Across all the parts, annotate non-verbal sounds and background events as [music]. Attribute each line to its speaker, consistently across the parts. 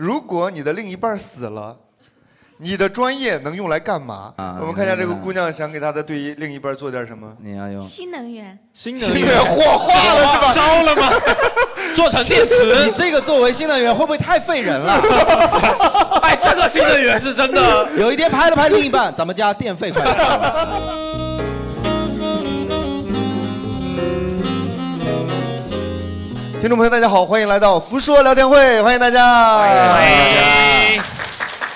Speaker 1: 如果你的另一半死了，你的专业能用来干嘛？
Speaker 2: 啊
Speaker 1: 我们看一下这个姑娘想给她的对一另一半做点什么。
Speaker 2: 你要用
Speaker 3: 新能源，
Speaker 2: 新
Speaker 1: 能源火化了是吧？
Speaker 4: 烧
Speaker 2: [laughs]
Speaker 4: 了吗？做成电池
Speaker 2: 你这个作为新能源会不会太费人
Speaker 5: [laughs]
Speaker 2: 了？
Speaker 4: 哎，这个新能源是真的。
Speaker 2: 有一天拍了拍另一半，咱们家电费快到了。
Speaker 1: 听众朋友，大家好，欢迎来到福说聊天会，欢迎大家，欢
Speaker 4: 迎大家。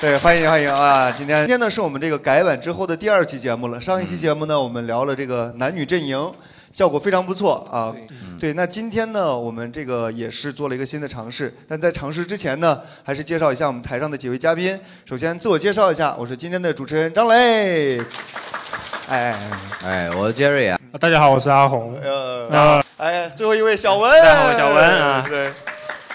Speaker 1: 对，欢迎欢迎啊！今天今天呢是我们这个改版之后的第二期节目了。上一期节目呢，我们聊了这个男女阵营，效果非常不错啊。对，那今天呢，我们这个也是做了一个新的尝试。但在尝试之前呢，还是介绍一下我们台上的几位嘉宾。首先自我介绍一下，我是今天的主持人张磊。哎
Speaker 2: 哎，我是 Jerry 啊。
Speaker 5: 大家好，我是阿红。
Speaker 1: 呃
Speaker 5: 啊，
Speaker 1: 哎，最后一位小文，
Speaker 5: 大家好小文啊
Speaker 1: 对。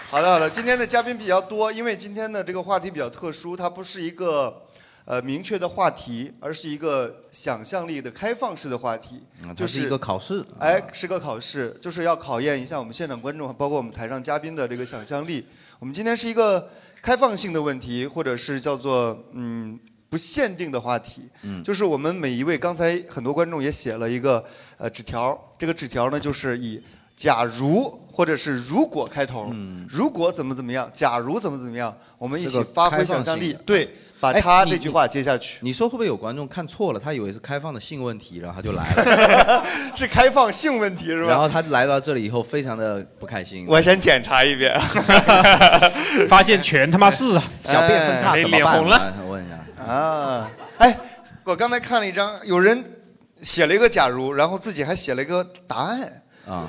Speaker 1: 好的，好的。今天的嘉宾比较多，因为今天的这个话题比较特殊，它不是一个呃明确的话题，而是一个想象力的开放式的话题，就
Speaker 2: 这啊是一个考试。
Speaker 1: 哎，是个考试，就是要考验一下我们现场观众，包括我们台上嘉宾的这个想象力。我们今天是一个开放性的问题，或者是叫做嗯不限定的话题。
Speaker 2: 嗯
Speaker 1: 就是我们每一位，刚才很多观众也写了一个呃纸条，这个纸条呢就是以假如或者是如果开头，如果怎么怎么样，假如怎么怎么样，我们一
Speaker 2: 嗯这
Speaker 1: 起
Speaker 2: 个
Speaker 1: 发
Speaker 2: 开
Speaker 1: 挥
Speaker 2: 放
Speaker 1: 想象
Speaker 2: 性
Speaker 1: 力
Speaker 2: 的，
Speaker 1: 对，把
Speaker 2: 哎
Speaker 1: 他
Speaker 2: 你
Speaker 1: 这句话接下去。
Speaker 2: 哎你说会不会有观众看错了？他以为是开放的性问题，然后他就来了，
Speaker 1: [laughs]
Speaker 2: [laughs]
Speaker 1: 是开放性问题是吧？
Speaker 2: 然后他来到这里以后非常的不开心。
Speaker 1: 我先检查
Speaker 2: [laughs]
Speaker 1: 一遍。
Speaker 5: 发现全他妈是啊，
Speaker 2: 小便分叉
Speaker 5: 哎
Speaker 2: 怎么
Speaker 5: 脸
Speaker 2: 办？
Speaker 5: 红了，
Speaker 2: 我问一下。
Speaker 1: 啊，哎，我刚才看了一张，有人写了一个假如，然后自己还写了一个答案，
Speaker 2: 啊，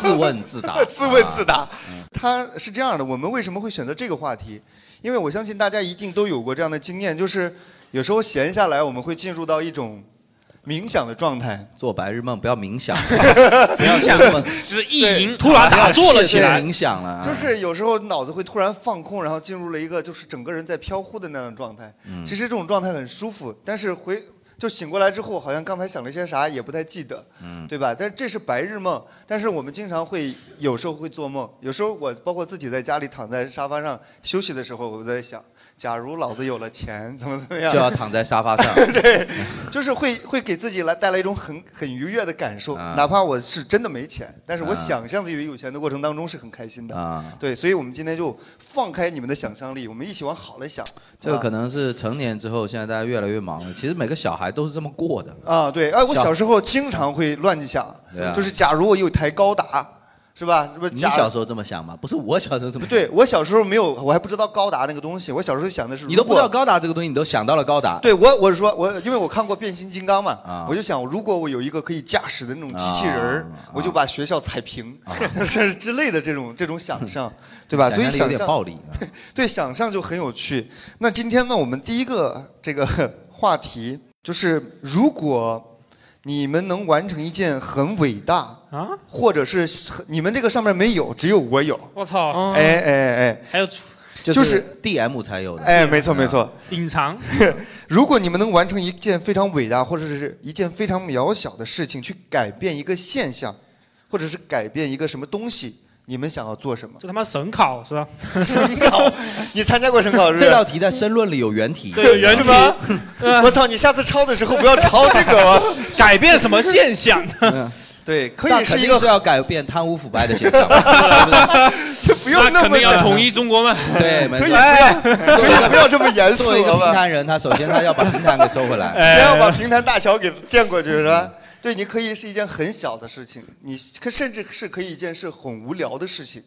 Speaker 2: 自问自答，
Speaker 1: [laughs]
Speaker 2: 啊
Speaker 1: 自问自
Speaker 2: 答。
Speaker 1: 答。他是这样的，我们为什么会选择这个话题？因为我相信大家一定都有过这样的经验，就是有时候闲下来，我们会进入到一种冥想的状态。
Speaker 2: 做白日梦，不要冥
Speaker 5: [laughs]
Speaker 2: 想，不要想那么
Speaker 4: 就是意淫，
Speaker 5: 突然打坐了
Speaker 2: 不
Speaker 5: 起
Speaker 2: 要
Speaker 5: 来。
Speaker 2: 冥想了啊，
Speaker 1: 就是有时候脑子会突然放空，然后进入了一个就是整个人在飘忽的那样的状态。
Speaker 2: 嗯
Speaker 1: 其实这种状态很舒服，但是回就醒过来之后，好像刚才想了些啥也不太记得，
Speaker 2: 嗯
Speaker 1: 对吧？但是这是白日梦，但是我们经常会有时候会做梦，有时候我包括自己在家里躺在沙发上休息的时候，我在想，假如老子有了钱，怎么怎么样
Speaker 2: [laughs] 就？要躺在沙发上。
Speaker 1: [laughs] 就是会会给自己来带来一种很很愉悦的感受，
Speaker 2: 啊
Speaker 1: 哪怕我是真的没钱，但是我
Speaker 2: 啊
Speaker 1: 想象自己有钱的过程当中是很开心的
Speaker 2: 啊
Speaker 1: 对，所以我们今天就放开你们的想象力，我们一起往好了想。
Speaker 2: 这个
Speaker 1: 啊
Speaker 2: 可能是成年之后，现在大家越来越忙了。其实每个小孩都是这么过的。
Speaker 1: 啊，对，哎，我
Speaker 2: 小
Speaker 1: 小时候经常会乱想
Speaker 2: 对啊，
Speaker 1: 就是假如我有台高达，是吧？是不是
Speaker 2: 你
Speaker 1: 假？
Speaker 2: 小时候这么想吗？不是我小时候这么
Speaker 1: 不
Speaker 2: 想。
Speaker 1: 对，我小时候没有，我还不知道高达那个东西。我小时候想的是，
Speaker 2: 你都
Speaker 1: 如
Speaker 2: 不知
Speaker 1: 果
Speaker 2: 道高达这个东西，你都想到了高达。
Speaker 1: 对我，我是说，我因为我看过变形金刚嘛，
Speaker 2: 啊
Speaker 1: 我就想，如果我有一个可以驾驶的那种机器人儿，
Speaker 2: 啊
Speaker 1: 我就把学校踩平， [laughs] 就是之类的这种这种想
Speaker 2: [laughs]
Speaker 1: 象，对吧？
Speaker 2: 想
Speaker 1: 所以
Speaker 2: 象力有点
Speaker 1: 想象
Speaker 2: 暴力啊。
Speaker 1: [laughs] 对，想象就很有趣。那今天呢，我们第一个这个话题就是，如果你们能完成一件很伟大，
Speaker 5: 啊！
Speaker 1: 或者是很你们这个上面没有，只有我有，
Speaker 4: 我操！
Speaker 5: 哦
Speaker 1: 哎哎哎
Speaker 4: 还有出
Speaker 2: 就是 DM 才有的。啊
Speaker 1: 哎，没错没错。
Speaker 5: 隐藏，？
Speaker 1: [laughs] 如果你们能完成一件非常伟大，或者是一件非常渺小的事情，去改变一个现象，或者是改变一个什么东西，你们想要做什么
Speaker 5: 这他妈省考是吧？
Speaker 1: 省
Speaker 5: [laughs]
Speaker 1: 考，你参加过省考是不
Speaker 2: 这
Speaker 1: 是？
Speaker 2: 道
Speaker 1: [laughs]
Speaker 2: 题在申论里有原题。
Speaker 5: 对，原
Speaker 1: 是
Speaker 5: 题 [laughs]
Speaker 1: 吗？我操！你下次抄的时候不要抄这个啊！
Speaker 5: 改变什么现象？
Speaker 1: [laughs] 对，可
Speaker 2: 那
Speaker 1: 以
Speaker 2: 肯
Speaker 1: 是一
Speaker 2: 定
Speaker 1: 个
Speaker 2: 是要改变贪污腐败的现象嘛，对不对？
Speaker 1: 不用
Speaker 4: 那
Speaker 1: 那
Speaker 4: 肯
Speaker 1: 么
Speaker 4: 定要统
Speaker 1: 整，
Speaker 4: 一中国嘛。
Speaker 2: 对，没
Speaker 1: 可以不
Speaker 5: 啊
Speaker 2: 错。
Speaker 1: 要，可以不要这么严肃
Speaker 2: 作为一个
Speaker 1: 好
Speaker 2: 平
Speaker 1: 吧？
Speaker 2: 潭人，他首先他要把平潭给收回
Speaker 1: [laughs]
Speaker 2: 来。
Speaker 1: 先要
Speaker 5: 哎，
Speaker 1: 把平潭大桥给建过去是吧？对，你可以是一件很小的事情，你可甚至是可以一件是很无聊的事情，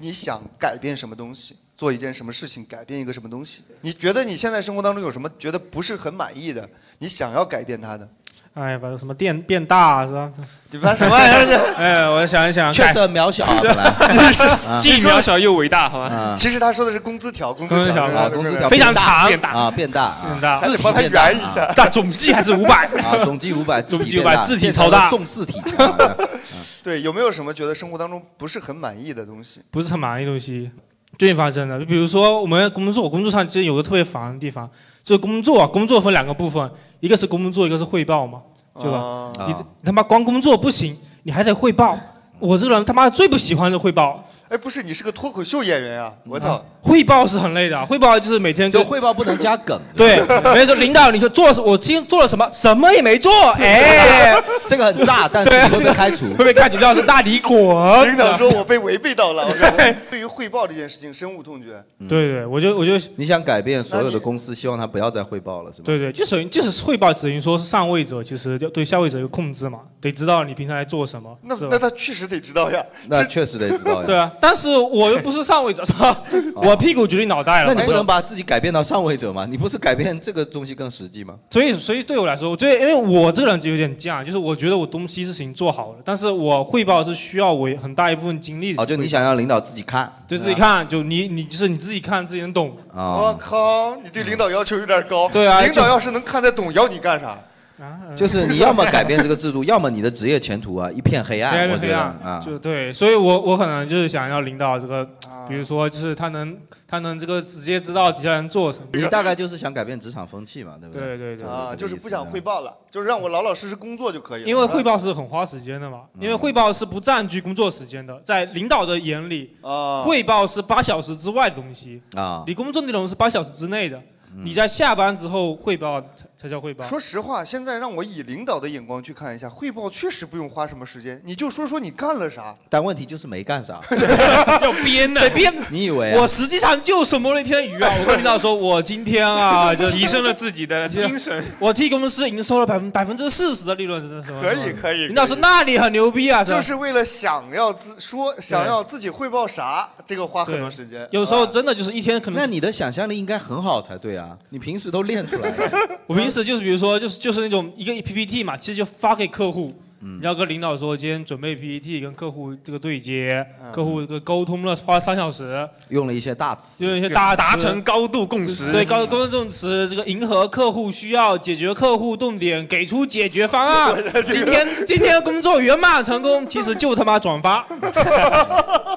Speaker 1: 你想改变什么东西，做一件什么事情，改变一个什么东西？你觉得你现在生活当中有什么觉得不是很满意的，你想要改变它的？
Speaker 5: 哎，把什么变变大是吧？
Speaker 1: 你发什么玩意儿去？
Speaker 4: 呃
Speaker 5: 哎，我想一想，
Speaker 2: 确
Speaker 5: 改
Speaker 2: 实很渺小啊，本来
Speaker 1: [laughs] 你是
Speaker 4: 既渺小又伟大，好吧？
Speaker 2: 啊
Speaker 1: 其实他说的是工资条，工资
Speaker 5: 工资
Speaker 1: 条
Speaker 5: 条
Speaker 1: 是
Speaker 2: 啊，
Speaker 1: 吧，
Speaker 2: 工资条
Speaker 5: 非常长，
Speaker 4: 变大，
Speaker 2: 啊变大啊
Speaker 5: 变大
Speaker 1: 还，得帮他圆一
Speaker 5: [laughs]
Speaker 1: 下。
Speaker 5: 但总计还是五百。
Speaker 2: 啊，总计五百，
Speaker 5: 总计
Speaker 2: 变大
Speaker 5: 500字体
Speaker 2: 变
Speaker 5: 超大
Speaker 2: 送四体。啊
Speaker 1: [laughs] 对，有没有什么觉得生活当中不是很满意的东西？
Speaker 5: 不是很满意的东西，最近发生的。就比如说我们工作，工作上其实有个特别烦的地方，就是工作啊，工作分两个部分，一个是工作，一个是汇报嘛，对吧？
Speaker 1: 啊
Speaker 2: 啊
Speaker 5: 你你他妈光工作不行，你还得汇报，我这个人他妈最不喜欢的汇报。
Speaker 1: 哎，不是，你是个脱口秀演员啊！我操，
Speaker 5: 嗯汇报是很累的，啊汇报就是每天就
Speaker 2: 汇报不能加梗。
Speaker 5: [laughs] 对，没人说领导，你说做我今天做了什么？什么也没做，
Speaker 2: [laughs]
Speaker 5: 哎，
Speaker 2: 这个很炸，但是
Speaker 5: 对
Speaker 2: 会被开除
Speaker 5: 这个会被开除掉是大你滚。
Speaker 1: 领
Speaker 5: 啊
Speaker 1: 导说我被违背到了。我
Speaker 5: [laughs]
Speaker 1: 觉得我对于汇报这件事情深恶痛绝。
Speaker 5: 对对，我就我就
Speaker 2: 嗯你想改变所有的公司，希望他不要再汇报了，是吗？
Speaker 5: 对对，就等于就是汇报，等于说是上位者其实要对下位者有控制嘛，得知道你平常在做什么。
Speaker 1: 那
Speaker 5: 是吧
Speaker 1: 那他确实得知道呀。
Speaker 2: 那确实得知道呀。
Speaker 5: 对啊，但是我又不是上位者，是 [laughs]
Speaker 2: 哦
Speaker 5: 吧？我屁股决定脑袋了。
Speaker 2: 那你不
Speaker 1: 哎
Speaker 5: 我
Speaker 2: 能把自己改变到上位者吗？你不是改变这个东西更实际吗？
Speaker 5: 所以，所以对我来说，我最因为我这个人就有点犟，就是我觉得我东西事情做好了，但是我汇报是需要我很大一部分精力的。
Speaker 2: 哦，就你想让领导自己看，
Speaker 5: 对自己看，就你你就是你自己看自己能懂。
Speaker 1: 我
Speaker 2: 啊，
Speaker 1: 靠，你对领导要求有点高。
Speaker 5: 对啊
Speaker 1: 领导
Speaker 5: 就啊
Speaker 1: 要是能看得懂，要你干啥？
Speaker 5: 嗯
Speaker 2: 就是你要么改变这个制度，要么你的职业前途啊一片黑暗，我觉
Speaker 5: 黑
Speaker 2: 得
Speaker 5: 暗，
Speaker 2: 啊，
Speaker 5: 就对，所以我我可能就是想要领导这个，
Speaker 1: 啊
Speaker 5: 比如说就是他能他能这个直接知道底下人做什么。
Speaker 2: 你大概就是想改变职场风气嘛，对不
Speaker 5: 对
Speaker 2: 对？
Speaker 5: 对对，
Speaker 1: 啊，就是不想汇报了，就是让我老老实实工作就可以了。啊
Speaker 5: 因为汇报是很花时间的嘛，
Speaker 2: 嗯
Speaker 5: 因为汇报是不占据工作时间的，在领导的眼里，
Speaker 1: 啊，
Speaker 5: 汇报是八小时之外的东西，
Speaker 2: 啊，嗯
Speaker 5: 你工作内容是八小时之内的，你在下班之后汇报才才叫汇报。[laughs]
Speaker 1: 说实话，现在让我以领导的眼光去看一下，汇报确实不用花什么时间，你就说说你干了啥。
Speaker 2: 但问题就是没干啥，
Speaker 1: [laughs]
Speaker 5: 要
Speaker 2: [laughs]
Speaker 5: 编的，编。
Speaker 2: 你以为啊
Speaker 5: 我实际上就是摸了一天鱼啊！我跟领导说，我今
Speaker 2: [laughs]
Speaker 5: 天啊，就
Speaker 4: 提升了自己的精神。
Speaker 5: 我替公司营收了百分百分之四十的利润，真的是
Speaker 1: 可以可以
Speaker 5: 领导说那你很牛逼啊，吧
Speaker 1: 就是为了想要自说，想要自己汇报啥，这个花很多时间。
Speaker 5: 有时候
Speaker 1: 啊
Speaker 5: 真的就是一天可能。
Speaker 2: 那你的想象力应该很好才对啊，你平时都练出来的。
Speaker 5: [laughs] 我平时就是比如说就是就是那种一个 PPT 嘛，其实就发给客户，
Speaker 2: 嗯
Speaker 5: 你要跟领导说今天准备 PPT 跟客户这个对接，客户这个沟通了花三小时，
Speaker 2: 嗯用了一些大词，
Speaker 5: 就是一些大
Speaker 4: 达
Speaker 5: 词
Speaker 4: 成高度共识，
Speaker 5: 对，高公众词，这个迎合客户需要，解决客户痛点，给出解决方案。
Speaker 1: [laughs]
Speaker 5: 今天今天工作圆满成功，其实就他妈转
Speaker 1: [laughs]
Speaker 5: 发，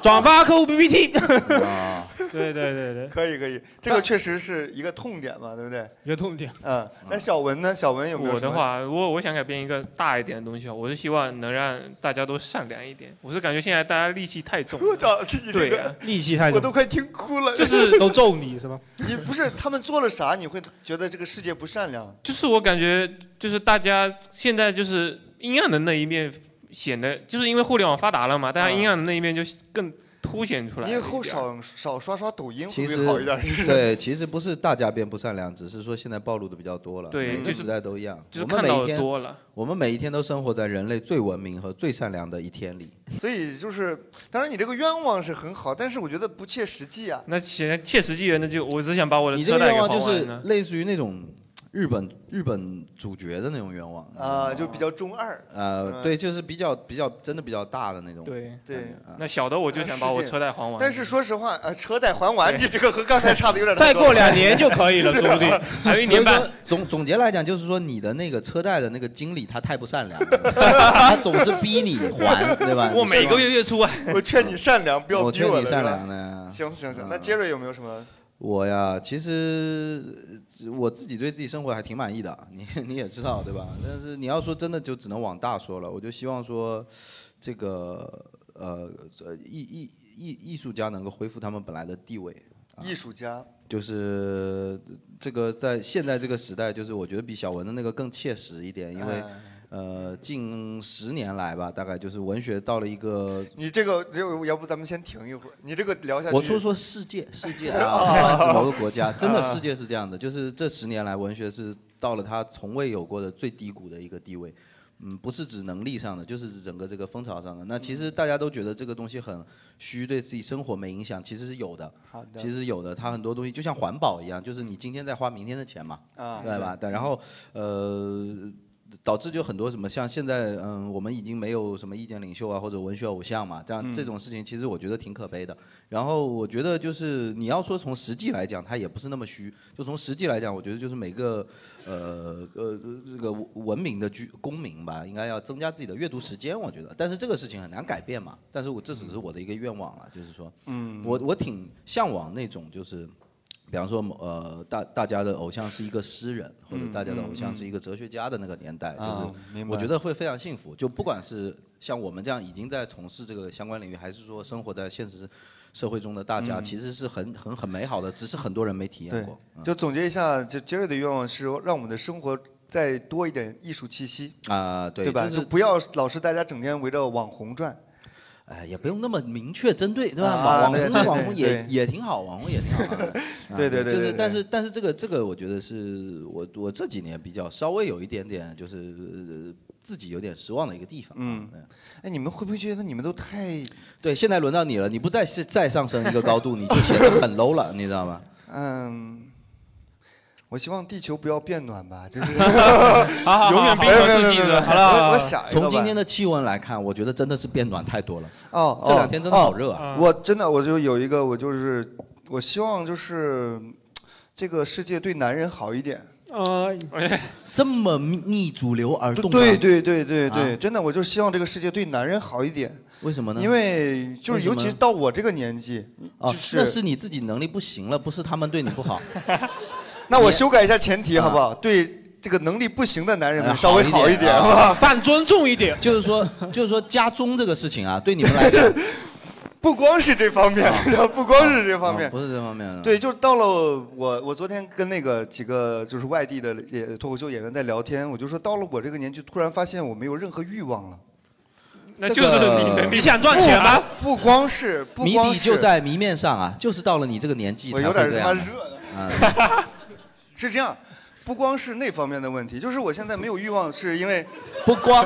Speaker 5: 转发客户 PPT。对对啊对对，
Speaker 1: 啊 [laughs] 可以可以，这个确实是一个痛点嘛，对不对？
Speaker 5: 一个痛点。
Speaker 1: 嗯，那小文呢？小文有没有
Speaker 4: 我
Speaker 1: 什么？
Speaker 4: 的话，我我想改变一个大一点的东西啊，我是希望能让大家都善良一点。我是感觉现在大家戾气太重了
Speaker 1: [laughs] 我操，你这
Speaker 4: 对啊
Speaker 1: 个
Speaker 4: 呀、
Speaker 5: 力啊气太
Speaker 1: [laughs] 我
Speaker 5: 重，
Speaker 1: 都快听哭了。
Speaker 5: 就是都揍你是吧？
Speaker 1: [laughs] 你不是他们做了啥，你会觉得这个世界不善良？
Speaker 4: 就是我感觉就是大家现在就是阴暗的那一面显得，就是因为互联网发达了嘛，大家阴暗的那一面就更凸显出来了一
Speaker 1: 你以
Speaker 4: 点。
Speaker 1: 后少少刷刷抖音会
Speaker 2: 其
Speaker 1: 不
Speaker 2: 实
Speaker 1: 会好一点？
Speaker 4: [laughs]
Speaker 1: 是
Speaker 2: 对，其实不是大家变不善良，只是说现在暴露的比较多了。
Speaker 4: 对
Speaker 2: 每个
Speaker 4: 就是
Speaker 2: 时代都一样。
Speaker 4: 就是
Speaker 2: 我们
Speaker 4: 看
Speaker 2: 每
Speaker 4: 到
Speaker 2: 一
Speaker 4: 的
Speaker 2: 天，
Speaker 4: 多了，
Speaker 2: 我们每一天都生活在人类最文明和最善良的一天里。
Speaker 1: [laughs] 所以就是，当然你这个愿望是很好，但是我觉得不切实际啊。
Speaker 4: 那切切实际的，那就我只想把我的
Speaker 2: 你这
Speaker 4: 车
Speaker 2: 个
Speaker 4: 贷
Speaker 2: 愿
Speaker 4: 给
Speaker 2: 望
Speaker 4: 还
Speaker 2: 就是
Speaker 4: 完呢。
Speaker 2: 类似于那种日本日本主角的那种愿望
Speaker 1: 啊、就比较中二。
Speaker 2: 呃，
Speaker 1: 嗯
Speaker 2: 对，就是比较比较真的比较大的那种。啊
Speaker 4: 对，
Speaker 1: 对，
Speaker 4: 那小的我就想把我车贷还完。
Speaker 1: 但是说实话，呃，车贷还完，你这个和刚才差的
Speaker 5: [laughs]
Speaker 1: 有点太
Speaker 5: 再
Speaker 1: 多
Speaker 5: 过
Speaker 1: 了。
Speaker 5: 两年就可以
Speaker 1: [laughs]
Speaker 5: 了，说不定。
Speaker 4: 还有
Speaker 2: 所
Speaker 4: 一
Speaker 2: 以说
Speaker 4: 年半，
Speaker 2: 总总结来讲，就是说你的那个车贷的那个经理他太不善良了，他总是逼你还，对吧？
Speaker 4: 我每个月月初啊，
Speaker 1: 我劝你善良，不要
Speaker 2: 我
Speaker 1: 逼
Speaker 2: 劝
Speaker 1: 了。
Speaker 2: 你善
Speaker 1: 是吧
Speaker 2: 良呢。
Speaker 1: 行行行，
Speaker 2: 嗯
Speaker 1: 那杰瑞有没有什么？
Speaker 2: 我呀，其实呃我自己对自己生活还挺满意的，你你也知道对吧？但是你要说真的，就只能往大说了。我就希望说，这个呃呃艺艺艺艺术家能够恢复他们本来的地位，
Speaker 1: 艺术家，
Speaker 2: 就是呃这个在现在这个时代，就是我觉得比小文的那个更切实一点，因为
Speaker 1: 哎
Speaker 2: 呃近十年来吧，大概就是文学到了一个
Speaker 1: 你这个，这要不咱们先停一会儿，你这个聊下去。
Speaker 2: 我说说世界，世界啊，不管是某个国家，真的世界是这样的，就是这十年来，文学是到了它从未有过的最低谷的一个地位。嗯，不是指能力上的，就是指整个这个风潮上的。那其实大家都觉得这个东西很虚，对自己生活没影响，其实是有的。
Speaker 1: [laughs] 好的
Speaker 2: 其实有的，它很多东西就像环保一样，就是你今天在花明天的钱嘛。
Speaker 1: 啊，
Speaker 2: 对吧？但然后呃，导致就很多什么像现在嗯，我们已经没有什么意见领袖啊，或者文学偶像嘛，这样、这种事情其实我觉得挺可悲的。然后我觉得就是你要说从实际来讲，它也不是那么虚。就从实际来讲，我觉得就是每个呃呃这个文明的居公民吧，应该要增加自己的阅读时间，我觉得。但是这个事情很难改变嘛。但是我这只是我的一个愿望啊，就是说，嗯，我我挺向往那种就是。比方说某，呃，大大家的偶像是一个诗人，或者
Speaker 1: 嗯
Speaker 2: 大家的
Speaker 1: 嗯
Speaker 2: 偶像是一个哲学家的那个年代，
Speaker 1: 啊
Speaker 2: 就是
Speaker 1: 明白
Speaker 2: 我觉得会非常幸福。就不管是像我们这样已经在从事这个相关领域，还是说生活在现实社会中的大家，
Speaker 1: 嗯
Speaker 2: 其实是很很很美好的，只是很多人没体验
Speaker 1: 对
Speaker 2: 过。，
Speaker 1: 就总结一下，就 Jerry 的愿望是让我们的生活再多一点艺术气息，
Speaker 2: 啊、对，
Speaker 1: 对吧？
Speaker 2: 就是
Speaker 1: 就不要老是大家整天围着网红转。
Speaker 2: 哎，也不用那么明确针对，对吧？
Speaker 1: 啊
Speaker 2: 网网
Speaker 1: 对
Speaker 2: 红
Speaker 1: 对
Speaker 2: 网红
Speaker 1: 对
Speaker 2: 也
Speaker 1: 对
Speaker 2: 也挺好，网红也挺好
Speaker 1: [laughs]
Speaker 2: 啊。啊
Speaker 1: 对对对
Speaker 2: 就
Speaker 1: 对
Speaker 2: 是
Speaker 1: 对
Speaker 2: 但是但是这个这个，我觉得是我我这几年比较稍微有一点点就是呃自己有点失望的一个地方。嗯，
Speaker 1: 哎，你们会不会觉得你们都太……
Speaker 2: 对，现在轮到你了，你不再是再上升一个高度，你就显得很 low 了，你知道
Speaker 1: [laughs]
Speaker 2: 吗？
Speaker 1: 嗯，我希望地球不要变暖吧，就是 [laughs]
Speaker 5: 好好好，
Speaker 4: 永远
Speaker 1: 没有没有
Speaker 4: 冰河世
Speaker 1: 没
Speaker 4: 纪
Speaker 1: 有没有，
Speaker 4: 的
Speaker 5: 好了好了
Speaker 1: 我我想一个
Speaker 2: 从
Speaker 1: 吧
Speaker 2: 今天的气温来看，我觉得真的是变暖太多了。
Speaker 1: 哦，
Speaker 2: 这
Speaker 1: 哦
Speaker 2: 两天真的好热
Speaker 1: 哦
Speaker 2: 啊！
Speaker 1: 我真的我就有一个，我就是我希望就是这个世界对男人好一点。
Speaker 5: 呃，
Speaker 1: 嗯 [laughs]
Speaker 2: 这么逆主流而动荡，
Speaker 1: 对对对对对，
Speaker 2: 啊
Speaker 1: 真的我就希望这个世界对男人好一点，
Speaker 2: 为什么呢？
Speaker 1: 因为就
Speaker 2: 为
Speaker 1: 是
Speaker 2: 什
Speaker 1: 尤
Speaker 2: 么
Speaker 1: 其
Speaker 2: 呢
Speaker 1: 到我这个年纪，
Speaker 2: 哦
Speaker 1: 就，
Speaker 2: 那
Speaker 1: 是
Speaker 2: 是你自己能力不行了，不是他们对你不
Speaker 1: [laughs]
Speaker 2: 好。
Speaker 1: 那我修改一下前提
Speaker 2: 啊
Speaker 1: 好不好？对这个能力不行的男人
Speaker 2: 哎
Speaker 1: 们稍微
Speaker 2: 好
Speaker 1: 好
Speaker 2: 一
Speaker 1: 一
Speaker 2: 点
Speaker 1: 点，
Speaker 2: 啊
Speaker 1: 好 [laughs] 吧？
Speaker 5: 反尊重一点。
Speaker 2: 就是说，就是说家中这个事情啊，对你们来讲
Speaker 1: 不光是这方面， [laughs] 不光是这方面
Speaker 2: 哦，啊不是这方面的。
Speaker 1: 对，，就是到了我，我昨天跟那个几个就是外地的也脱口秀演员在聊天，我就说到了我这个年纪，突然发现我没有任何欲望了。
Speaker 4: 那就是你能
Speaker 5: 你
Speaker 4: 力。啊
Speaker 5: 想赚钱吗？
Speaker 1: 不光是不
Speaker 2: 谜
Speaker 1: 光
Speaker 2: 底
Speaker 1: 是，
Speaker 2: 就在谜面上啊，就是到了你这个年纪
Speaker 1: 我
Speaker 2: 才
Speaker 1: 有
Speaker 2: 会
Speaker 1: 点
Speaker 2: 这
Speaker 1: 他妈
Speaker 2: 样的。啊
Speaker 1: 热了。是这样，不光是那方面的问题，就是我现在没有欲望，是因为
Speaker 2: 不
Speaker 4: [laughs]
Speaker 2: 光，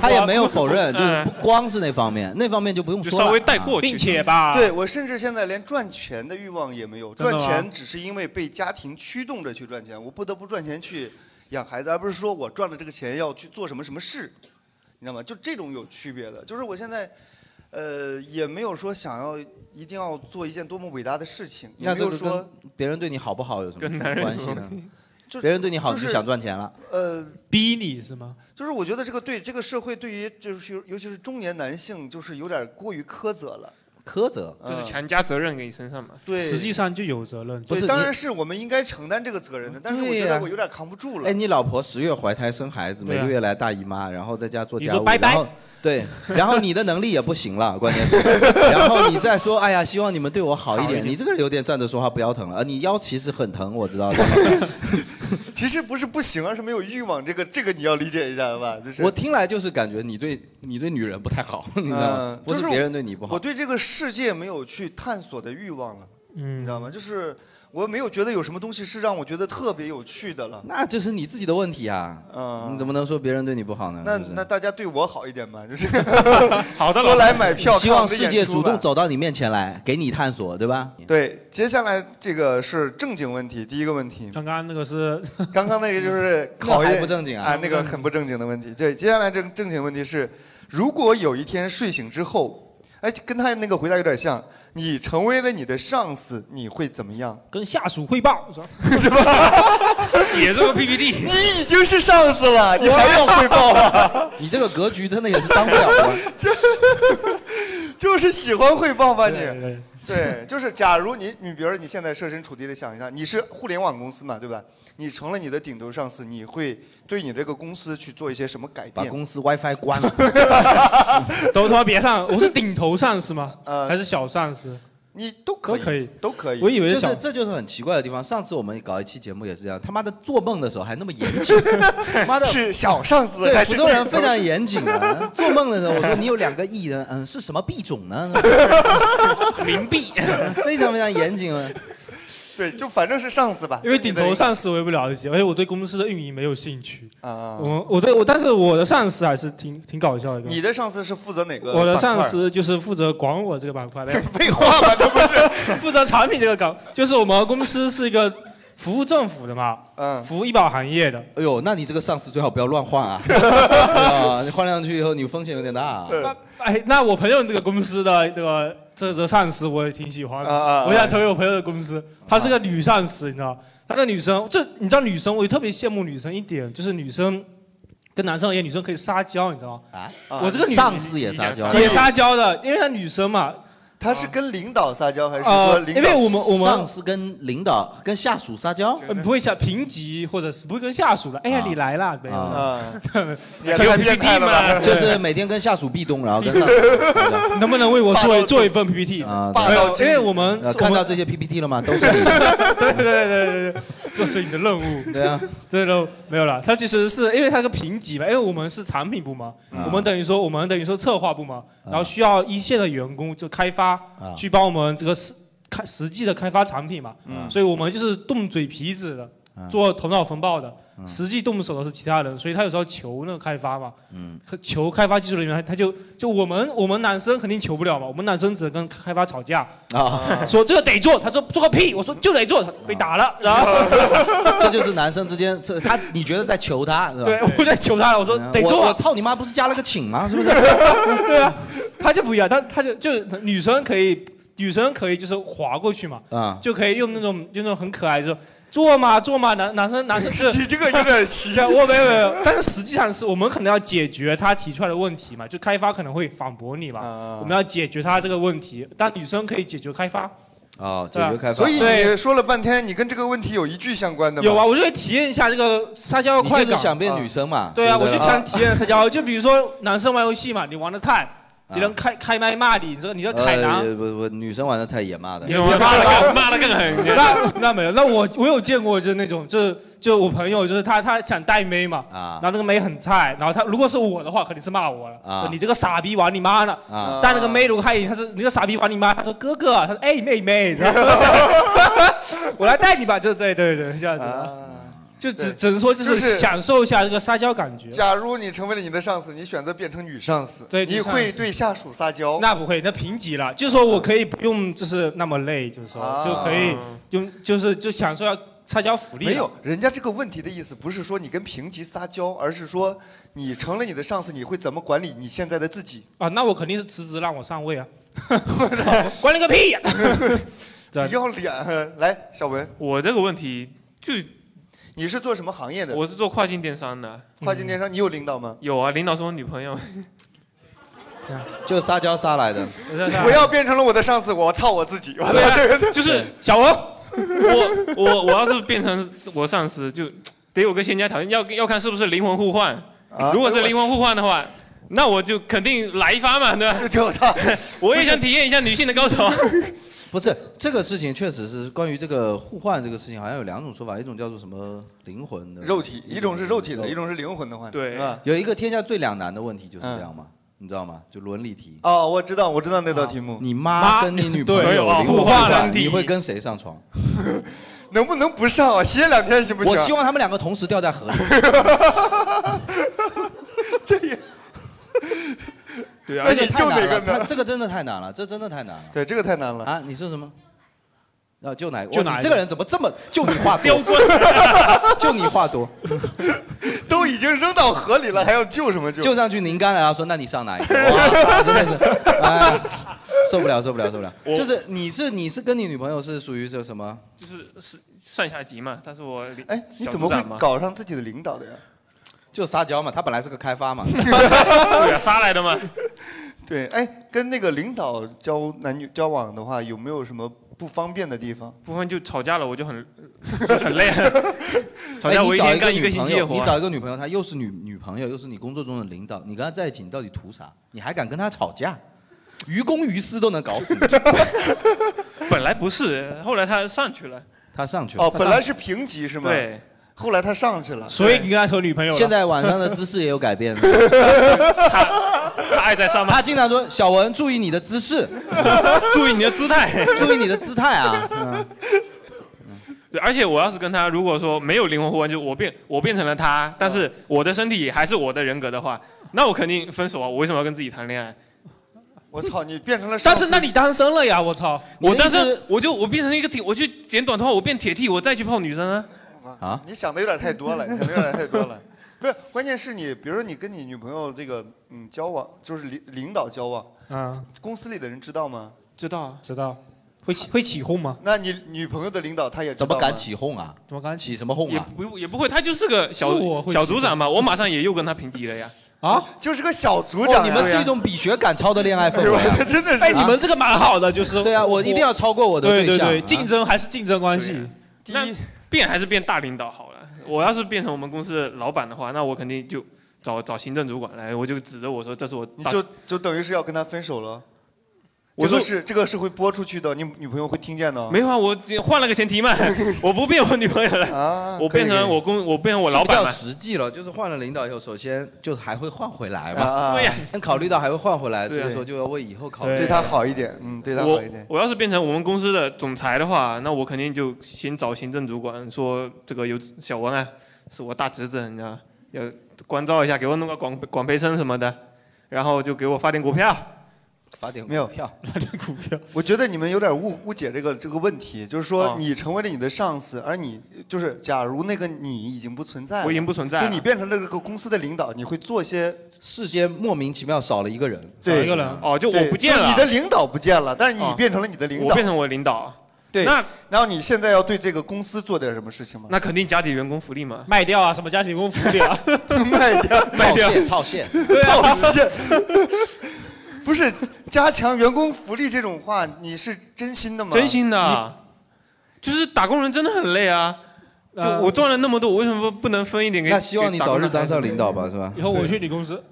Speaker 2: 他也没有否
Speaker 1: [laughs]
Speaker 2: 认，
Speaker 4: 嗯
Speaker 2: 就是不光是那方面，那方面就不用说
Speaker 4: 就
Speaker 2: 了
Speaker 4: 稍微带过
Speaker 2: 啊
Speaker 4: 去
Speaker 5: 并且吧，
Speaker 1: 对我甚至现在连赚钱的欲望也没有，
Speaker 5: 真的
Speaker 1: 赚
Speaker 5: 吗
Speaker 1: 钱只是因为被家庭驱动着去赚钱，我不得不赚钱去养孩子，而不是说我赚了这个钱要去做什么什么事，你知道吗？就这种有区别的，就是我现在，呃，也没有说想要一定要做一件多么伟大的事情，也
Speaker 2: 那
Speaker 1: 没
Speaker 2: 这
Speaker 1: 有
Speaker 2: 个
Speaker 1: 说
Speaker 2: 跟别人对你好不好有什
Speaker 4: 跟
Speaker 2: 么
Speaker 4: 男人
Speaker 2: 关系
Speaker 4: 有
Speaker 2: 呢？
Speaker 1: 就
Speaker 2: 别人对你好，
Speaker 1: 就
Speaker 2: 你
Speaker 1: 是
Speaker 2: 就想赚钱了。
Speaker 1: 呃，
Speaker 5: 逼你是吗？
Speaker 1: 就是我觉得这个对这个社会对于就是尤其是中年男性就是有点过于苛责了，
Speaker 2: 苛责，
Speaker 4: 就是
Speaker 1: 嗯
Speaker 4: 强加责任给你身上嘛，
Speaker 1: 对，
Speaker 5: 实际上就有责任。
Speaker 2: 不
Speaker 1: 对，
Speaker 2: 是
Speaker 1: 当
Speaker 2: 你
Speaker 1: 然是我们应该承担这个责任的，但是我
Speaker 2: 对
Speaker 1: 觉得
Speaker 2: 呀
Speaker 1: 我有点扛不住了。
Speaker 2: 哎，你老婆十月怀胎生孩子，
Speaker 5: 对
Speaker 2: 每
Speaker 5: 啊
Speaker 2: 个月来大姨妈，然后在家做
Speaker 5: 你
Speaker 2: 家
Speaker 5: 说
Speaker 2: 务，
Speaker 5: 拜拜
Speaker 2: 然后 [laughs] 对，然后你的能力也不行了， [laughs] 关
Speaker 5: [laughs]
Speaker 2: 键是，然后你再说，哎呀，希望你们对我好一
Speaker 4: 好一
Speaker 2: 点，
Speaker 4: 点
Speaker 2: 你这个人有点站着说话不腰疼了，呃你腰其实很疼，我知道的。
Speaker 5: [laughs]
Speaker 1: 其实不是不行，啊而是没有欲望。这个这个你要理解一下吧，就是
Speaker 2: 我听来就是感觉你对你对女人不太好， [laughs] 你知道吗
Speaker 1: 嗯？
Speaker 2: 不
Speaker 1: 就是是
Speaker 2: 别人对你不
Speaker 1: 我
Speaker 2: 好，
Speaker 1: 对这个世界没有去探索的欲望了，你
Speaker 5: 嗯
Speaker 1: 知，道吗？就是我没有觉得有什么东西是让我觉得特别有趣的了。
Speaker 2: 那就是你自己的问题啊。
Speaker 1: 嗯
Speaker 2: 你怎么能说别人对你不好呢？
Speaker 1: 那
Speaker 2: 是不是
Speaker 1: 那大家对我好一点吧，就是
Speaker 4: 好的
Speaker 1: 多
Speaker 4: 老
Speaker 1: 来买票
Speaker 2: 希
Speaker 1: 看我
Speaker 2: 望
Speaker 1: 们的
Speaker 2: 世
Speaker 1: 演
Speaker 2: 界
Speaker 1: 出
Speaker 2: 主
Speaker 1: 吧
Speaker 2: 动走到你面前来，给你探索，对吧？
Speaker 1: 对，接下来这个是正经问题，第一个问题，
Speaker 5: 刚刚那个是
Speaker 1: 刚刚那个就是
Speaker 2: [laughs] 那
Speaker 1: 考
Speaker 2: 还
Speaker 1: 验
Speaker 2: 不正经啊
Speaker 1: 啊，那个很不正经的问题。对，接下来这个正经问题是，如果有一天睡醒之后，哎，跟他那个回答有点像，你成为了你的上司，你会怎么样？
Speaker 5: 跟下属汇
Speaker 1: [laughs]
Speaker 5: 报，是吧 [laughs]
Speaker 4: 也是个 PPT，
Speaker 1: 你已经是上司了， [laughs] 你还要汇报啊？
Speaker 2: [laughs] 你这个格局真的也是当不
Speaker 1: [laughs]
Speaker 2: 了啊。
Speaker 1: 就是喜欢汇报吧你？
Speaker 5: 对对
Speaker 1: 对，就是假如你你比如说你现在设身处地的想一下，你是互联网公司嘛，对吧？你成了你的顶头上司，你会对你这个公司去做一些什么改
Speaker 2: 把
Speaker 1: 变？
Speaker 2: 公司 WiFi 关了。
Speaker 5: 都他妈别上，我是顶头上司吗？
Speaker 1: 呃
Speaker 5: 还是小上司？
Speaker 1: 你都可以，
Speaker 5: 都可以
Speaker 1: 都可以
Speaker 5: 我以为
Speaker 2: 就是是
Speaker 5: 小，
Speaker 2: 这就是很奇怪的地方。上次我们搞一期节目也是这样，他妈的做梦的时候还那么严
Speaker 1: [laughs]
Speaker 2: 谨，妈的。
Speaker 1: 是小上司
Speaker 2: 对
Speaker 1: 还
Speaker 2: 福
Speaker 1: 是
Speaker 2: 州人非常
Speaker 1: 顶头
Speaker 2: 严谨
Speaker 1: [laughs]
Speaker 2: 啊！做梦的时候，我说你有两个亿的，嗯，是什么币种呢？
Speaker 4: 冥币，
Speaker 2: [laughs] 非常非常严谨啊！
Speaker 1: 上 [laughs] 对，就反正是上司吧，
Speaker 5: 因为
Speaker 1: 就你
Speaker 5: 顶
Speaker 1: 的
Speaker 5: 头上司我也不了解，而且我对公司的运营没有兴趣。
Speaker 1: 啊，
Speaker 5: 我我对我，但是我的上司还是挺挺搞笑的。
Speaker 1: 你的上司是负责哪个？
Speaker 5: 我的上。司就是负责管我这个板块的，
Speaker 1: 废话吧，这不是，
Speaker 5: 负责产品这个岗，就是我们公司是一个服务政府的嘛，
Speaker 1: 嗯，
Speaker 5: 服务医保行业的。
Speaker 2: 哎呦，那你这个上司最好不要乱换
Speaker 1: [laughs]
Speaker 2: 啊！啊，你换上去以后，你风险有点大啊。
Speaker 1: 对
Speaker 5: 那哎，那我朋友这个公司的这个这个上司我也挺喜欢的，
Speaker 1: 啊啊啊
Speaker 5: 我想成为我朋友的公司。她是个女上司，你知道？她那女生，这你知道女生，我就特别羡慕女生一点，就是女生跟男生而言，女生可以撒娇，你知道吗？
Speaker 2: 啊，
Speaker 1: 啊
Speaker 5: 我这个女
Speaker 2: 上司也撒娇
Speaker 4: 啊，
Speaker 5: 也撒娇的，因为她女生嘛，
Speaker 1: 他是跟领导撒娇还是说
Speaker 5: 呃，
Speaker 1: 领导？
Speaker 5: 因为我们我们
Speaker 2: 上司跟领导跟下属撒娇，
Speaker 5: 呃不会下评级或者是不会跟下属了。哎呀，你来了没有？
Speaker 1: 啊，
Speaker 5: [laughs]
Speaker 1: 你
Speaker 5: 有
Speaker 1: 太变态了 [laughs] 吧？
Speaker 2: 就是每天跟下属壁咚，然后跟上司
Speaker 5: [laughs] 能不能为我做做一份 PPT？
Speaker 2: 啊，
Speaker 1: 霸
Speaker 5: 没有
Speaker 1: 道，
Speaker 5: 因
Speaker 1: 经
Speaker 5: 为
Speaker 1: 理。
Speaker 5: 我们
Speaker 2: 呃
Speaker 5: 是
Speaker 2: 看
Speaker 5: 我
Speaker 2: 到
Speaker 5: 们
Speaker 2: 这些 PPT 了吗？都是你
Speaker 5: 对对对对对对，这是你的任务。
Speaker 2: 对啊，
Speaker 5: 对喽，没有了。它其实是因为它是个评级嘛，因为我们是产品部嘛，
Speaker 2: 啊
Speaker 5: 我们等于说我们等于说策划部嘛，然后需要一线的员工就开发、
Speaker 2: 啊
Speaker 5: 去帮我们这个实开实际的开发产品嘛，
Speaker 2: 嗯
Speaker 5: 所以我们就是动嘴皮子的，做头脑风暴的，
Speaker 2: 嗯
Speaker 5: 实际动手的是其他人，所以他有时候求那个开发嘛，
Speaker 2: 嗯
Speaker 5: 和求开发技术人员，他就就我们我们男生肯定求不了嘛，我们男生只能跟开发吵架，
Speaker 2: 啊，
Speaker 5: 说这个得做，他说做个屁，我说就得做，他被打了，然后。
Speaker 2: [laughs] [laughs] 这就是男生之间，这他你觉得在求他是吧？
Speaker 5: 对，我在求他，我说
Speaker 2: 嗯
Speaker 5: 得
Speaker 2: 我
Speaker 5: 做
Speaker 2: 我
Speaker 5: 啊，
Speaker 2: 操你妈！不是加了个请吗？是不是？
Speaker 5: [laughs] 对啊，他就不一样，他他就就是女生可以，女生可以就是划过去嘛，
Speaker 2: 啊，
Speaker 5: 就可以用那种用那种很可爱的说做嘛做嘛，男男生男生是
Speaker 1: [laughs] 你这个有点奇
Speaker 5: 你看， [laughs] 我没有没有，但是实际上是我们可能要解决他提出来的问题嘛，就开发可能会反驳你嘛，
Speaker 1: 啊
Speaker 5: 我们要解决他这个问题，但女生可以解决开发，
Speaker 2: 哦，解
Speaker 5: 对啊
Speaker 2: 决开发。
Speaker 1: 所以你
Speaker 5: 对
Speaker 1: 说了半天，你跟这个问题有一句相关的吗？
Speaker 5: 有啊，，我就会体验一下这个撒娇的
Speaker 2: 你
Speaker 5: 快
Speaker 2: 就是
Speaker 5: 感，
Speaker 2: 想变女生嘛？
Speaker 5: 对啊，
Speaker 2: 不
Speaker 5: 我就想体验社交。就比如说男生玩游戏嘛，你玩的菜，别人开开麦骂你，你这个你这个凯
Speaker 2: 呃，
Speaker 5: 南，
Speaker 2: 不不，女生玩的菜也
Speaker 4: [laughs]
Speaker 2: 骂的。
Speaker 4: 你骂的
Speaker 5: [laughs]
Speaker 4: 更骂的更狠。
Speaker 5: 那那没有，那我我有见过就是那种就是就我朋友就是他他想带妹嘛，
Speaker 2: 啊
Speaker 5: 然后那个妹很菜，然后他如果是我的话肯定是骂我了，
Speaker 2: 啊
Speaker 5: 说你这个傻逼玩你妈呢。
Speaker 2: 啊，
Speaker 5: 但那个妹如果看一眼，他是你这个傻逼玩你妈，他说哥哥，他说哎妹妹，
Speaker 1: [laughs]
Speaker 5: 然后我来带你吧，就对对对，这样子，
Speaker 1: 啊，
Speaker 5: 就只
Speaker 1: 对
Speaker 5: 只能说就
Speaker 1: 就是是
Speaker 5: 享受一下这个撒娇感觉。
Speaker 1: 假如你成为了你的上司，你选择变成女上司，
Speaker 5: 对
Speaker 1: 你
Speaker 5: 女上司
Speaker 1: 会对下属撒娇。
Speaker 5: 那不会，那评级了，就是说我可以不用，就是那么累，就是说、
Speaker 1: 啊
Speaker 5: 就可以用，就是就享受到社交福利。啊
Speaker 1: 没有，，人家这个问题的意思不是说你跟评级撒娇，而是说你成了你的上司，你会怎么管理你现在的自己？
Speaker 5: 啊，那我肯定是辞职让我上位啊， [laughs] 管你个屁呀、对
Speaker 1: 不要脸！来，小文，
Speaker 4: 我这个问题就
Speaker 1: 你是做什么行业的？
Speaker 4: 我是做跨境电商的，
Speaker 1: 跨境电商，你有领导吗？
Speaker 4: 有啊，领导是我女朋友，
Speaker 2: 就撒娇撒来的。
Speaker 5: 对对
Speaker 1: 不要变成了我的上司，我操我自己！我
Speaker 4: 对
Speaker 1: [laughs]
Speaker 4: 啊
Speaker 1: 操这个这
Speaker 4: 就是
Speaker 5: 小文，
Speaker 4: 我我我要是变成我上司，就得有个先加条件，要要看是不是灵魂互换。
Speaker 1: 啊
Speaker 4: 如果是灵魂互换的话，那我就肯定来一发嘛，对吧？
Speaker 1: 这这我操！
Speaker 4: 我也想体验一下女性的高潮。
Speaker 2: [laughs] 不是这个事情，确实是关于这个互换这个事情，好像有两种说法，一种叫做什么灵魂的
Speaker 1: 肉体，一种是肉体的，一
Speaker 2: 种
Speaker 1: 种是灵魂的换，
Speaker 4: 对
Speaker 1: 是吧？嗯
Speaker 2: 有一个天下最两难的问题就是这样嘛，你知道吗？就伦理题。
Speaker 1: 哦，我知道，我知道那道题目，
Speaker 2: 你妈跟你女朋
Speaker 5: 对
Speaker 2: 友
Speaker 4: 哦
Speaker 2: 灵魂互
Speaker 4: 啊互换
Speaker 2: 换
Speaker 4: 身体
Speaker 2: 你会跟谁上床？
Speaker 1: 能不能不上啊？歇两天行不行
Speaker 2: 我？希
Speaker 1: [laughs]
Speaker 2: 望他们两个同时掉在河里。
Speaker 4: [laughs] 对啊
Speaker 1: 那，
Speaker 2: 这
Speaker 1: 你
Speaker 2: 个太
Speaker 1: 救哪
Speaker 2: 难
Speaker 1: 个
Speaker 2: 了，
Speaker 1: 呢
Speaker 2: 他这个真的太难了，这真的太难了
Speaker 1: 对，这个太难了。
Speaker 2: 啊！你说什么？啊，就哪？
Speaker 5: 就
Speaker 2: 哇
Speaker 5: 哪一
Speaker 2: 你
Speaker 5: 个
Speaker 2: 这个人怎么这么就你话
Speaker 4: 刁
Speaker 2: 多？
Speaker 4: 棍，
Speaker 2: 就你话多， [laughs]
Speaker 1: [laughs] 都已经扔到河里了，还要救什么救？
Speaker 2: 就上去拧干了，然后说那你上哪
Speaker 1: [laughs]
Speaker 2: 一个？哇，真的是，哎，受不了，受不了，受不了！
Speaker 4: 我
Speaker 2: 就是你是你是跟你女朋友是属于这什么？
Speaker 4: 就是是上下级嘛，他是我领。
Speaker 1: 哎，你
Speaker 4: 小
Speaker 1: 怎么
Speaker 4: 组
Speaker 1: 会
Speaker 4: 长嘛？
Speaker 1: 搞上自己的领导的呀？
Speaker 2: 就撒娇嘛，他本来是个开
Speaker 1: [laughs]
Speaker 2: 发嘛，
Speaker 4: 对啊，发来的嘛。
Speaker 1: 对，哎，跟那个领导交男女交往的话，有没有什么不方便的地方？
Speaker 4: 不然就吵架了，我就很 [laughs] 就很累。啊 [laughs]
Speaker 2: [laughs]
Speaker 4: 吵
Speaker 2: 哎
Speaker 4: 架我
Speaker 2: 你
Speaker 4: 一
Speaker 2: 找
Speaker 4: 天
Speaker 2: 一个
Speaker 4: 干一
Speaker 2: 女
Speaker 4: 个星
Speaker 2: 朋
Speaker 4: 期的
Speaker 2: 友，
Speaker 4: 活
Speaker 2: 你
Speaker 4: 啊。
Speaker 2: 找一个女朋友，她又是女女朋友，又是你工作中的领导，你跟她在一起，你到底图啥？你还敢跟她吵架？于公于私都能搞死你！ [laughs]
Speaker 4: 本来不是，后来他上去了。
Speaker 2: 她上去了
Speaker 1: 哦，，本来是平级是吗？，
Speaker 4: 对，
Speaker 1: 后来他上去了。
Speaker 5: 所以你跟他说女朋友了。
Speaker 2: 现在晚上的姿势也有改变了。
Speaker 4: [laughs] 他爱在上班，
Speaker 2: 他经常说：“小文，注意你的姿势，
Speaker 4: [laughs] 注意你的姿态。
Speaker 2: 注意你的姿态啊。嗯
Speaker 4: 对，而且我要是跟他如果说没有灵魂互换，就我变我变成了他，但是我的身体还是我的人格的话，那我肯定分手啊！我为什么要跟自己谈恋爱？
Speaker 1: [laughs] 我操，你变成了上
Speaker 5: 但
Speaker 1: 司
Speaker 5: 是那你单身了呀，我操！
Speaker 2: 你
Speaker 4: 我
Speaker 2: 的意
Speaker 4: 但
Speaker 2: 思
Speaker 4: 是我就我变成一个铁，我去剪短头发，我变铁 T，我再去泡女生啊！
Speaker 2: 啊
Speaker 1: [laughs] 你想的有点太多了，你想的有点太多了。不是，关键是你，比如说你跟你女朋友这个嗯交往，就是领领导交往，
Speaker 4: 啊
Speaker 5: 嗯，
Speaker 1: 公司里的人知道吗？
Speaker 4: 知道啊，
Speaker 5: 知道。会起会起哄吗？
Speaker 1: 那你女朋友的领导他也知道
Speaker 2: 怎么敢
Speaker 1: 吗？
Speaker 2: 起哄啊？
Speaker 5: 怎么刚才起？
Speaker 2: 起什么哄
Speaker 4: 也
Speaker 2: 啊？
Speaker 4: 不也不会，他就是个小
Speaker 5: 是我会
Speaker 4: 小
Speaker 5: 喜欢
Speaker 4: 组长嘛，我马上也又跟他平级了呀。
Speaker 5: 啊，
Speaker 1: 就是个小组长呀
Speaker 2: 哦
Speaker 1: 啊
Speaker 2: 你们是一种比学赶超的恋爱氛围
Speaker 1: [laughs]
Speaker 2: 啊，
Speaker 1: 真的
Speaker 5: 哎，你们这个蛮好的，就是
Speaker 2: 对啊，我一定要超过我的
Speaker 5: 对
Speaker 2: 象。
Speaker 5: 对对，
Speaker 2: 啊
Speaker 5: 竞争还是竞争关系。
Speaker 4: 那变还是变大领导好了。我要是变成我们公司的老板的话，那我肯定就找找行政主管来，我就指着我说这是我
Speaker 1: 你
Speaker 4: 大
Speaker 1: 就就等于是要跟他分手了。
Speaker 4: 我
Speaker 1: 这
Speaker 4: 说
Speaker 1: 个是这个是会播出去的，你女朋友会听见的。
Speaker 4: 没有啊，我只换了个
Speaker 2: [laughs]
Speaker 4: 前提嘛，我不变我女朋友了，我
Speaker 2: 啊
Speaker 4: 变
Speaker 2: 可以
Speaker 4: 成
Speaker 2: 可以
Speaker 4: 我公，我 [laughs] 变成我老板
Speaker 2: 就比
Speaker 4: 了
Speaker 2: 较。实际了，就是换了领导以后，首先就还会换回来
Speaker 4: 啊啊
Speaker 2: 嘛。
Speaker 4: 啊对呀
Speaker 2: 先考虑到还会换回来，所
Speaker 4: 对啊
Speaker 2: 以说就要为以后考虑。
Speaker 4: 对他好
Speaker 1: 一点，嗯，对
Speaker 4: 我我要是变成我们公司的总裁的话，那我肯定就先找行政主管说，这个有小文啊，是我大侄子，你知道，要关照一下，给我弄个广广培生什么的，然后就给我发点股票。
Speaker 2: 发点
Speaker 1: 没有
Speaker 2: 票，
Speaker 1: 我觉得你们有点误误解这个这个问题，就是
Speaker 4: 哦
Speaker 1: 说你成为了你的上司，而你就是假如那个你已经不存在了，
Speaker 2: 我已经不存在了
Speaker 1: 就你变成了这个公司的领导，你会做一些
Speaker 2: 世间莫名其妙少了一个人，
Speaker 1: 对对就你的领导不见了，但是你
Speaker 4: 哦
Speaker 1: 变成了你的领导，
Speaker 4: 我变成我领导。
Speaker 1: 对，
Speaker 4: 那
Speaker 1: 然后你现在要对这个公司做点什么事情吗？
Speaker 4: 那肯定家里员工福利嘛，
Speaker 5: 卖掉啊，什么家庭工福利啊，
Speaker 1: [laughs] 卖掉，
Speaker 4: 卖掉
Speaker 2: 套
Speaker 1: [laughs]
Speaker 2: 现，
Speaker 5: 对啊
Speaker 1: 套现。不是加强员工福利这种话，你是真心的吗？
Speaker 4: 真心的啊，就是打工人真的很累啊。就
Speaker 5: 呃
Speaker 4: 我赚了那么多，我为什么不能分一点给？
Speaker 2: 那希望你
Speaker 4: 给打工
Speaker 2: 早
Speaker 4: 人
Speaker 2: 日当上领导吧，是吧？
Speaker 5: 以后我去你公司，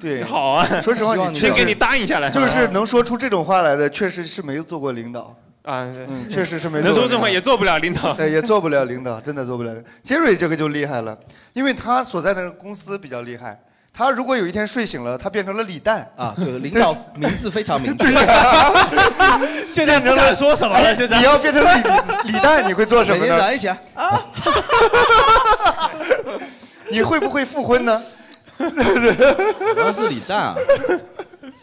Speaker 1: 对，
Speaker 4: 好啊
Speaker 1: [laughs] 说实话，
Speaker 4: 希望
Speaker 1: 你
Speaker 4: 你
Speaker 1: 确实
Speaker 4: 先给你答应下来
Speaker 1: 就是能说出这种话来的，确实是没做过领导。
Speaker 4: 啊，
Speaker 1: 嗯，确实是没做过
Speaker 4: 能
Speaker 1: 领导。
Speaker 4: 说这话也做不了领导。[laughs]
Speaker 1: 对，也做不了领导，真的做不了领导。杰瑞这个就厉害了，因为他所在的公司比较厉害。他如果有一天睡醒了，他变成了李诞
Speaker 2: 啊，
Speaker 1: [laughs]
Speaker 2: 对，领导名
Speaker 4: [laughs]
Speaker 2: 字非常明确。
Speaker 5: [laughs] 现在不敢说什么了。现在
Speaker 1: [laughs] 你要变成李李诞，你会做什么
Speaker 2: 每天早上 [laughs]
Speaker 1: 呢
Speaker 2: 一？起啊来，
Speaker 1: [laughs] 你会不会复婚呢？
Speaker 2: 我要是李诞啊，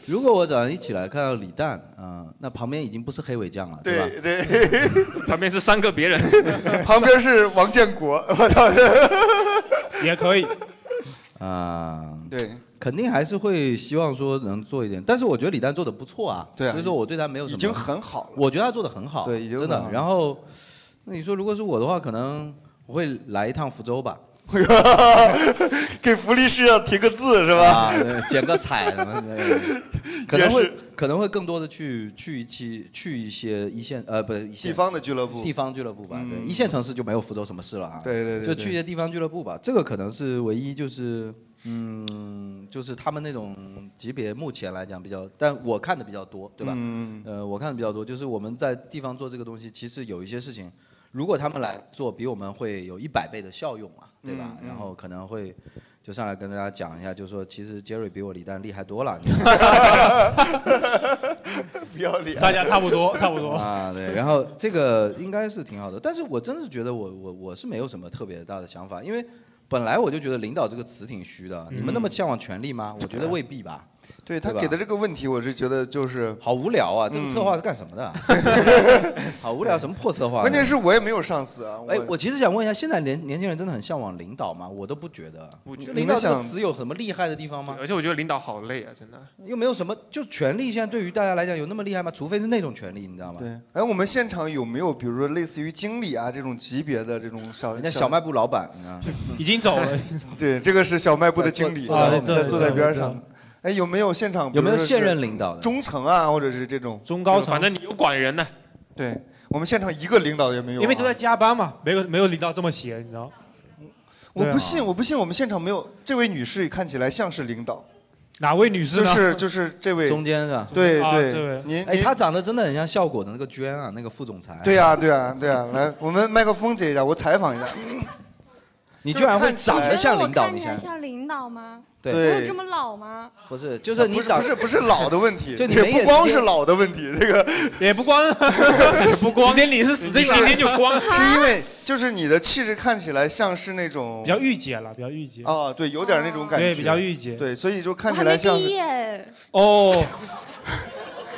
Speaker 2: 如果我早上一起来看到李诞，啊，那旁边已经不是黑尾酱了，吧？
Speaker 1: 对对，
Speaker 4: [laughs] 旁边是三个
Speaker 1: [laughs]
Speaker 4: 别人，
Speaker 1: 旁边是王建国，我操！
Speaker 5: [laughs] 也可以。
Speaker 2: [laughs] 啊，
Speaker 1: 对，
Speaker 2: 肯定还是会希望说能做一点，但是我觉得李诞做的不错啊，
Speaker 1: 对啊
Speaker 2: 所以说我对他没有什么
Speaker 1: 已经很好了，
Speaker 2: 我觉得他做的很好，
Speaker 1: 对已
Speaker 2: 真
Speaker 1: 经很
Speaker 2: 的
Speaker 1: 好。了
Speaker 2: 然后，那你说如果是我的话，可能我会来一趟福州吧，
Speaker 1: [laughs] 给福利社要提个字是吧
Speaker 2: 啊？，对剪个彩什么之类
Speaker 1: [laughs]
Speaker 2: 的，可能会可能会更多的去去一期去一些一线呃不是一线
Speaker 1: 地方的俱乐部
Speaker 2: 地方俱乐部吧，对，
Speaker 1: 嗯
Speaker 2: 一线城市就没有福州什么事了啊，
Speaker 1: 对对对
Speaker 2: 就
Speaker 1: 对
Speaker 2: 去一些地方俱乐部吧，这个可能是唯一就是。嗯，就是他们那种级别，目前来讲比较，但我看的比较多，对吧？
Speaker 1: 嗯
Speaker 2: 呃，我看的比较多，就是我们在地方做这个东西，其实有一些事情，如果他们来做，比我们会有一百倍的效用啊，对吧？
Speaker 1: 嗯嗯
Speaker 2: 然后可能会就上来跟大家讲一下，就说其实杰瑞比我李诞厉害多了，
Speaker 1: [laughs]
Speaker 2: [laughs]
Speaker 1: 不要脸，
Speaker 5: 大家差不多，差不多。
Speaker 2: 啊，对，然后这个应该是挺好的，但是我真是觉得我我我是没有什么特别大的想法，因为本来我就觉得领导这个词挺虚的，你们那么向往权力
Speaker 1: 嗯
Speaker 2: 吗？我觉得未必吧。
Speaker 1: [laughs] 对他
Speaker 2: 吧
Speaker 1: 给的这个问题，我是觉得就是
Speaker 2: 好无聊
Speaker 1: 嗯
Speaker 2: 啊！这个策划是干什么的？
Speaker 1: [laughs]
Speaker 2: 好无聊，什么破策划呢？
Speaker 1: 关键是我也没有上司啊，
Speaker 2: 哎，我其实想问一下，现在年年轻人真的很向往领导吗？我都不觉得。
Speaker 4: 不觉得
Speaker 2: 领导这
Speaker 1: 你
Speaker 2: 个
Speaker 1: 们想
Speaker 2: 词有什么厉害的地方吗？
Speaker 4: 而且我觉得领导好累啊，真的。
Speaker 2: 又没有什么，就权力现在对于大家来讲有那么厉害吗？除非是那种权力，你知道吗？
Speaker 1: 对，哎，我们现场有没有比如说类似于经理啊这种级别的这种小
Speaker 2: 人家小卖部老板，你知道吗？
Speaker 5: [laughs] 已经走了，
Speaker 1: [laughs] 对，这个是小卖部的经理，
Speaker 2: 坐在
Speaker 1: 然后
Speaker 5: 坐在
Speaker 1: 在
Speaker 5: 这
Speaker 1: 坐在
Speaker 5: 这
Speaker 1: 边
Speaker 5: 这
Speaker 1: 上。哎，有没有现场？
Speaker 2: 有没有
Speaker 1: 比如说是
Speaker 2: 现任领导的？
Speaker 1: 中层啊，或者是这种？
Speaker 5: 中高
Speaker 4: 反
Speaker 5: 层，
Speaker 4: 正你有管人呢、
Speaker 1: 对我们现场一个领导也没有啊、
Speaker 5: 因为都在加班嘛，没有没有领导这么闲，你知道？
Speaker 1: 我
Speaker 5: 对啊
Speaker 1: 不信，我不信，我们现场没有这位女士看起来像是领导，
Speaker 5: 哪位女士
Speaker 1: 就
Speaker 5: 呢？
Speaker 1: 是就是这位，
Speaker 2: 中间是吧？
Speaker 1: 对
Speaker 5: 啊
Speaker 1: 对，
Speaker 5: 这位
Speaker 1: 您
Speaker 2: 哎，
Speaker 1: 您
Speaker 2: 他长得真的很像效果的那个娟啊，那个副总裁。
Speaker 1: 对呀、对呀、啊
Speaker 2: [laughs]
Speaker 1: 对呀、来，我们麦克风接一下，我采访一下。
Speaker 2: 你居然会长
Speaker 1: 长
Speaker 2: 得像领导，
Speaker 3: 我看
Speaker 2: 你
Speaker 3: 起
Speaker 2: 想
Speaker 3: 来
Speaker 2: 想，
Speaker 3: 啊像领导吗？
Speaker 2: 对
Speaker 3: 我有
Speaker 1: 对
Speaker 3: 这么老吗？
Speaker 2: 不是，就是你
Speaker 1: 啊不是
Speaker 2: 长
Speaker 1: 不是不是老的问
Speaker 2: [laughs]
Speaker 1: 题，
Speaker 2: 就你
Speaker 1: 也
Speaker 2: 没
Speaker 1: 不
Speaker 2: 眼
Speaker 1: 光是
Speaker 2: 睛
Speaker 1: 老的问题，这个
Speaker 5: 也不光
Speaker 1: [laughs]
Speaker 5: 也不光，今天你是死
Speaker 4: 你
Speaker 5: 定
Speaker 4: 今
Speaker 5: 了，
Speaker 4: 天就光
Speaker 1: 是因为就是你的气质看起来像是那种
Speaker 5: 比较御姐了，比较御姐，
Speaker 1: 啊，对，有点那种感觉，
Speaker 5: 对，比较御姐。
Speaker 1: 对，所以就
Speaker 3: 我
Speaker 1: 看起
Speaker 3: 还
Speaker 1: 来
Speaker 3: 没
Speaker 1: 像
Speaker 3: 毕
Speaker 1: 是
Speaker 3: 业，
Speaker 5: [laughs] 哦，
Speaker 2: [laughs]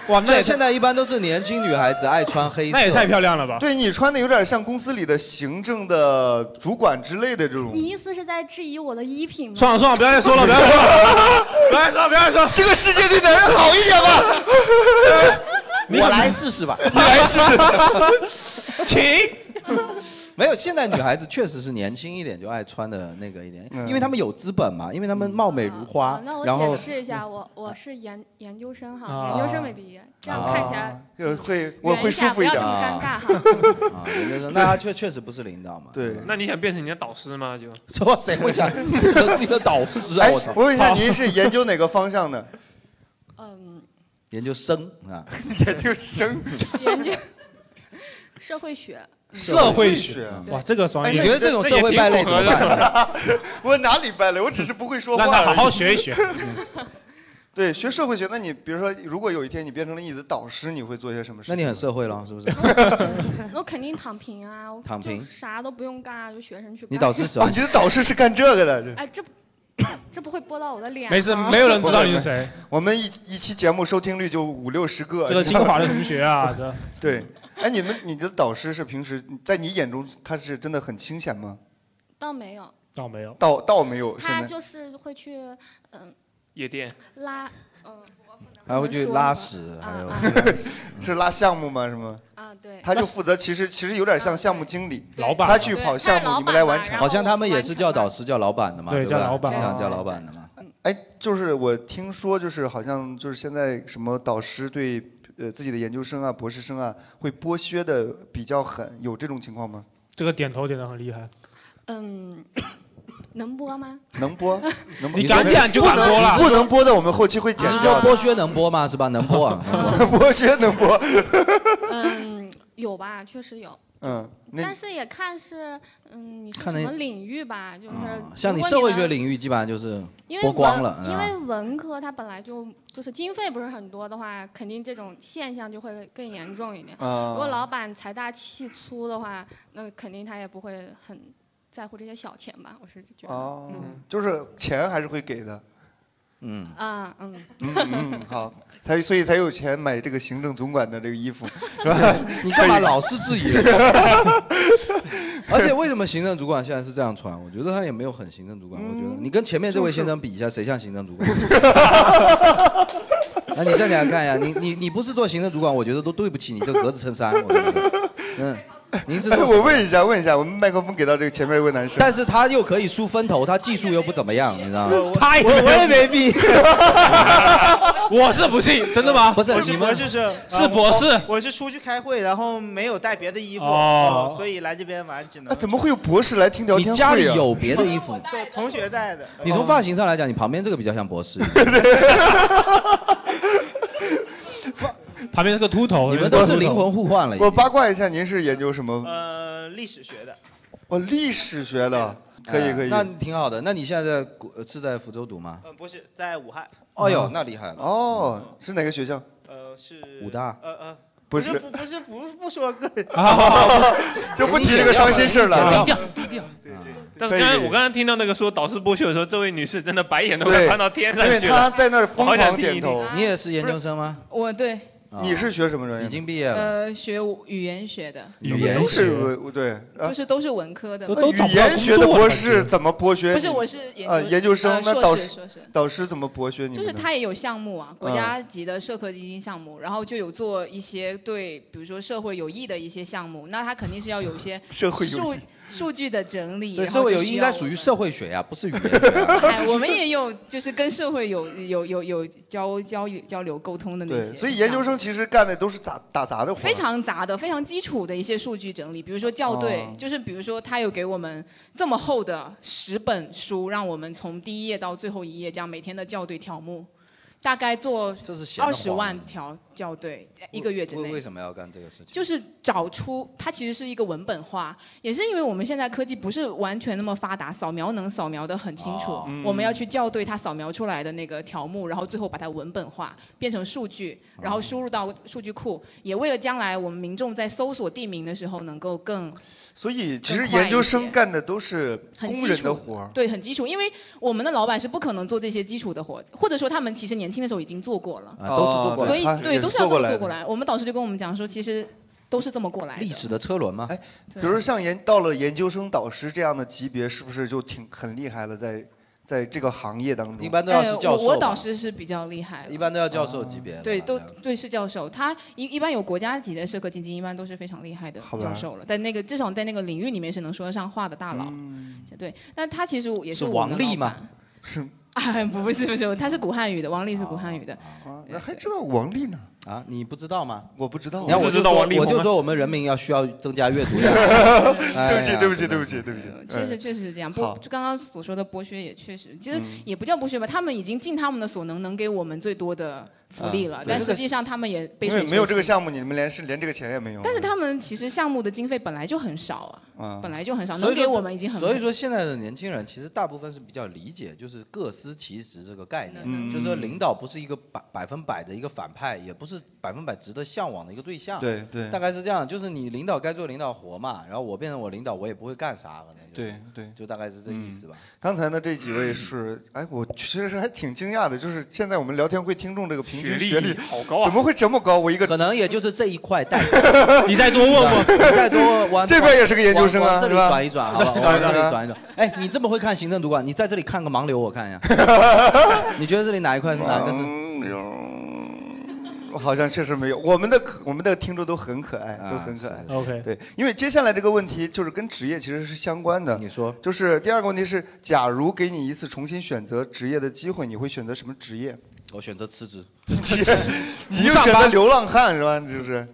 Speaker 5: 哇，那
Speaker 2: 这
Speaker 5: 也
Speaker 2: 现
Speaker 5: 太
Speaker 2: 在一般都是年轻女孩子爱穿黑色，
Speaker 5: 那也太漂亮了吧？[laughs]
Speaker 1: 对你穿的有点像公司里的行政的主管之类的这种。
Speaker 3: 你意思是在质疑我的衣品吗？
Speaker 5: 算了算了，不要再说了，不要再
Speaker 3: [laughs]
Speaker 5: 说了，不要再说了，不要再说了，
Speaker 1: 这个世界对男人好一点吧， [laughs]
Speaker 2: 我来试试吧。
Speaker 5: [laughs]
Speaker 1: 你来试试。
Speaker 5: 请
Speaker 2: [laughs] 没有，现在女孩子确实是年轻一点就爱穿的那个一点，
Speaker 6: 嗯
Speaker 2: 因为她们有资本嘛，因为她们貌美如花
Speaker 3: 啊那，我
Speaker 2: 然后
Speaker 3: 解释一下，我我是研研究生哈，
Speaker 2: 啊
Speaker 3: 研究生没毕业，这样看起来
Speaker 1: 来啊会
Speaker 3: 我会舒服一点不要这么尴尬哈
Speaker 2: [laughs] 啊，研究生那她确确实不是领导嘛。对，
Speaker 1: 嗯
Speaker 4: 那你想变成你的导师吗？就
Speaker 2: 说谁会想自己的导师啊？
Speaker 1: 哎
Speaker 2: 我操！
Speaker 1: 我问一下，您是研究哪个方向的？
Speaker 3: 嗯，
Speaker 2: [laughs]
Speaker 3: [laughs]
Speaker 2: 研究生啊？
Speaker 1: [laughs] 研究生？
Speaker 3: 研究社会学。嗯
Speaker 1: 社会学
Speaker 5: 哇，这个双
Speaker 1: 哎
Speaker 5: 语，
Speaker 1: 那你觉得这种社会败类怎么办
Speaker 5: 那也挺符合的
Speaker 1: [laughs] 我哪里败类？我只是不会说话。
Speaker 5: 让他好好学一学。
Speaker 1: 对，学社会学，那你比如说，如果有一天你变成了你的导师，你会做些什么事？
Speaker 2: 那你很社会了，是不是？
Speaker 3: 我肯定躺平啊，我
Speaker 1: 躺平
Speaker 3: 就啥都不用干啊，就学生去干。
Speaker 2: 你导师
Speaker 1: [laughs]
Speaker 2: 什么
Speaker 1: 哦，你的导师是干这个的。
Speaker 3: 哎，这这不会播到我的脸。啊
Speaker 5: 没事没有人知道你是谁。
Speaker 1: [laughs] 我们一一期节目收听率就五六十个。
Speaker 5: 这
Speaker 1: [laughs]
Speaker 5: 个
Speaker 1: 你知道吗
Speaker 5: 清华的同学
Speaker 1: [laughs]
Speaker 5: 啊这
Speaker 1: 对，哎，你们你的导师是平时在你眼中他是真的很清闲吗？
Speaker 3: 倒没有，
Speaker 5: 倒没有，
Speaker 1: 倒倒没有，现
Speaker 3: 他
Speaker 1: 在
Speaker 3: 就是会去嗯
Speaker 4: [laughs] 夜店
Speaker 3: 拉嗯
Speaker 2: 还会去拉屎，还有
Speaker 1: [laughs] 是拉项目吗？是吗？
Speaker 3: 啊对。啊
Speaker 1: 他就负责，其实其实有点像项目经理，
Speaker 2: 老板
Speaker 1: [laughs] 他去跑项目，你们来完成。
Speaker 2: 好像他们也是叫导师叫老板的嘛，
Speaker 1: 对
Speaker 2: 对吧，
Speaker 1: 叫老板
Speaker 2: 经常
Speaker 1: 啊
Speaker 2: 叫老板的嘛。
Speaker 1: 哎，就是我听说，就是好像就是现在什么导师对呃自己的研究生啊、博士生啊会剥削的比较狠，有这种情况吗？
Speaker 5: 这个点头点的很厉害。
Speaker 3: 嗯，能播吗？
Speaker 2: [laughs]
Speaker 1: 能
Speaker 3: [laughs]
Speaker 1: 播？能播？
Speaker 5: 你敢讲就敢播了
Speaker 1: 不能播的我们后期会剪
Speaker 2: 你是说
Speaker 1: 掉的。
Speaker 2: 剥削能播吗？是吧？能播啊，能播
Speaker 1: [laughs] 剥削能播？
Speaker 3: 嗯，有吧，确实有。
Speaker 1: 嗯，那
Speaker 3: 但是也看是，嗯，你是什
Speaker 2: 看那
Speaker 3: 么领域吧，就是
Speaker 2: 啊像
Speaker 3: 如
Speaker 2: 你
Speaker 3: 果
Speaker 2: 社会学
Speaker 3: 能
Speaker 2: 领域基本上就是
Speaker 3: 因为
Speaker 2: 播
Speaker 3: 文
Speaker 2: 光了，
Speaker 3: 因
Speaker 2: 嗯
Speaker 3: 为文科它本来就就是经费不是很多的话，肯定这种现象就会更严重一点。
Speaker 2: 啊
Speaker 3: 如果老板财大气粗的话，那肯定他也不会很在乎这些小钱吧，我是觉得。
Speaker 1: 哦
Speaker 3: 嗯，
Speaker 1: 就是钱还是会给的。
Speaker 2: 嗯？
Speaker 3: 啊嗯
Speaker 1: 嗯嗯，好，才所以才有钱买这个行政总管的这个衣服，是吧
Speaker 2: 你干嘛
Speaker 1: 可以
Speaker 2: 老是质
Speaker 1: [laughs]
Speaker 2: 疑？而且为什么行政主管现在是这样穿？我觉得他也没有很行政主管。我觉
Speaker 1: 嗯
Speaker 2: 得你跟前面这位先生比一下，谁像行政主
Speaker 1: [laughs]
Speaker 2: 管？那你站起来看一下，你你你不是做行政主管，我觉得都对不起你这格子衬衫。我觉得，嗯，您是做
Speaker 1: [laughs] 哎，我问一下，问一下，我们麦克风给到这个前面这位男生。
Speaker 2: 但是他又可以梳分头，他技术又不怎么样，你知道吗？
Speaker 5: 他也
Speaker 2: 我我也没 [laughs]
Speaker 5: 必，我是不信，真的吗？
Speaker 2: 不
Speaker 7: 我是博士生， [laughs]
Speaker 5: 是博士
Speaker 7: 我。我是出去开会，然后没有带别的衣服，
Speaker 5: 哦
Speaker 7: 哦所以来这边玩只能。
Speaker 1: 那怎么会有博士来听聊
Speaker 2: 你
Speaker 1: 天会
Speaker 2: 家里
Speaker 1: 啊
Speaker 2: 有别的衣
Speaker 8: [laughs]
Speaker 2: 服？
Speaker 7: 对，同学带的。
Speaker 2: 你从发型上来讲，你旁边这个比较像博
Speaker 1: [laughs]
Speaker 2: 士。
Speaker 5: 旁边这个秃头，
Speaker 2: 你们都是灵魂互换了已经。
Speaker 1: 我八卦一下，您是研究什么？
Speaker 7: 呃，历史学的，
Speaker 1: 哦，历史学的，可以
Speaker 2: 哎
Speaker 1: 可以。
Speaker 2: 那挺好的。那你现在在国呃是在福州读吗？
Speaker 7: 嗯，不是在武汉。
Speaker 2: 哦呦，那厉害了。
Speaker 1: 哦，是哪个学校？
Speaker 7: 呃，是
Speaker 2: 武大
Speaker 7: 呃呃，
Speaker 1: 不
Speaker 4: [laughs]
Speaker 7: 是
Speaker 1: 是，
Speaker 7: 不不是不不说个
Speaker 5: [laughs]
Speaker 7: 人
Speaker 5: 啊
Speaker 2: 哎
Speaker 1: 就不提这个伤心事了低调
Speaker 7: 低
Speaker 2: 啊
Speaker 7: 调。对对。
Speaker 4: 但是
Speaker 1: 可
Speaker 4: 刚
Speaker 1: 以
Speaker 4: 才
Speaker 1: 可以
Speaker 4: 我刚才听到那个说导师剥削的时候，这位女士真的白眼都快
Speaker 1: 对
Speaker 4: 翻到天上
Speaker 1: 因为
Speaker 4: 去了。
Speaker 1: 她在那儿疯
Speaker 4: 我好想
Speaker 1: 狂
Speaker 4: 听一
Speaker 1: 点
Speaker 4: 听
Speaker 1: 头
Speaker 2: 你也是研究生吗？
Speaker 8: 我对，
Speaker 1: 你是学什么专业？已
Speaker 2: 经毕业。
Speaker 8: 呃，学语言学的，
Speaker 1: 语言啊都是文对，啊
Speaker 8: 就是都是文科的嘛。
Speaker 1: 语言学的博士怎么剥削你？
Speaker 8: 不是我是研究
Speaker 1: 啊研究生
Speaker 8: 呃，
Speaker 1: 那
Speaker 8: 硕
Speaker 1: 导
Speaker 8: 士
Speaker 1: 师
Speaker 8: 硕士
Speaker 1: 导师怎么剥削你
Speaker 8: 就
Speaker 1: 们
Speaker 8: 是
Speaker 1: 呢？
Speaker 8: 他也有项目啊，国家级的社科基金项目，然后就有做一些对，比如说社会有益的一些项目，那他肯定是要有一些
Speaker 2: 社会有
Speaker 8: 数
Speaker 2: 益
Speaker 8: 数据的整理，
Speaker 2: 对，
Speaker 8: 然
Speaker 2: 社
Speaker 8: 后
Speaker 2: 会
Speaker 8: 就
Speaker 2: 有
Speaker 8: 需
Speaker 2: 应
Speaker 8: 要
Speaker 2: 该属于社会学呀，不是语言学啊。
Speaker 8: 哎，我们也有就是跟社会有有有有交交流交流沟通的那
Speaker 1: 对，
Speaker 8: 些，
Speaker 1: 所以研究生其实干的都是杂打杂的活儿。
Speaker 8: 非常杂的、非常基础的一些数据整理，比如说校对，
Speaker 1: 哦
Speaker 8: 就是比如说他有给我们这么厚的十本书，让我们从第一页到最后一页，这样每天的校对条目，大概做
Speaker 2: 闲得
Speaker 8: 二
Speaker 2: 慌
Speaker 8: 十万条校对， [laughs] 一个月之
Speaker 2: 为
Speaker 8: 内
Speaker 2: 为。什么要干这个事情？
Speaker 8: 就是找出它其实是一个文本化，也是因为我们现在科技不是完全那么发达，扫描能扫描的很清楚，
Speaker 2: 哦嗯
Speaker 8: 我们要去校对它扫描出来的那个条目，然后最后把它文本化变成数据，然后输入到数据库，也为了将来我们民众在搜索地名的时候能够更
Speaker 1: 所以其实
Speaker 8: 更快一
Speaker 1: 研究生
Speaker 8: 些
Speaker 1: 干的都是
Speaker 8: 很
Speaker 1: 工
Speaker 8: 基
Speaker 1: 人
Speaker 8: 础
Speaker 1: 的活儿。
Speaker 8: 对，很基础，因为我们的老板是不可能做这些基础的活，或者说他们其实年轻的时候已经做过了，
Speaker 2: 啊都是做过来
Speaker 8: 所以
Speaker 2: 他也
Speaker 8: 对
Speaker 2: 是
Speaker 8: 都是
Speaker 2: 做
Speaker 8: 要
Speaker 2: 过
Speaker 8: 这么
Speaker 2: 来
Speaker 8: 做
Speaker 2: 的
Speaker 8: 过来。我们导师就跟我们讲说，其实都是这么过来的。
Speaker 2: 历史的车轮吗？
Speaker 1: 哎，比如像研到了研究生导师这样的级别，是不是就挺很厉害了？在在这个行业当中？
Speaker 2: 一般
Speaker 8: 呃，我我导师是比较厉害的，
Speaker 2: 一般都要教授级别的吧。
Speaker 8: 对，都对是教授，他一一般有国家级的社科基金，一般都是非常厉害的
Speaker 2: 好吧
Speaker 8: 教授了，在那个至少在那个领域里面是能说得上话的大佬。
Speaker 1: 嗯
Speaker 8: 对，那他其实也
Speaker 2: 是
Speaker 8: 我
Speaker 2: 王
Speaker 8: 们
Speaker 2: 丽
Speaker 8: 老
Speaker 2: 吗
Speaker 8: [laughs] 板？？
Speaker 1: 是
Speaker 8: 啊，不是不是，他是古汉语的，王丽是古汉语的。
Speaker 1: 啊，那还知道王丽呢？
Speaker 2: 啊，你不知道吗？
Speaker 1: 我不知道
Speaker 2: 你看，我就说，我就说我们人民要需要增加阅读量。哎
Speaker 1: [laughs] 对不
Speaker 2: 呀
Speaker 1: 起，对不起，对不起，对不起。
Speaker 8: 呃确嗯实确实是这样。
Speaker 1: 哎好
Speaker 8: 剥就刚刚所说的剥削也确实，其实
Speaker 1: 嗯
Speaker 8: 也不叫剥削吧，他们已经尽他们的所能，能给我们最多的福利了
Speaker 1: 啊，对
Speaker 8: 但
Speaker 1: 这个
Speaker 8: 实际上他们也杯
Speaker 1: 因
Speaker 8: 水
Speaker 1: 为
Speaker 8: 车
Speaker 1: 没有这个
Speaker 8: 薪
Speaker 1: 项目，你们连是连这个钱也没
Speaker 2: 哦
Speaker 1: 有。
Speaker 8: 但是他们其实项目的经费本来就很少啊，
Speaker 1: 啊
Speaker 8: 本来就很少，
Speaker 2: 所
Speaker 8: 能
Speaker 2: 以
Speaker 8: 给
Speaker 2: 说
Speaker 8: 我们已经很。
Speaker 2: 所以说，现在的年轻人其实大部分是比较理解，就是各司其职这个概念，
Speaker 1: 嗯
Speaker 2: 就是说领导不是一个百百分百的一个反派，也不是百分百值得向往的一个对象。
Speaker 1: 对对
Speaker 2: 大概是这样，就是你领导该做领导活嘛，然后我变成我领导，我也不会干啥，可能就是
Speaker 1: 对对，
Speaker 2: 就大概是这意思吧。
Speaker 1: 刚才呢，这几位是，哎，我确实还挺惊讶的，就是现在我们聊天会听众这个平均学历
Speaker 2: 好高啊
Speaker 1: 怎么会这么高？我一个
Speaker 2: 可能也就是这一块
Speaker 1: [laughs]
Speaker 2: 带。
Speaker 5: 你再多问问，
Speaker 2: 你再多问往
Speaker 1: 这边也是个研究生啊
Speaker 2: 往往这里
Speaker 1: 是吧
Speaker 2: 转一转，
Speaker 1: [laughs]
Speaker 2: 好吧，往
Speaker 1: 转一
Speaker 2: 这
Speaker 1: 转
Speaker 2: 里转一转。哎，你这么会看行政主管，你在这里看个盲流，我看一下。
Speaker 1: [laughs]
Speaker 2: 你觉得这里哪一块是哪个是？
Speaker 1: 嗯 [laughs] 好像确实没有。我们的可我们的听众都很可爱，
Speaker 2: 啊
Speaker 1: 都很可爱。
Speaker 5: 是 OK
Speaker 1: 对，因为接下来这个问题就是跟职业其实是相关的。
Speaker 2: 你说，
Speaker 1: 就是第二个问题是，假如给你一次重新选择职业的机会，你会选择什么职业？
Speaker 2: 我选择辞职，
Speaker 1: [laughs] 你就选择流浪汉是吧？你就是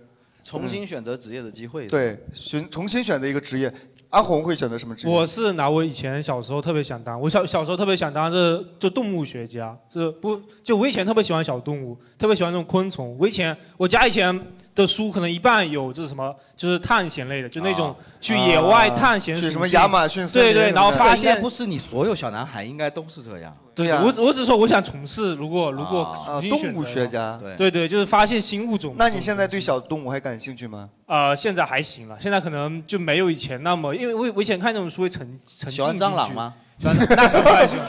Speaker 2: 重新选择职业的机会。
Speaker 1: 对，选重新选择一个职业。阿红会选择什么职业？
Speaker 5: 我是拿我以前小时候特别想当，我小小时候特别想当这就动物学家，是不就我以前特别喜欢小动物，特别喜欢那种昆虫。我以前我家以前的书可能一半有就是什么就是探险类的，就那种去野外探险属
Speaker 1: 啊去
Speaker 5: 性、
Speaker 1: 什么亚马逊森林
Speaker 5: 对对，
Speaker 1: 什么的
Speaker 5: 然
Speaker 1: 哎
Speaker 5: 后发
Speaker 2: 应该
Speaker 5: 现
Speaker 2: 不是你所有小男孩应该都是这样。
Speaker 1: 对呀
Speaker 5: 我只我只说我想从事，如果如果
Speaker 2: 啊
Speaker 1: 啊，
Speaker 5: 重新选
Speaker 1: 动
Speaker 5: 择
Speaker 1: 物
Speaker 5: 的
Speaker 1: 学
Speaker 5: 话，
Speaker 1: 家。
Speaker 2: 对
Speaker 5: 对对，就是发现新物种。
Speaker 1: 那你现在对小动物还感兴趣吗？
Speaker 5: 呃，现在还行了，现在可能就没有以前那么，因为我我以前看那种书会沉沉浸
Speaker 2: 喜欢
Speaker 5: 进
Speaker 2: 蟑螂
Speaker 5: 去？
Speaker 2: 吗？
Speaker 5: [laughs] 那是不
Speaker 2: [laughs]
Speaker 5: 太行。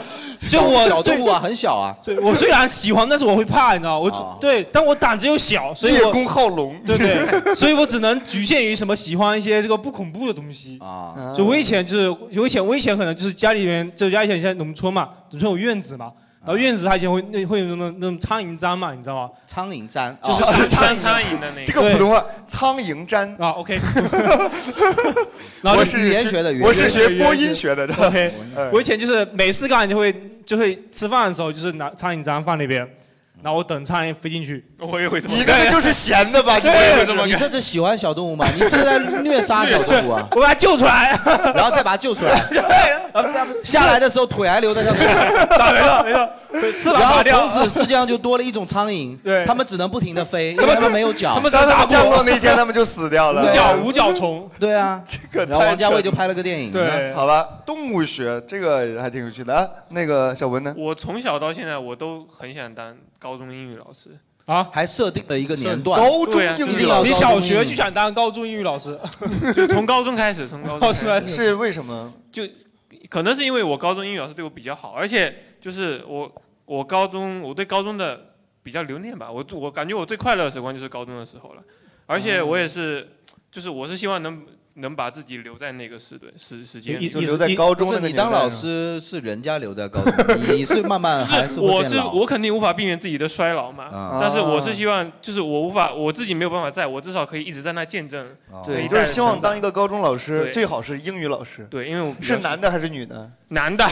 Speaker 5: 就我
Speaker 2: 小
Speaker 5: 对
Speaker 2: 动物啊，很小啊。
Speaker 5: 对我虽然喜欢，但是我会怕，你知道吗，我只、
Speaker 2: 哦
Speaker 5: 对，但我胆子又小，所以
Speaker 1: 啊叶
Speaker 5: 我
Speaker 1: 公好龙。
Speaker 5: 对对，所以我只能局限于什么喜欢一些这个不恐怖的东西。
Speaker 2: 啊， [laughs]
Speaker 5: 就我以前就是，我以前我以前可能就是家里面，就家以前现在农村嘛，农村有院子嘛，
Speaker 4: 啊
Speaker 5: 然后院子它以前会那会有那种那种苍蝇粘嘛，你知道吗？
Speaker 2: 苍蝇粘
Speaker 5: 就是
Speaker 1: 哦
Speaker 2: 啊
Speaker 4: 苍苍蝇的那
Speaker 1: 这
Speaker 4: 个。
Speaker 1: 个普通话苍蝇粘。
Speaker 5: 啊，OK，然后就
Speaker 1: 我
Speaker 5: 是
Speaker 2: 语言学的语言
Speaker 1: 我是学
Speaker 5: 学的
Speaker 1: 播音学的，知道吗？
Speaker 5: OK，
Speaker 1: 哎
Speaker 5: 我以前就是每次干就会就会吃饭的时候就是拿苍蝇粘放那边，然后我等苍蝇飞进
Speaker 1: [laughs]
Speaker 5: 去，
Speaker 4: 我也会这么
Speaker 1: 你
Speaker 4: 干。
Speaker 1: 那个就是闲的吧？你
Speaker 5: 对
Speaker 4: 这
Speaker 1: 这个
Speaker 4: 么
Speaker 1: 是
Speaker 2: 你这是喜欢小动物吗？你是在虐杀小动物
Speaker 1: [laughs]
Speaker 2: 啊，
Speaker 5: 我把它救出来。
Speaker 2: [laughs] 然后再把它救出来。下来的时候腿还留在上面， [laughs]
Speaker 5: 没错没错，翅膀
Speaker 2: 然
Speaker 5: 拔
Speaker 2: 后
Speaker 5: 掉，
Speaker 2: 从此世界上就多了一种苍蝇，
Speaker 5: 对
Speaker 2: 他们只能不停的飞，
Speaker 1: [laughs]
Speaker 2: 因为他们没有脚
Speaker 5: [laughs] 他。们只
Speaker 1: 当
Speaker 5: 能
Speaker 1: 他
Speaker 5: 打
Speaker 1: 们降落
Speaker 5: 我，
Speaker 1: 那一天，他们就死掉了。
Speaker 5: 五角五角虫，
Speaker 2: [laughs] 对
Speaker 1: [laughs]
Speaker 2: 啊，
Speaker 1: 个太
Speaker 2: 然后王家卫就拍了个电影。啊
Speaker 5: 对，
Speaker 1: 好吧，动物学这个还挺有趣的啊。那个小文呢？
Speaker 4: 我从小到现在，我都很想当高中英语老师。
Speaker 5: 啊。
Speaker 2: 还设定了一个年段，
Speaker 1: 高中
Speaker 4: 对啊
Speaker 1: 英
Speaker 2: 一
Speaker 1: 语
Speaker 2: 定要
Speaker 1: 老
Speaker 5: 你
Speaker 1: 师
Speaker 5: 小学就想当高中英语老师，
Speaker 4: [laughs] 就从高中开始，从高中
Speaker 5: 老
Speaker 4: 开
Speaker 5: 师
Speaker 4: 始
Speaker 5: 来是
Speaker 1: 哦是为什么？
Speaker 4: 可能是因为我高中英语老师对我比较好，而且就是我我高中我对高中的比较留念吧，我我感觉我最快乐的时光就是高中的时候了，而且我也是，就是我是希望能能把自己留在那个时段时时
Speaker 2: [laughs]
Speaker 4: 间里
Speaker 5: 你
Speaker 1: 就
Speaker 4: 就
Speaker 1: 留在高中
Speaker 2: 不
Speaker 1: 那
Speaker 2: 是
Speaker 1: 个
Speaker 2: 你
Speaker 1: 年代
Speaker 2: 当老
Speaker 1: 是吗
Speaker 2: 师是人家留在高中， [laughs] 你是慢慢还
Speaker 4: 是
Speaker 2: 会
Speaker 4: 我
Speaker 2: 变
Speaker 4: 是
Speaker 2: 老
Speaker 4: [laughs] 我肯定无法避免自己的衰老嘛，
Speaker 2: 啊
Speaker 4: 但是我是希望就是我无法我自己没有办法在，我至少可以一直在那见证，
Speaker 2: 哦
Speaker 1: 对，
Speaker 4: 一
Speaker 1: 就
Speaker 4: 代人
Speaker 1: 是希望
Speaker 4: 成长
Speaker 1: 当一个高中老师，
Speaker 4: 对
Speaker 1: 最好是英语老师，
Speaker 4: 对，因为我比较
Speaker 1: 是男的还是女的
Speaker 4: 男
Speaker 1: [laughs]
Speaker 4: 的，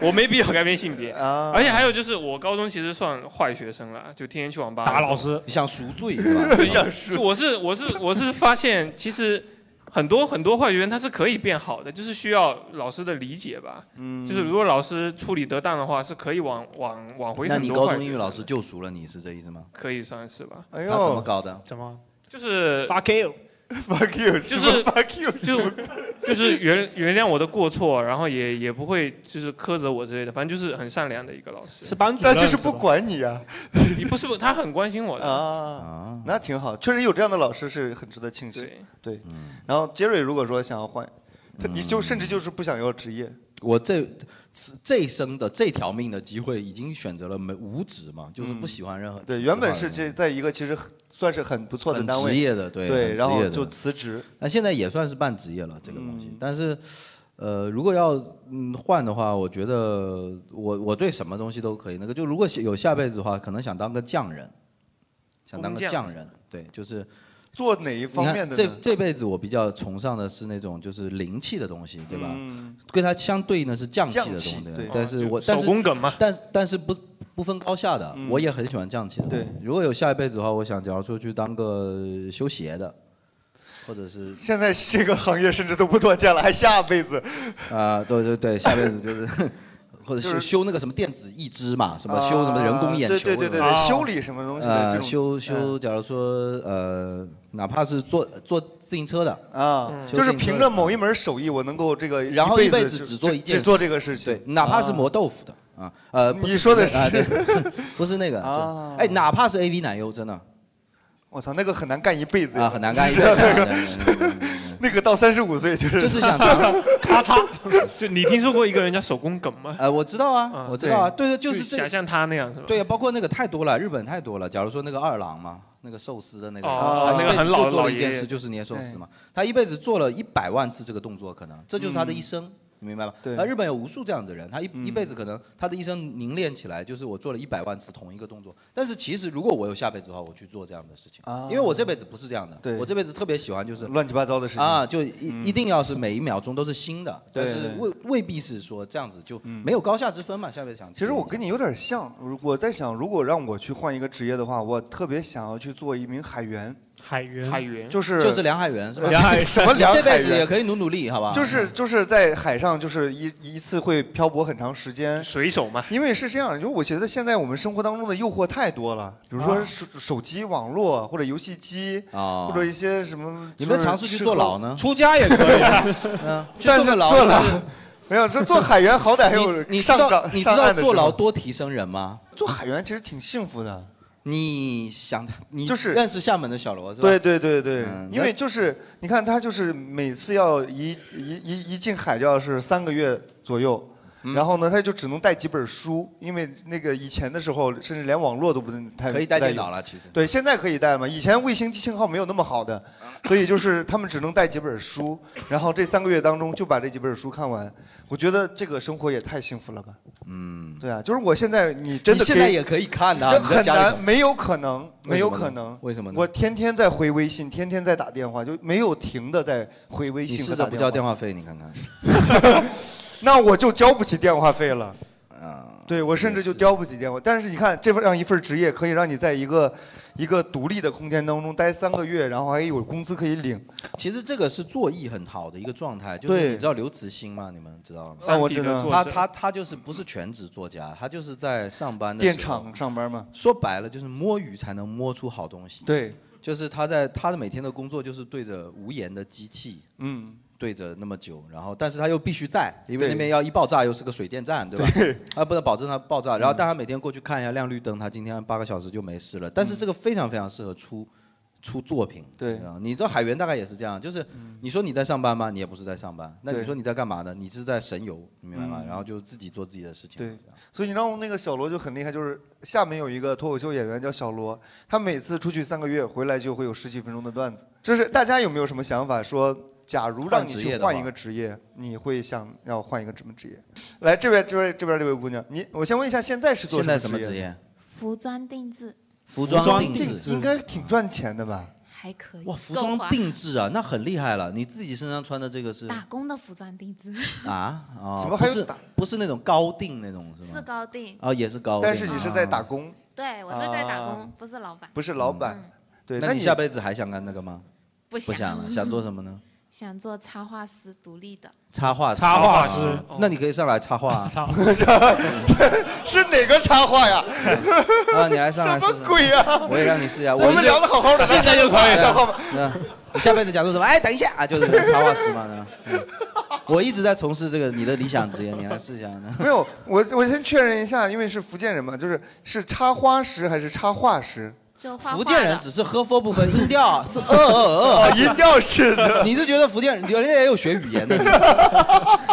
Speaker 4: 我没必要改变性别。
Speaker 1: 啊？
Speaker 4: 而且还有就是，我高中其实算坏学生了，就天天去网吧
Speaker 5: 打老师，
Speaker 2: 你想赎罪是吧？
Speaker 1: 想说
Speaker 4: [laughs] 就我是我是我是发现，其实很多很多坏学生他是可以变好的，就是需要老师的理解吧。
Speaker 1: 嗯
Speaker 4: 就是如果老师处理得当的话，是可以挽挽挽回
Speaker 2: 那
Speaker 4: 很
Speaker 2: 你
Speaker 4: 多
Speaker 2: 高
Speaker 4: 坏学生
Speaker 2: 中
Speaker 4: 的。
Speaker 2: 英语老师救赎了你是这意思吗？
Speaker 4: 可以算是吧，
Speaker 1: 哎
Speaker 2: 他怎么
Speaker 1: 呦
Speaker 2: 搞的？
Speaker 5: 怎么
Speaker 4: 就是
Speaker 5: 发 K？
Speaker 1: [laughs] ，fuck you，什么 fuck you，什
Speaker 4: 就
Speaker 1: 么
Speaker 4: [laughs] 就是原原谅我的过错，然后也也不会就是苛责我之类的，反正就是很善良的一个老师
Speaker 5: 是。班主
Speaker 1: 那
Speaker 5: 任，
Speaker 1: 就是
Speaker 5: 吧
Speaker 1: 不管你啊
Speaker 4: [laughs] 你不是不他很关心我的，
Speaker 1: 啊，
Speaker 2: 啊，
Speaker 1: 那挺好，确实有这样的老师是很值得庆幸。
Speaker 4: 对。
Speaker 1: 对，
Speaker 2: 嗯
Speaker 1: 然后杰瑞如果说想要换，他你就甚至就是不想要职业，
Speaker 2: 我这此这一生的这条命的机会已经选择了没无职嘛，就是不喜欢任何。
Speaker 1: 嗯对，原本是这在一个其实很算是很不错
Speaker 2: 嗯
Speaker 1: 的
Speaker 2: 很
Speaker 1: 单
Speaker 2: 职
Speaker 1: 位，
Speaker 2: 业的，对
Speaker 1: 对，
Speaker 2: 对
Speaker 1: 然后就辞职，嗯
Speaker 2: 那现在也算是半职业了这个东西，但是呃，如果要嗯换的话，我觉得我我对什么东西都可以。那个就如果有下辈子的话，可能想当个匠人，想当个
Speaker 1: 工匠
Speaker 2: 匠人，对，就是
Speaker 1: 做哪一方面的
Speaker 2: 你看
Speaker 1: 呢
Speaker 2: 这这辈子我比较崇尚的是那种就是灵气的东西，对吧？
Speaker 1: 嗯
Speaker 2: 跟它相对应的是匠气的东西
Speaker 1: 匠气对，
Speaker 2: 但是
Speaker 1: 哦
Speaker 2: 我
Speaker 1: 就
Speaker 2: 但是
Speaker 1: 手工
Speaker 4: 梗嘛，
Speaker 2: 但但是不不分高下的，
Speaker 1: 嗯
Speaker 2: 我也很喜欢匠气的。对，如果有下一辈子的话，我想假如说去当个修鞋的，或者是
Speaker 1: 现在这个行业甚至都不多见了，还下辈子
Speaker 2: 啊、对对对，下辈子就是 [laughs] 或者修、
Speaker 1: 就是
Speaker 2: 修那个什么电子义肢嘛，什么修什么人工眼球
Speaker 1: 啊
Speaker 2: 什么
Speaker 1: 对
Speaker 2: 的、
Speaker 1: 对对对对修理什么东西的这
Speaker 2: 呃，
Speaker 1: 种嗯
Speaker 2: 修修，假如说呃，哪怕是坐坐自行车的
Speaker 1: [laughs] 啊，
Speaker 4: 嗯
Speaker 2: 修
Speaker 1: 就是
Speaker 2: 自行车
Speaker 1: 凭着某一门手艺，我能够这个
Speaker 2: 然后一辈
Speaker 1: 辈就
Speaker 2: 子只做一件
Speaker 1: 只做这个事情，
Speaker 2: 对，哪怕是
Speaker 1: 啊
Speaker 2: 磨豆腐的啊，呃，不
Speaker 1: 你说的
Speaker 2: 啊
Speaker 1: 是
Speaker 2: 对不是那个？
Speaker 1: 啊
Speaker 2: 就哎，哪怕是 AV 男优，真
Speaker 1: [laughs]
Speaker 2: 的
Speaker 1: 我操，那个很难干一辈子呀
Speaker 2: 啊很难干一
Speaker 1: [laughs] 是
Speaker 2: 辈子
Speaker 1: 那个
Speaker 2: 对
Speaker 1: 那个到三十五岁就是
Speaker 2: 就是想
Speaker 1: [laughs]
Speaker 4: 咔嚓， [laughs] 就你听说过一个人叫手工梗吗？
Speaker 2: 呃，我知道啊，我知道啊，对对，就是这
Speaker 4: 想
Speaker 2: 个。
Speaker 4: 象他那样是吧？
Speaker 2: 对啊，包括那个太多了，日本太多了。假如说那个二郎嘛，那个寿司的那个人，他
Speaker 4: 哦
Speaker 2: 一
Speaker 4: 那个
Speaker 2: 辈
Speaker 4: 很
Speaker 2: 子
Speaker 4: 老
Speaker 2: 就做
Speaker 4: 老
Speaker 2: 了一件
Speaker 4: 爷爷
Speaker 2: 事，就是捏寿司嘛。他一辈子做了一百万次这个动作，可能这就是他的
Speaker 4: 嗯
Speaker 2: 一生，你明白吧？
Speaker 1: 对
Speaker 2: 而日本有无数这样子的人，他一一辈子可能他的一生凝练起来，就是我做了一百万次同一个动作。但是其实如果我有下辈子的话，我去做这样的事情，
Speaker 1: 啊
Speaker 2: 因为我这辈子不是这样的，我这辈子特别喜欢就是
Speaker 1: 乱七八糟的事情
Speaker 2: 啊，就一一定要是每一秒钟都是新的，
Speaker 1: 对
Speaker 2: 但是
Speaker 1: 对嗯
Speaker 2: 未未必是说这样子就没有高下之分嘛。下辈子想
Speaker 1: 其实我跟你有点像，我在想，如果让我去换一个职业的话，我特别想要去做一名海员。
Speaker 5: 海员
Speaker 4: 海员
Speaker 1: 就是
Speaker 2: 就是梁海源是吧？
Speaker 1: 梁海
Speaker 2: [laughs]
Speaker 1: 什么梁海
Speaker 2: 这
Speaker 1: 源
Speaker 2: 辈子也可以努努力，好吧？
Speaker 1: 就是就是在海上，就是一一次会漂泊很长时间，
Speaker 4: 水手嘛。
Speaker 1: 因为是这样，就我觉得现在我们生活当中的诱惑太多了，比如说
Speaker 2: 啊
Speaker 1: 手手机、网络或者游戏机，
Speaker 2: 啊
Speaker 1: 或者一些什么。
Speaker 2: 有没有尝试去坐牢呢？？出
Speaker 5: 家也可以啊
Speaker 2: [laughs] 嗯，去
Speaker 1: 但
Speaker 2: 坐
Speaker 1: 是
Speaker 2: 个牢
Speaker 1: 坐牢没有，这做海员好歹还有
Speaker 2: 你你知
Speaker 1: 上
Speaker 2: 道
Speaker 1: 岗
Speaker 2: 你知
Speaker 1: 上
Speaker 2: 道
Speaker 1: 岸的
Speaker 2: 坐
Speaker 1: 时候
Speaker 2: 牢多提升人吗？
Speaker 1: 做海员其实挺幸福的。
Speaker 2: 你想你
Speaker 1: 就是
Speaker 2: 认识厦门的小罗是吧？
Speaker 1: 对对对对，
Speaker 2: 嗯
Speaker 1: 因为就是你看他就是每次要一一一一进海就要是三个月左右，
Speaker 2: 嗯
Speaker 1: 然后呢他就只能带几本书，因为那个以前的时候甚至连网络都不能太
Speaker 2: 可以带
Speaker 1: 不太
Speaker 2: 电脑
Speaker 1: 有
Speaker 2: 了其实
Speaker 1: 对，现在可以带嘛，以前卫星信号没有那么好的，所以就是他们只能带几本书， [laughs] 然后这三个月当中就把这几本书看完。我觉得这个生活也太幸福了吧。
Speaker 2: 嗯，
Speaker 1: 对啊，就是我现在你真的
Speaker 2: 你现在
Speaker 1: 给
Speaker 2: 也可以看的啊
Speaker 1: 这
Speaker 2: 你在
Speaker 1: 很
Speaker 2: 家里
Speaker 1: 难，
Speaker 2: 头
Speaker 1: 没有可能，没有
Speaker 2: 为什么呢
Speaker 1: 可能。
Speaker 2: 为什么呢
Speaker 1: 我天天在回微信，天天在打电话，就没有停的在回微
Speaker 2: 你
Speaker 1: 信
Speaker 2: 试
Speaker 1: 和
Speaker 2: 着
Speaker 1: 打
Speaker 2: 不
Speaker 1: 电
Speaker 2: 交
Speaker 1: 话。
Speaker 2: 电话费，你看看。
Speaker 1: [laughs] 那我就交不起电话费了。
Speaker 2: 啊
Speaker 1: 对我甚至就交不起电话。但是你看，这份样一份职业可以让你在一个一个独立的空间当中待三个月，然后还有工资可以领。
Speaker 2: 其实这个是做艺很好的一个状态，就是
Speaker 1: 对
Speaker 2: 你知道刘慈欣吗？你们知道吗？
Speaker 1: 啊我知道
Speaker 2: 他他他就是不是全职作家，他就是在上班的时候
Speaker 1: 电厂上班嘛，
Speaker 2: 说白了就是摸鱼才能摸出好东西。
Speaker 1: 对，
Speaker 2: 就是他在他的每天的工作就是对着无言的机器，
Speaker 1: 嗯，
Speaker 2: 对着那么久，然后但是他又必须在，因为
Speaker 1: 对
Speaker 2: 那边要一爆炸又是个水电站，对吧？他不能保证它爆
Speaker 1: 嗯
Speaker 2: 炸，然后但他每天过去看一下亮绿灯，他今天八个小时就没事了。但是这个非常非常适合出。出作品，
Speaker 1: 嗯对嗯
Speaker 2: 啊，你的海员大概也是这样，就是你说你在上班吗？你也不是在上班，那你
Speaker 1: 对
Speaker 2: 说你在干嘛呢？你是在神游，你明白吗？
Speaker 1: 嗯
Speaker 2: 然后就自己做自己的事情，
Speaker 1: 对，所以你知道那个小罗就很厉害，就是厦门有一个脱口秀演员叫小罗，他每次出去三个月回来就会有十几分钟的段子。就是大家有没有什么想法说？假如让你
Speaker 2: 换职
Speaker 1: 去
Speaker 2: 业的话
Speaker 1: 换一个职业，你会想要换一个什么职业？来，这位、这位、这边这位 [laughs] 姑娘，你我先问一下，现在是做
Speaker 2: 现在
Speaker 1: 什
Speaker 2: 什么
Speaker 1: 职
Speaker 2: 职
Speaker 1: 业？
Speaker 2: 业？
Speaker 6: 服装定制
Speaker 2: 服
Speaker 1: 装
Speaker 2: 装定
Speaker 1: 定
Speaker 2: 制嗯
Speaker 1: 应该挺赚钱的吧？
Speaker 6: 还可以。
Speaker 2: 哇，服
Speaker 6: 够
Speaker 2: 装
Speaker 6: 花
Speaker 2: 定制啊，那很厉害了。你自己身上穿的这个是
Speaker 6: 打工的服装定制 [laughs]
Speaker 2: 啊啊，
Speaker 1: 什么还有
Speaker 2: 不是
Speaker 1: 打
Speaker 2: 不是那种高定那种是
Speaker 6: 是
Speaker 2: 吗？
Speaker 6: 高定，
Speaker 2: 啊，也是高定。
Speaker 1: 但是你是在打
Speaker 2: 啊，
Speaker 1: 工，
Speaker 6: 对我是在打工，
Speaker 1: 啊
Speaker 6: 不是老板，
Speaker 1: 不是老板。对，
Speaker 2: 嗯那
Speaker 1: 你
Speaker 2: 你下辈子还想干那个吗？
Speaker 6: 不想
Speaker 2: 想了，想做什么
Speaker 6: [laughs]
Speaker 2: 呢？
Speaker 6: 想做插画师，独立的。
Speaker 2: 插画师。
Speaker 5: 插画师
Speaker 2: 啊那你可以上来 [laughs] 插画啊。
Speaker 1: 是哪个插画呀？ [laughs]
Speaker 2: 啊，你来上来
Speaker 1: 什
Speaker 2: 试
Speaker 1: 么
Speaker 2: 试。
Speaker 1: 鬼呀？
Speaker 2: [laughs] 我也让你试一下。
Speaker 1: 我们聊得好好的，
Speaker 2: 现在就可以
Speaker 1: 插画吧。
Speaker 2: 嗯，你下辈子想做什么？哎，等一下啊，就是插画师嘛。呢嗯我一直在从事这个你的理想职业，你来试一下呢。
Speaker 1: [laughs] 没有，我我先确认一下，因为是福建人嘛，就是是插花师还是插画师？
Speaker 6: 就画画
Speaker 2: 福建人
Speaker 6: 的
Speaker 2: 只是喝佛不分
Speaker 6: [laughs]
Speaker 2: 音调是呃呃
Speaker 1: 哦
Speaker 2: 呃，，
Speaker 1: 音调是
Speaker 2: [laughs]
Speaker 1: 的。
Speaker 2: 你是觉得福
Speaker 1: [laughs]
Speaker 2: 建人，人家也有学语言的？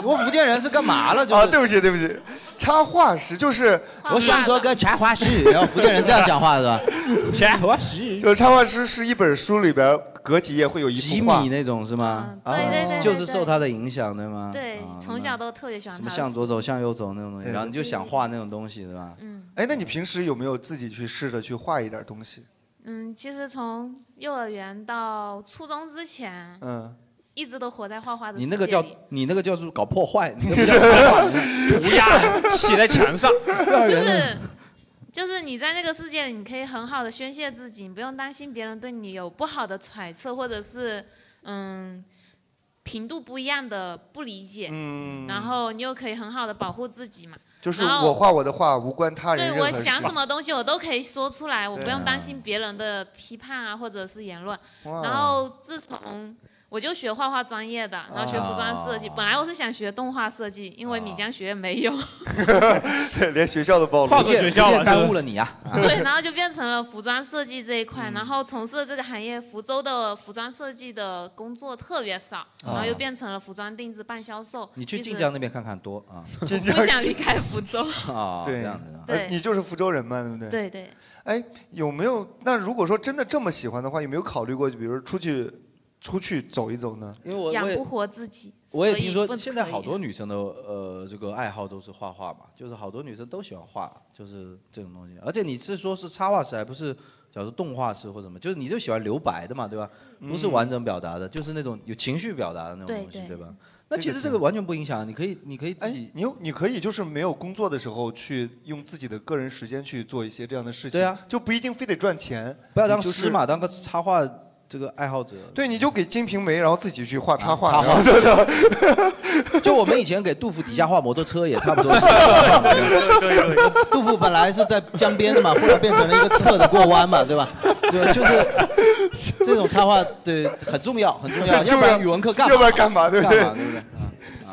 Speaker 2: 我福建人是干嘛了？就是、
Speaker 1: 哦啊，对不起，对不起，插画师就是
Speaker 2: 我想做个插画师，然后福建人这样讲话是吧？
Speaker 6: [laughs]
Speaker 2: 插画师
Speaker 1: 就是插画师是一本书里边隔几页会有一
Speaker 2: 几
Speaker 1: 幅画
Speaker 2: 米，那种是吗？啊
Speaker 6: 嗯对对对对
Speaker 2: 就是受他的影响对吗？
Speaker 6: 对
Speaker 2: 啊，
Speaker 6: 从小都特别喜欢
Speaker 2: 什
Speaker 6: 他
Speaker 2: 么
Speaker 6: 的
Speaker 2: 向左走向右走那种东西，
Speaker 1: 对
Speaker 2: 然后你就想画那种东西是吧？
Speaker 6: 嗯
Speaker 1: 哎，那你平时有没有自己去试着去画一点东西？
Speaker 6: 嗯，其实从幼儿园到初中之前，
Speaker 1: 嗯，
Speaker 6: 一直都活在画画的
Speaker 2: 你
Speaker 6: 世
Speaker 2: 那
Speaker 6: 界
Speaker 2: 个叫
Speaker 6: 里
Speaker 2: 你那个叫做搞破坏，你那个叫破坏，啊
Speaker 5: 涂鸦写在
Speaker 2: [laughs]
Speaker 5: 墙上，
Speaker 6: 就是就是你在那个世界里，你可以很好的宣泄自己，你不用担心别人对你有不好的揣测，或者是嗯频度不一样的不理解。
Speaker 1: 嗯
Speaker 6: 然后你又可以很好的保护自己嘛。
Speaker 1: 就是
Speaker 6: 然后
Speaker 1: 我画我的画，无关他人
Speaker 6: 对
Speaker 1: 任
Speaker 6: 我
Speaker 1: 何事。
Speaker 6: 想什么东西我都可以说出来，我
Speaker 1: 对啊
Speaker 6: 不用担心别人的批判啊或者是言论。
Speaker 1: 哇
Speaker 6: 然后自从我就学画画专业的，然后学服装设
Speaker 1: 啊
Speaker 6: 计。
Speaker 2: 哦
Speaker 6: 本来我是想学动画设计，因为闽江学院没
Speaker 1: [laughs]
Speaker 6: 有，
Speaker 1: 连学校都暴
Speaker 5: 画
Speaker 1: 露
Speaker 5: 个学校
Speaker 2: 福
Speaker 5: 嘛
Speaker 2: 建耽误了你
Speaker 1: [laughs]
Speaker 2: 啊！嗯啊
Speaker 6: 对，然后就变成了服装设计这一块。然后从事这个行业，福州的服装设计的工作特别少，然后又变成了服装定制半销售。
Speaker 2: 啊你去
Speaker 6: 其实
Speaker 2: 晋江那边看看多啊
Speaker 1: [laughs] 晋江
Speaker 6: 不想离开福
Speaker 2: [laughs]
Speaker 6: 州。
Speaker 2: 啊，
Speaker 1: [laughs] 对
Speaker 2: 这样子啊。
Speaker 1: 呃，你就是福州人嘛，对不对？。
Speaker 6: 对对，
Speaker 1: 哎，有没有？那如果说真的这么喜欢的话，有没有考虑过，就比如说出去出去走一走呢？
Speaker 2: 因为我
Speaker 6: 养
Speaker 2: 我也
Speaker 6: 不活自己。
Speaker 2: 我也
Speaker 6: 所以
Speaker 2: 听
Speaker 6: 不
Speaker 2: 说现在
Speaker 6: 可以
Speaker 2: 好多女生的呃这个爱好都是画画嘛，就是好多女生都喜欢画，就是这种东西。而且你是说是插画师，还不是假如动画师或什么？就是你就喜欢留白的嘛，对吧？不是完整表达的，就是那种有情绪表达的那种
Speaker 6: 对
Speaker 2: 东西，
Speaker 6: 对
Speaker 2: 对吧？那
Speaker 1: 这
Speaker 2: 其
Speaker 1: 个
Speaker 2: 实这
Speaker 1: 挺
Speaker 2: 个完全不影响，你可以你可以自
Speaker 1: 哎
Speaker 2: 己，。
Speaker 1: 你有你可以就是没有工作的时候，去用自己的个人时间去做一些这样的事情，
Speaker 2: 对啊
Speaker 1: 就不一定非得赚钱，
Speaker 2: 不要当
Speaker 1: 你就是
Speaker 2: 师嘛，当个插画这个爱好者。
Speaker 1: 对，你就给《金瓶梅》，然后自己去画插画，
Speaker 2: 啊插
Speaker 1: 然 [laughs]
Speaker 2: 画
Speaker 1: 后就
Speaker 2: [laughs] 就我们以前给杜甫底下画摩托车也差不
Speaker 1: [laughs]
Speaker 2: 多是这样。杜甫本来是在江边的嘛，后来变成了一个侧着过弯嘛，对吧？
Speaker 1: [laughs]
Speaker 2: 对，就是这种插画，对，很重要，很
Speaker 1: [laughs]
Speaker 2: 重要，
Speaker 1: 很
Speaker 2: 要
Speaker 1: 重要
Speaker 2: 不然语文课干嘛？
Speaker 1: 要不然干嘛对不对
Speaker 2: 干嘛对不对？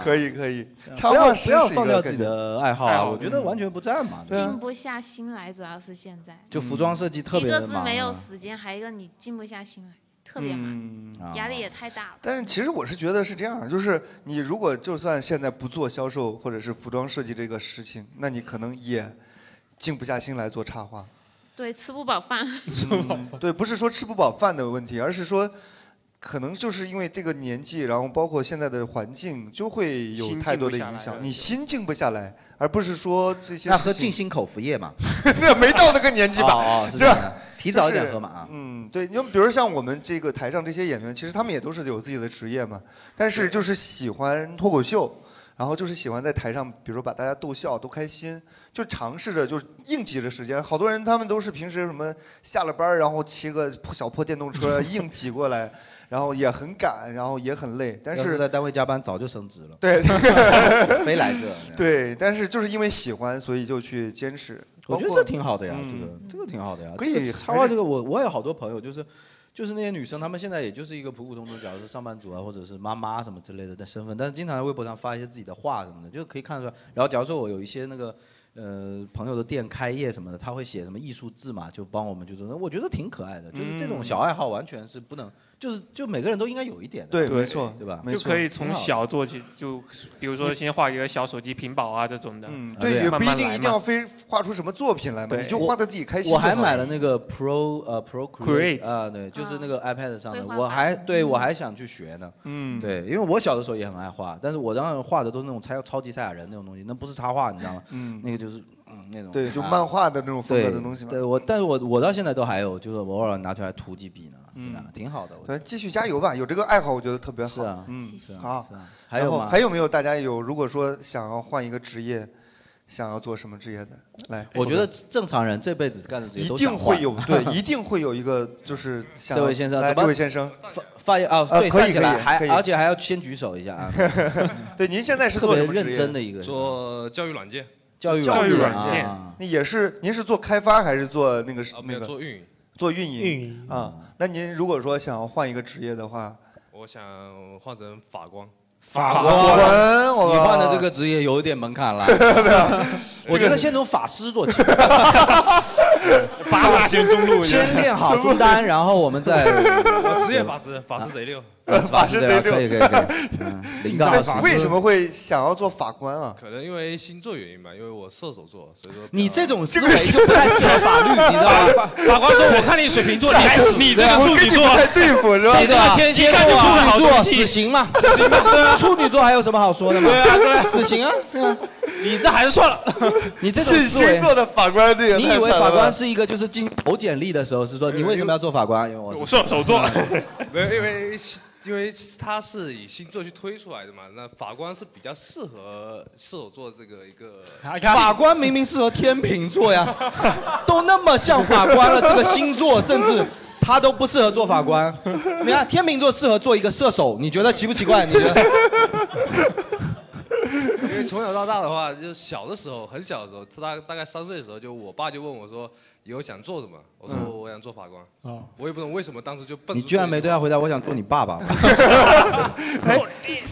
Speaker 1: 可以可以。插
Speaker 2: 嗯不要
Speaker 1: 画
Speaker 2: 不
Speaker 1: 师
Speaker 2: 要
Speaker 1: 是一
Speaker 2: 放掉
Speaker 1: 个哎
Speaker 2: 自己
Speaker 1: 感觉，
Speaker 2: 的爱好
Speaker 4: 爱
Speaker 6: 哎
Speaker 2: 啊！
Speaker 4: 好
Speaker 2: 我觉得完全不占嘛。
Speaker 1: 对啊
Speaker 6: 静不下心来，主要是现在，嗯
Speaker 2: 就服装设计特
Speaker 6: 一
Speaker 2: 别
Speaker 6: 个
Speaker 2: 的
Speaker 6: 是
Speaker 2: 忙啊。
Speaker 6: 没有时间，还有一个你静不下心来，特别忙，
Speaker 1: 嗯。
Speaker 2: 啊
Speaker 6: 压力也太大了。
Speaker 1: 但是其实我是觉得是这样，就是你如果就算现在不做销售或者是服装设计这个事情，那你可能也静不下心来做插画。
Speaker 6: 对，吃不饱饭，
Speaker 2: [laughs]
Speaker 4: [laughs]
Speaker 1: 嗯对，不是说吃不饱饭的问题，而是说，可能就是因为这个年纪，然后包括现在的环境，就会有
Speaker 4: 心
Speaker 1: 太
Speaker 4: 静
Speaker 1: 多
Speaker 4: 不
Speaker 1: 的
Speaker 4: 下
Speaker 1: 影
Speaker 4: 来了
Speaker 1: 响，你心静不下来，而不是说这些
Speaker 2: 那喝
Speaker 1: 事
Speaker 2: 静
Speaker 1: 情。
Speaker 2: 心口服液嘛，
Speaker 1: [laughs] 那没到那个年纪吧？
Speaker 2: 哦，哦是
Speaker 1: 对
Speaker 2: 这
Speaker 1: 吧
Speaker 2: 样的，提早一点喝嘛啊。
Speaker 1: 嗯，对，你就比如像我们这个台上这些演员，其实他们也都是有自己的职业嘛，但是就是喜欢脱口秀，然后就是喜欢在台上，比如说把大家逗笑、逗开心，就尝试着就是硬挤着时间。好多人他们都是平时什么下了班儿然后骑个破小破电动
Speaker 2: [laughs]
Speaker 1: 车硬挤过来，然后也很赶，然后也很累，但
Speaker 2: 要是
Speaker 1: 是，
Speaker 2: 在单位加班，早就升职了 [laughs]
Speaker 1: 对 [laughs]
Speaker 2: 非来这。
Speaker 1: 对，但是就是因为喜欢，所以就去坚持。
Speaker 2: 我觉得
Speaker 1: 包
Speaker 2: 这
Speaker 1: 括
Speaker 2: 挺好的呀，
Speaker 1: 嗯
Speaker 2: 这个这个挺好的呀。
Speaker 1: 可
Speaker 2: 啊这个
Speaker 1: 以
Speaker 2: 插
Speaker 1: 还
Speaker 2: 画
Speaker 1: 是
Speaker 2: 这个我我有好多朋友就是。就是那些女生，她们现在也就是一个普普通通，假如是上班族啊，或者是妈妈什么之类的的身份，但是经常在微博上发一些自己的画什么的，就可以看得出来。然后，假如说我有一些那个呃朋友的店开业什么的，他会写什么艺术字嘛，就帮我们就做。那我觉得挺可爱的，就
Speaker 1: 嗯
Speaker 2: 是这种小爱好完全是不能，就是就每个人都应该有一点的，
Speaker 1: 对，
Speaker 4: 对
Speaker 1: 没错，
Speaker 2: 对吧
Speaker 1: 没
Speaker 4: 就
Speaker 1: 错
Speaker 4: 可以从小做起，就比如说先画一个小手机屏保啊这种的。
Speaker 1: 嗯，
Speaker 2: 对
Speaker 1: 对，也
Speaker 4: 慢
Speaker 1: 不一
Speaker 4: 慢
Speaker 1: 定
Speaker 4: 来
Speaker 1: 一定
Speaker 4: 嘛
Speaker 1: 要非画出什么作品来嘛，
Speaker 4: 对
Speaker 1: 你就
Speaker 2: 我
Speaker 1: 画的自己开心就
Speaker 2: 我
Speaker 1: 好了。
Speaker 2: 还买了那个 Pro 呃 Procreate
Speaker 4: Create
Speaker 2: 啊，对，就是那个 iPad 上的，
Speaker 6: 绘画
Speaker 2: 我
Speaker 6: 板
Speaker 2: 还对我还想去学呢。
Speaker 1: 嗯，
Speaker 2: 对，因为我小的时候也很爱画，但是我当然画的都是那种超超级赛亚人那种东西，那不是插画，你知道吗？
Speaker 1: 嗯，
Speaker 2: 那个就是嗯那种
Speaker 1: 对，就
Speaker 2: 啊
Speaker 1: 漫画的那种风
Speaker 2: 对
Speaker 1: 格的东西嘛。
Speaker 2: 对我，但是我我到现在都还有，就是我偶尔拿出来涂几笔呢，对啊，挺好的。我觉得
Speaker 1: 嗯对，继续加油吧，有这个爱好，我觉得特别
Speaker 2: 是
Speaker 1: 好。
Speaker 2: 啊
Speaker 1: 嗯，
Speaker 6: 是啊
Speaker 1: 好
Speaker 2: 是。啊，还
Speaker 1: 然
Speaker 2: 有
Speaker 1: 后
Speaker 2: 吗？
Speaker 1: 还有没有大家有如果说想要换一个职业，想要做什么职业的？来，
Speaker 2: 我觉得正常人这辈子干的职业
Speaker 1: 一
Speaker 2: 都
Speaker 1: 定
Speaker 2: 想
Speaker 1: 会
Speaker 2: 换
Speaker 1: 有，
Speaker 2: [laughs]
Speaker 1: 对，一定会有一个就是想
Speaker 2: 这
Speaker 1: 要
Speaker 2: 位先生
Speaker 1: 来，
Speaker 2: 怎么
Speaker 1: 这位先生，
Speaker 2: 发发言啊，
Speaker 1: 呃
Speaker 2: 对，
Speaker 1: 可
Speaker 2: 站
Speaker 1: 以
Speaker 2: 起来
Speaker 1: 可以可
Speaker 2: 还
Speaker 1: 以
Speaker 2: 而且还要先举手一下
Speaker 1: [laughs]
Speaker 2: 啊，
Speaker 1: 对，您现在是
Speaker 2: 特
Speaker 1: 做
Speaker 2: 别
Speaker 1: 什么职
Speaker 2: 认真
Speaker 1: 业？
Speaker 2: 的一个人
Speaker 9: 做教育软件，
Speaker 2: 教育
Speaker 1: 教育
Speaker 4: 软件
Speaker 2: 啊
Speaker 1: 那也是，您是做开发还是做那个
Speaker 9: 啊，没
Speaker 1: 那
Speaker 9: 有
Speaker 1: 个
Speaker 9: 做运营。
Speaker 1: 做运营
Speaker 5: 嗯，
Speaker 1: 啊？那您如果说想要换一个职业的话，
Speaker 9: 我想换成法官，
Speaker 5: 法
Speaker 1: 我
Speaker 5: 官
Speaker 1: 们我
Speaker 2: 你换的
Speaker 1: 们
Speaker 2: 这个职业有点门槛 [laughs]
Speaker 1: [laughs]
Speaker 2: 了。我觉得先从法师做起，
Speaker 5: 八大先中路，
Speaker 1: [laughs]
Speaker 2: 先练好中单，然后我们再嗯
Speaker 9: 我职业法师，法师谁六？
Speaker 2: [laughs] 法
Speaker 1: 法
Speaker 2: 师
Speaker 1: 师
Speaker 2: 对啊
Speaker 1: 得
Speaker 2: 可以可以
Speaker 1: [laughs]
Speaker 2: 可以嗯灵感老师
Speaker 1: 为什么会想要做法官
Speaker 9: [laughs]
Speaker 1: 啊？
Speaker 9: 可能因为星座原因吧，因为我射手座，所以说
Speaker 2: 你这种思
Speaker 9: 这个
Speaker 2: 维
Speaker 9: 是
Speaker 2: 就不太适合法律，你知道吗？
Speaker 9: 法官说我看你水瓶座
Speaker 2: 这
Speaker 9: 你还
Speaker 2: 是
Speaker 9: 你这个我跟处女座你不太
Speaker 1: 对付是吧
Speaker 2: 你这个天蝎座啊，处
Speaker 5: 一看就
Speaker 2: 女
Speaker 5: 是好
Speaker 2: 座
Speaker 5: 东西
Speaker 2: 死刑嘛，死刑 [laughs] 嘛，对啊，处女座还有什么好说的嘛？
Speaker 5: 对啊对 [laughs] 啊
Speaker 2: 死刑啊，对啊，
Speaker 5: 你这还是算
Speaker 1: [laughs]
Speaker 5: 了，
Speaker 2: 你这种
Speaker 1: 信
Speaker 2: 思维
Speaker 1: 星座的法官这也
Speaker 2: 你
Speaker 1: 太
Speaker 2: 以为
Speaker 1: 惨了
Speaker 2: 法官
Speaker 1: 吧 [laughs]
Speaker 2: 是一个就是进投简历的时候是说你为什么要做法官？因为我
Speaker 9: 我
Speaker 2: 是
Speaker 9: 射手座
Speaker 2: 嗯
Speaker 9: 没有，因为因为他是以星座去推出来的嘛，那法官是比较适合射手座这个一个。
Speaker 2: 法官明明适合天秤座呀，都那么像法官了，这个星座甚至他都不适合做法官。你看天秤座适合做一个射手，你觉得奇不奇怪？你觉得？
Speaker 9: 因为从小到大的话，就小的时候，很小的时候，大大概三岁的时候，就我爸就问我说：“以后想做什么？”我说：“
Speaker 2: 嗯
Speaker 9: 我想做法官。
Speaker 2: 哦
Speaker 9: 我也不懂为什么当时就蹦出
Speaker 2: 你居然没对他回答，我想做你爸 [laughs] 爸。哎
Speaker 1: 你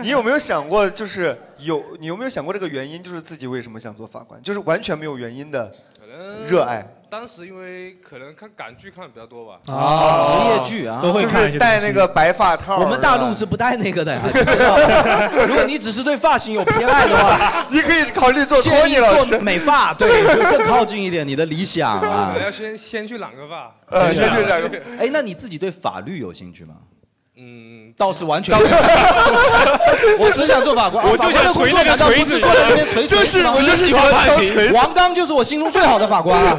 Speaker 1: 你有没有想过，就是有你有没有想过这个原因，就是自己为什么想做法官，就是完全没有原因的
Speaker 9: 可能
Speaker 1: 热爱。。
Speaker 9: 当时因为可能看港剧看的比较多吧，
Speaker 2: 啊，职业剧啊，
Speaker 1: 就是戴那个白发套儿。
Speaker 2: 我们大陆是不戴那个的
Speaker 5: [laughs]
Speaker 2: 呀。你知道吗如果你只是对发型有偏爱的话，
Speaker 1: [laughs] 你可以考虑做
Speaker 2: 建议
Speaker 1: Tony 老师
Speaker 2: 做美发，
Speaker 5: [laughs]
Speaker 2: 对，就
Speaker 1: [laughs]
Speaker 2: 更靠近一点你的理想啊
Speaker 9: 可能。要先先去染个发。
Speaker 1: 呃
Speaker 2: 哎，那你自己对法律有兴趣吗？
Speaker 9: 嗯，
Speaker 2: 倒是完全没有， [laughs] 我只想做法官，
Speaker 9: 我
Speaker 2: 啊
Speaker 9: 就想
Speaker 2: 法官的工作难
Speaker 9: 锤那个
Speaker 2: 道
Speaker 9: 锤
Speaker 2: 不是
Speaker 9: 子
Speaker 2: 坐在那边锤子
Speaker 9: 就
Speaker 2: 吗，
Speaker 9: 是我就是喜欢
Speaker 2: 敲
Speaker 9: 敲锤子
Speaker 2: 王刚就是我心中最好的法官啊。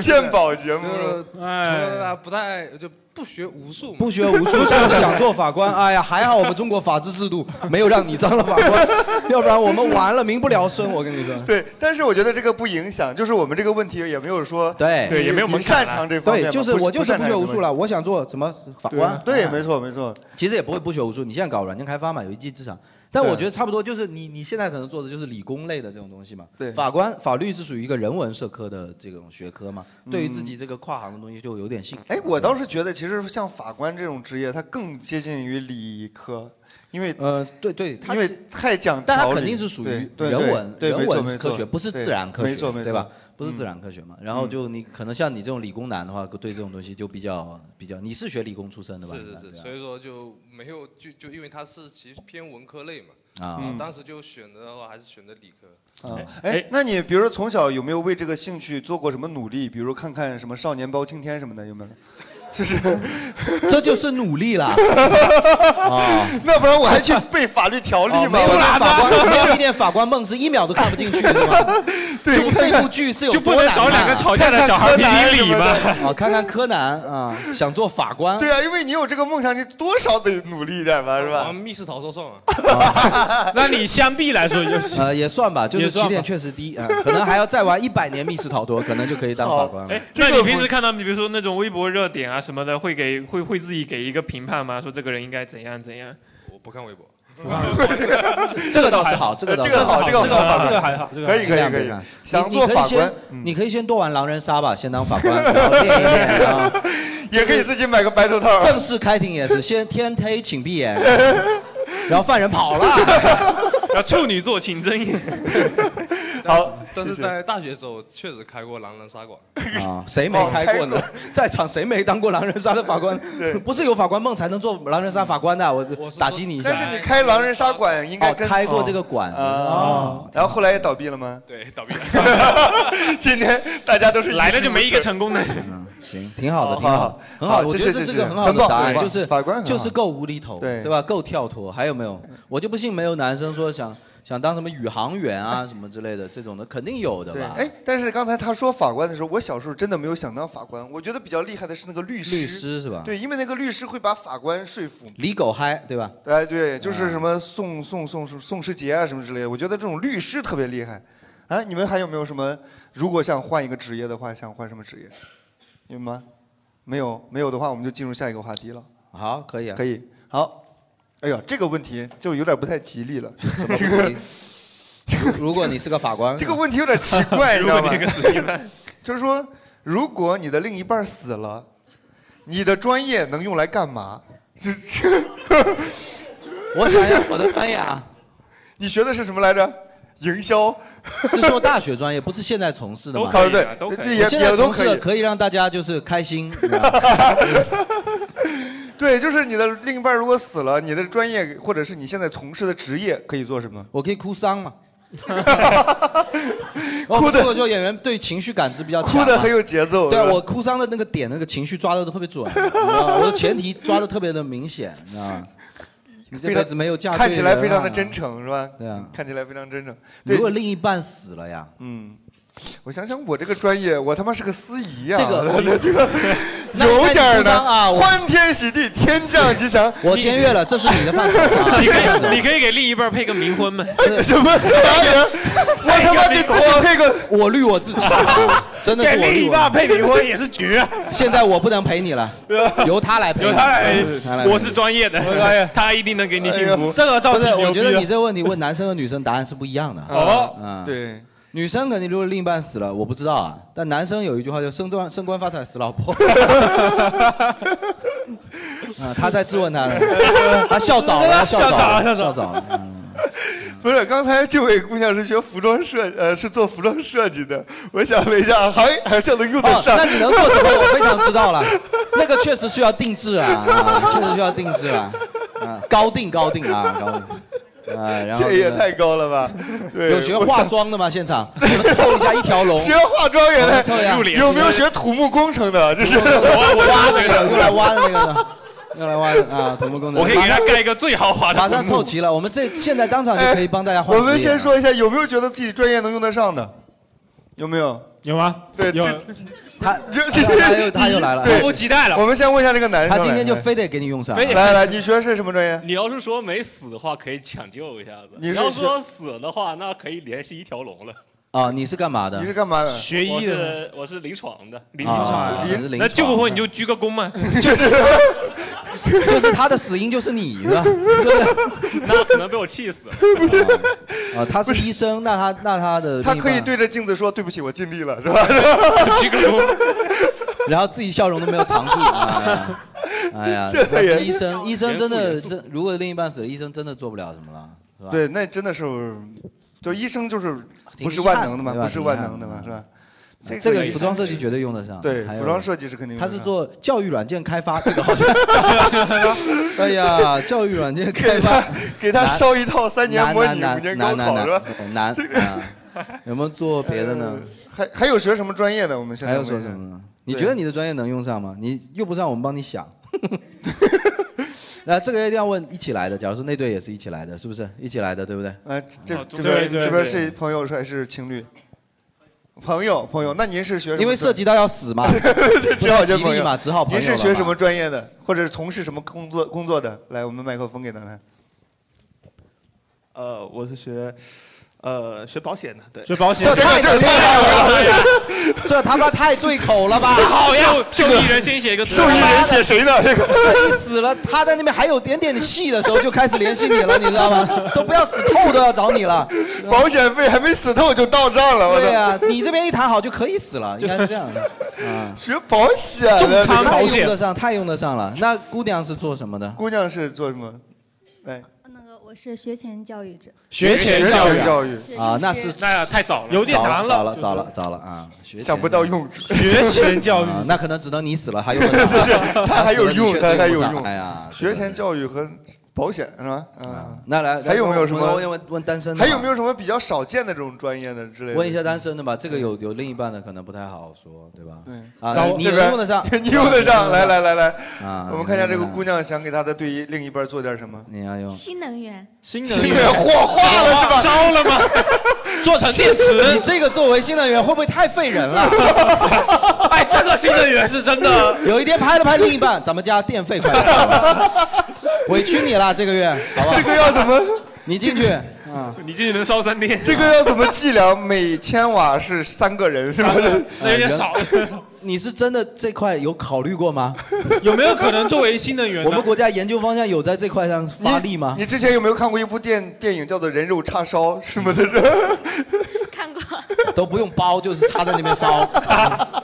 Speaker 1: 鉴宝哎节目
Speaker 9: 就从小到大不太就不学无术嘛，
Speaker 2: 哎不学无术，就是想
Speaker 9: [laughs]
Speaker 2: 做法
Speaker 1: [laughs]
Speaker 2: 官。哎呀，还好我们中国法治制度没有让你当了法
Speaker 1: [laughs]
Speaker 2: 官，要不然我们完了，民不聊生。我跟你说，
Speaker 1: 对，但是我觉得这个不影响，就是我们这个问题也没有啊说
Speaker 2: 对，
Speaker 1: 你你擅长这方面吗，
Speaker 2: 对，就是我就是
Speaker 1: 擅
Speaker 2: 不
Speaker 1: 长
Speaker 2: 学
Speaker 1: 这
Speaker 2: 无
Speaker 1: 个
Speaker 2: 术了，我想做什么法
Speaker 1: 问
Speaker 2: 官啊
Speaker 1: 题。。对，没错没错。
Speaker 2: 其实也不会不学无术，你现在搞软件开发嘛，有一技之长。但
Speaker 1: 对
Speaker 2: 我觉得差不多，就是你你现在可能做的就是理工类的这种东西嘛。
Speaker 1: 对
Speaker 2: 法官法律是属于一个人文社科的这种学科嘛，
Speaker 1: 嗯
Speaker 2: 对于自己这个跨行的东西就有点兴趣。
Speaker 1: 哎，我倒是觉得，其实像法官这种职业，它更接近于理科，因为
Speaker 2: 呃，对对，它
Speaker 1: 因为太讲
Speaker 2: 但它
Speaker 1: 条
Speaker 2: 肯
Speaker 1: 理
Speaker 2: 定是属于
Speaker 1: 对对
Speaker 2: 人文
Speaker 1: 对对
Speaker 2: 人
Speaker 1: 没错
Speaker 2: 文
Speaker 1: 没
Speaker 2: 科
Speaker 1: 错
Speaker 2: 学，不是
Speaker 1: 对
Speaker 2: 自然科学，
Speaker 1: 没错没错，
Speaker 2: 对吧？不是自
Speaker 1: 嗯
Speaker 2: 然科学嘛。然后就你可能像你这种理工男的话，对这种东西就比较比较。你是学理工出身的吧？
Speaker 9: 是是
Speaker 2: 对啊
Speaker 9: 是，
Speaker 2: 吧
Speaker 9: 所以说就没有就就因为它是其实偏文科类嘛，
Speaker 2: 啊
Speaker 9: 然后当时就选择的话还是选择理科。
Speaker 1: 啊，哎，那你比如说从小有没有为这个兴趣做过什么努力？比如看看什么《少年包青天》什么的，有没有？就是， [laughs]
Speaker 2: 这就是努力啦。啊，
Speaker 1: 那不然我还去背法律条例
Speaker 2: 哦
Speaker 1: 吗？
Speaker 2: 没有
Speaker 1: 我
Speaker 2: 啦法
Speaker 1: 的法
Speaker 2: 官，
Speaker 1: 官
Speaker 2: 没有一点法官梦是一秒都看不进去的吗？ [laughs] 对，这部剧是有
Speaker 5: 就不
Speaker 2: 多
Speaker 5: 能
Speaker 2: 难
Speaker 5: 找两
Speaker 2: 啊
Speaker 5: 个吵架的小孩评评理
Speaker 2: [laughs]
Speaker 5: 吗
Speaker 2: 啊，看看柯南啊，想做法官。
Speaker 1: 对啊，因为你有这个梦想，你多少得努力一点吧，是吧？
Speaker 9: 密室逃脱算吗？
Speaker 5: [laughs] 那你相比来
Speaker 1: [laughs]
Speaker 5: 说就是
Speaker 2: 呃，也算吧，就是
Speaker 5: 也算
Speaker 2: 起
Speaker 5: 吧
Speaker 2: 点确实低啊，可能还要再玩一百年密室逃脱，可能就可以当法
Speaker 1: 哎
Speaker 2: 官了。
Speaker 4: 哎那你平时看到，比如说那种微博热点啊什么的，会给会会自己给一个评判吗？说这个人应该怎样怎样？
Speaker 9: 我不
Speaker 4: [laughs]
Speaker 9: 看微博。
Speaker 2: 这个倒是好，这个倒是
Speaker 1: 这个好这个好法官
Speaker 5: 这个还好这个还好
Speaker 1: 可以可以可以想做法官，嗯
Speaker 2: 你可以先多玩狼人杀吧，先当法官，然后练一
Speaker 1: [laughs]
Speaker 2: 练啊。
Speaker 1: 也可以自己买个白头套。
Speaker 2: 正式开庭也是先天黑请闭
Speaker 1: [laughs]
Speaker 2: 眼，然后犯人跑了。
Speaker 4: 然后处女座请睁眼。 [laughs]
Speaker 1: 好，
Speaker 9: 但是
Speaker 1: 谢谢
Speaker 9: 在大学的时候确实开过狼人杀馆。
Speaker 2: 啊，谁
Speaker 1: 哦
Speaker 2: 没开过呢？ [laughs] 在场谁没当过狼人杀的法官？ [laughs] 不是有法官梦才能做狼人杀法官的，我打击你一下。
Speaker 1: 但是你开狼人杀馆应该
Speaker 2: 哦，
Speaker 1: 跟
Speaker 2: 开过这个馆嗯
Speaker 1: 啊，然后后来也倒闭了吗？
Speaker 9: 对，倒闭了。
Speaker 1: [laughs] 今天大家都是
Speaker 4: 来了就没一个成功的。
Speaker 2: 嗯行，挺好的，
Speaker 1: 哦好
Speaker 2: 挺好的
Speaker 1: 好，
Speaker 2: 很好的。
Speaker 1: 好
Speaker 2: 我觉
Speaker 1: 谢
Speaker 2: 得
Speaker 1: 谢
Speaker 2: 这是
Speaker 1: 谢
Speaker 2: 个
Speaker 1: 谢
Speaker 2: 很好
Speaker 1: 很
Speaker 2: 的
Speaker 1: 棒
Speaker 2: 答案，
Speaker 1: 很棒
Speaker 2: 就是
Speaker 1: 法官很好
Speaker 2: 就是够无厘头，
Speaker 1: 对
Speaker 2: 对吧？够跳脱。还有没有？我就不信没有男生说想想当什么宇航员啊什么之类的这种的，肯定有的
Speaker 1: 对，
Speaker 2: 吧？
Speaker 1: 哎，但是刚才他说法官的时候，我小时候真的没有想当法官，我觉得比较厉害的是那个律师。
Speaker 2: 律师是吧？
Speaker 1: 对，因为那个律师会把法官说服。
Speaker 2: 李狗嗨，对吧？
Speaker 1: 哎，对，
Speaker 2: 嗯
Speaker 1: 就是什么宋宋宋宋宋世杰啊什么之类的，我觉得这种律师特别厉害。啊，你们还有没有什么？如果想换一个职业的话，想换什么职业？有吗？没有，没有的话，我们就进入下一个话题了。
Speaker 2: 好，可以啊，
Speaker 1: 可以，好。哎呀，这个问题就有点不太吉利了。
Speaker 2: 这个， [laughs] 如如果你是个法官，
Speaker 1: 这个问题有点奇
Speaker 5: [laughs]
Speaker 2: [laughs]
Speaker 1: 怪，你知道吗
Speaker 4: 如果你是个死皮赖？
Speaker 1: 就是说，如果你的另一半死了，你的专业能用来干嘛？ [laughs] 这这，
Speaker 2: 我想想我的专业啊，
Speaker 1: [laughs] 你学的是什么来着？营销，
Speaker 2: 是说大学专业，不是现在从事的嘛？
Speaker 1: 都可以啊都可以对也
Speaker 2: 现在
Speaker 1: 也都
Speaker 2: 从
Speaker 1: 可
Speaker 2: 事
Speaker 1: 以
Speaker 2: 的可以让大家就是开
Speaker 1: [laughs]
Speaker 2: 心，
Speaker 1: 对，就是你的另一半如果死了，你的专业或者是你现在从事的职业可以做什么？
Speaker 2: 我可以哭丧嘛。
Speaker 1: 哭的
Speaker 2: 脱口秀演员对情绪感知比较
Speaker 1: [laughs] 哭
Speaker 2: 强，
Speaker 1: 得很有节奏
Speaker 2: 对啊
Speaker 1: 是吧
Speaker 2: 我哭丧的那个点，那个情绪抓的特别准，你知
Speaker 1: [laughs]
Speaker 2: 道吗我的前提抓的特别的明显，你知道吗？你这
Speaker 1: 非常
Speaker 2: 辈子没有嫁对
Speaker 1: 看起来非常
Speaker 2: 人
Speaker 1: 的
Speaker 2: 啊
Speaker 1: 真诚是吧？嗯
Speaker 2: 对啊，
Speaker 1: 看起来非常真诚。对
Speaker 2: 如果另一半死了呀，
Speaker 1: 嗯，我想想，我这个专业，我他妈是个司仪呀、
Speaker 2: 这个我
Speaker 1: [laughs] 这个
Speaker 2: 那你
Speaker 1: [laughs] 有点儿
Speaker 2: 看你哭
Speaker 1: 呢。
Speaker 2: 丧啊我
Speaker 1: 欢天喜地，天降吉祥。
Speaker 2: [laughs] 我僭越了，这是你的
Speaker 1: [laughs]
Speaker 2: 范畴啊。
Speaker 4: 你可以你可以给另一半配个冥婚吗？
Speaker 1: 什么啥人？哎我他
Speaker 4: 哎
Speaker 1: 妈给自己配个，
Speaker 2: 我绿我自
Speaker 1: [laughs]
Speaker 2: 己，真的是我
Speaker 5: 给另一半配冥婚也是
Speaker 2: 绝。
Speaker 1: 啊
Speaker 2: 现在我不能陪你
Speaker 1: [laughs]
Speaker 2: 了， [laughs] 由他来陪你，
Speaker 4: 由他来
Speaker 2: 由他来哎陪你，
Speaker 4: 我是专业的，他一定能给你幸福。
Speaker 2: 哎不是，我觉得你这个问题问男生和女生答案是不一样的。 [laughs]
Speaker 4: 哦
Speaker 2: 嗯，
Speaker 1: 对。
Speaker 2: 女生肯定如果另一半死了，我不知道啊。但男生有一句话叫“升官升官发财死老 [laughs] 婆”，啊，他在质问他呢， [laughs] 他笑早了，
Speaker 1: 是不是
Speaker 2: 早了，笑
Speaker 1: 笑早了
Speaker 2: 早了。
Speaker 1: 不是，刚才这位姑娘是学服装设，呃，是做服装设计的。我想了一下，还好像能用得
Speaker 2: 哦，
Speaker 1: 上。
Speaker 2: 那你能做什么？我非常知道了，那个确实需要定制啊， [laughs] 啊确实需要定制啊，啊，高定高定啊，高定啊，然后
Speaker 1: 这也
Speaker 2: 个
Speaker 1: 太高了吧？对，
Speaker 2: 有学
Speaker 1: 我
Speaker 2: 化
Speaker 1: 想
Speaker 2: 妆的吗？现场 [laughs] 我们凑一下一条龙，
Speaker 1: 学化妆也
Speaker 2: 我们
Speaker 1: 太
Speaker 2: 凑一下
Speaker 1: 有没有学土木工程的？就是
Speaker 2: 挖那个用来挖的那个呢？用来挖的啊，土木工程。
Speaker 1: 我可以给他盖一
Speaker 4: 个最豪华
Speaker 1: 的
Speaker 2: 马上
Speaker 1: 土木
Speaker 2: 凑齐了，我们这现在当场就可以帮大家换
Speaker 1: [laughs] 哎我
Speaker 2: 职业了。
Speaker 1: 们先说一下，有没有觉得自己专业能用得上的？有没有？
Speaker 5: 有吗？
Speaker 1: 对，
Speaker 2: 有
Speaker 1: 这
Speaker 2: 他
Speaker 1: 这
Speaker 2: 他他又他又来了
Speaker 1: 对
Speaker 2: 迫不及待了
Speaker 1: 我们先问一下这个男生
Speaker 2: 他
Speaker 1: 来，
Speaker 2: 今天就
Speaker 1: 来
Speaker 2: 非得给你用上。
Speaker 1: 来来来，你学的是什么专业？
Speaker 10: 你要是说没死的话，可以抢救一下子；
Speaker 2: 你是
Speaker 10: 要说死的话，那可以联系一条龙了。
Speaker 2: 啊，你是干嘛的？
Speaker 1: 嘛的
Speaker 10: 学医的，我是临床的，
Speaker 2: 临床啊你是临床
Speaker 4: 那救不活你就鞠个躬嘛。
Speaker 2: [laughs] 就是他的死因就是你
Speaker 1: [laughs]
Speaker 2: 呢，
Speaker 10: [laughs] 那可能被我气死了。
Speaker 2: 啊，他是医生，那他那他的
Speaker 1: 他
Speaker 2: 另一
Speaker 1: 可以
Speaker 2: 半
Speaker 1: 对着镜子说：“对不起，我尽力了， [laughs]
Speaker 2: [laughs]
Speaker 1: 是吧？”
Speaker 4: 鞠个躬。
Speaker 2: 然后自己笑容都没有藏
Speaker 1: [laughs]
Speaker 2: 住。哎呀哎呀，
Speaker 1: 这
Speaker 2: 他
Speaker 1: 也
Speaker 2: 是医生，医生真的
Speaker 1: 严肃严肃
Speaker 2: 真，如果另一半死了，医生真的做不了什么了，是吧？
Speaker 1: 对，那真的是，就医生就是
Speaker 2: 挺
Speaker 1: 不是
Speaker 2: 遗憾
Speaker 1: 万能的嘛，
Speaker 2: 对吧
Speaker 1: 不是万能的嘛，是吧？
Speaker 2: 这
Speaker 1: 个
Speaker 2: 个
Speaker 1: 也
Speaker 2: 服装设计绝对用得上，
Speaker 1: 对
Speaker 2: 还有
Speaker 1: 服装设计是肯定用
Speaker 2: 他
Speaker 1: 得
Speaker 2: 是
Speaker 1: 上
Speaker 2: 做教育软件开发，这个好像，哎呀，教育软件开发，
Speaker 1: 给他
Speaker 2: 难
Speaker 1: 烧一套三年
Speaker 2: 难
Speaker 1: 模拟
Speaker 2: 难
Speaker 1: 五年
Speaker 2: 难
Speaker 1: 高考
Speaker 2: 难
Speaker 1: 是吧
Speaker 2: 难啊，有没有做别的呢？
Speaker 1: [laughs] 还还有学什么专业的？我们现
Speaker 2: 还
Speaker 1: 在
Speaker 2: 有
Speaker 1: 问
Speaker 2: 说
Speaker 1: 一下
Speaker 2: 什么呢？你觉得你的专业能用上吗？你用不上，我们帮你想。那这个一定要问一起来的，假如说那队也是一起来的，是不是一起来的，对不对？
Speaker 1: 来，这
Speaker 2: 哦
Speaker 1: 这
Speaker 2: 对
Speaker 1: 边
Speaker 2: 对
Speaker 1: 这边
Speaker 2: 对
Speaker 1: 是朋友还是情侣？朋友，朋友，那您是学什么专业？
Speaker 2: 因为涉及到要死
Speaker 1: [laughs]
Speaker 2: 嘛
Speaker 1: 这只好交
Speaker 2: 不太
Speaker 1: 朋
Speaker 2: 吉利
Speaker 1: 友
Speaker 2: 嘛只好朋友
Speaker 1: 您是
Speaker 2: 了
Speaker 1: 学
Speaker 2: 嘛
Speaker 1: 什么专业的，或者是从事什么工作工作的？来，我们麦克风给他来。
Speaker 11: 呃，我是学呃学保险的，对，
Speaker 5: 学保
Speaker 2: 这太能对口了，这他妈太对口了吧？
Speaker 4: 好呀
Speaker 2: 受，
Speaker 4: 受益人先写一个字。
Speaker 2: 这个这一死了，他在那边还有点点戏的时候就开始联系你了，你知道吗？都不要死透都要找你了，
Speaker 1: 保险费 [laughs] 还没死透就到账了，我
Speaker 2: 对呀、
Speaker 1: 操！
Speaker 2: 啊，你这边一谈好就可以死了，应该是这样的。啊，
Speaker 1: 学保险的，这个
Speaker 2: 太用得上，太用得上了。那姑娘是做什么的？
Speaker 1: 姑娘是做什么？来，
Speaker 12: 那个我是学前教育者，
Speaker 1: 学前教育
Speaker 2: 啊，那是
Speaker 4: 那太早了
Speaker 2: 有点难
Speaker 4: 早
Speaker 2: 早
Speaker 4: 了
Speaker 2: 了，
Speaker 4: 早
Speaker 2: 早
Speaker 4: 了
Speaker 2: 了，早了啊！学前
Speaker 1: 想不到用处
Speaker 2: 学
Speaker 1: 前教育
Speaker 2: 啊那可能只能你死了，还用
Speaker 1: [laughs]
Speaker 2: 得上
Speaker 1: 他还有用，他还有用。
Speaker 2: 哎呀，
Speaker 1: 学前教育和保险是吧？啊，
Speaker 2: 那来，
Speaker 1: 还有没有什么？
Speaker 2: 我问问单身的吧，
Speaker 1: 还有没有什么比较少见的这种专业的之类的？
Speaker 2: 问一下单身的吧，这个有有另一半的可能不太好说，对吧？
Speaker 1: 对
Speaker 2: 啊
Speaker 1: 找，
Speaker 2: 你
Speaker 1: 这
Speaker 2: 能
Speaker 1: 边 [laughs]，
Speaker 2: 用得上
Speaker 1: 你用得上。来来来来，
Speaker 2: 啊，
Speaker 1: 我们看一下这
Speaker 2: 你能用得
Speaker 1: 个
Speaker 2: 上
Speaker 1: 姑娘想给她的对于另一半做点什么。
Speaker 2: 你要用
Speaker 6: 新能源，
Speaker 5: 新
Speaker 1: 能源火化了是吧？
Speaker 5: 烧了吗？做成电池
Speaker 2: 你 [laughs] 这个作为新能源会不会太费人
Speaker 1: [laughs]
Speaker 2: 了？
Speaker 5: 哎，这个新能源是真的。
Speaker 2: [laughs] 有一天拍了拍另一半，咱们家电费快点到了，委屈你了，这个月，好吧？
Speaker 1: 这个要怎么？
Speaker 2: 你进去，
Speaker 4: 你进去能烧三天。
Speaker 1: 这个要怎么计量？每千瓦是三个人是吧？
Speaker 2: 那有点少。你是真的这块有考虑过
Speaker 1: [laughs]
Speaker 2: 吗？
Speaker 5: 有没有可能作为新能源呢
Speaker 2: 我们国家研究方向有在这块上发力吗？
Speaker 1: 你之前有没有看过一部电电影叫做《人肉叉烧》？是吗？这是
Speaker 2: 都不用包，就是插在那边烧。嗯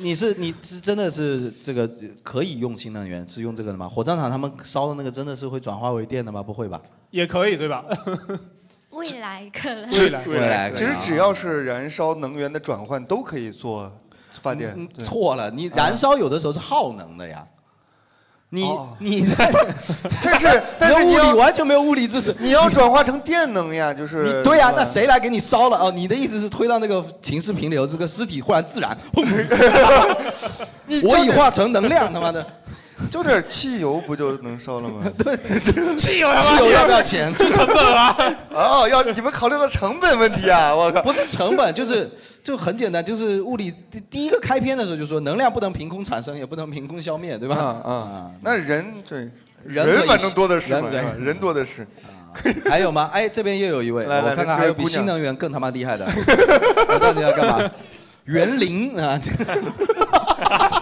Speaker 2: 你是你是真的是这个呃可以用新能源，是用这个的吗？火葬场他们烧的那个真的是会转化为电的吗？不会吧？
Speaker 5: 也可以对吧？
Speaker 12: 未来可能
Speaker 1: 只
Speaker 2: 未来啊
Speaker 1: 其实只要是燃烧能源的转换都可以做发电。对
Speaker 2: 嗯错了，你燃烧有的时候是耗能的呀。你你在，
Speaker 1: 哦 [laughs] 但是但是
Speaker 2: 你
Speaker 1: 你
Speaker 2: 的物
Speaker 1: 要
Speaker 2: 理完全没有物理知识，
Speaker 1: 你要转化成电能呀，就是
Speaker 2: 你对呀、
Speaker 1: 吧
Speaker 2: 那谁来给你烧了啊、哦？你的意思是推到那个秦氏平流，这个尸体忽然自燃，轰我已化成能量，
Speaker 1: [laughs]
Speaker 2: 他妈 [laughs] 的。
Speaker 1: 就点汽油不就能烧了吗？
Speaker 2: [laughs]
Speaker 1: [laughs] 对，
Speaker 2: 汽油要不要汽油要不要钱 [laughs] 这成本啊！
Speaker 1: [laughs] 哦，要你们考虑到成本问题啊！我靠，
Speaker 2: 不是成本，就是就很简单，就是物理第第一个开篇的时候就说，能量不能凭空产生，也不能凭空消灭，对吧？
Speaker 1: 啊啊，那人对
Speaker 2: 人可
Speaker 1: 人
Speaker 2: 以
Speaker 1: 反正多的是
Speaker 2: 人
Speaker 1: 嘛，
Speaker 2: 可以
Speaker 1: 是吧人多的是。 [laughs]
Speaker 2: 还有吗？哎，这边又有一位，
Speaker 1: 来来
Speaker 2: 我看
Speaker 1: 来
Speaker 2: 看还有
Speaker 1: 这
Speaker 2: 比
Speaker 1: 位姑娘
Speaker 2: 新能源更他妈厉害的， [laughs] 我到底要干嘛？园林啊，
Speaker 1: [laughs]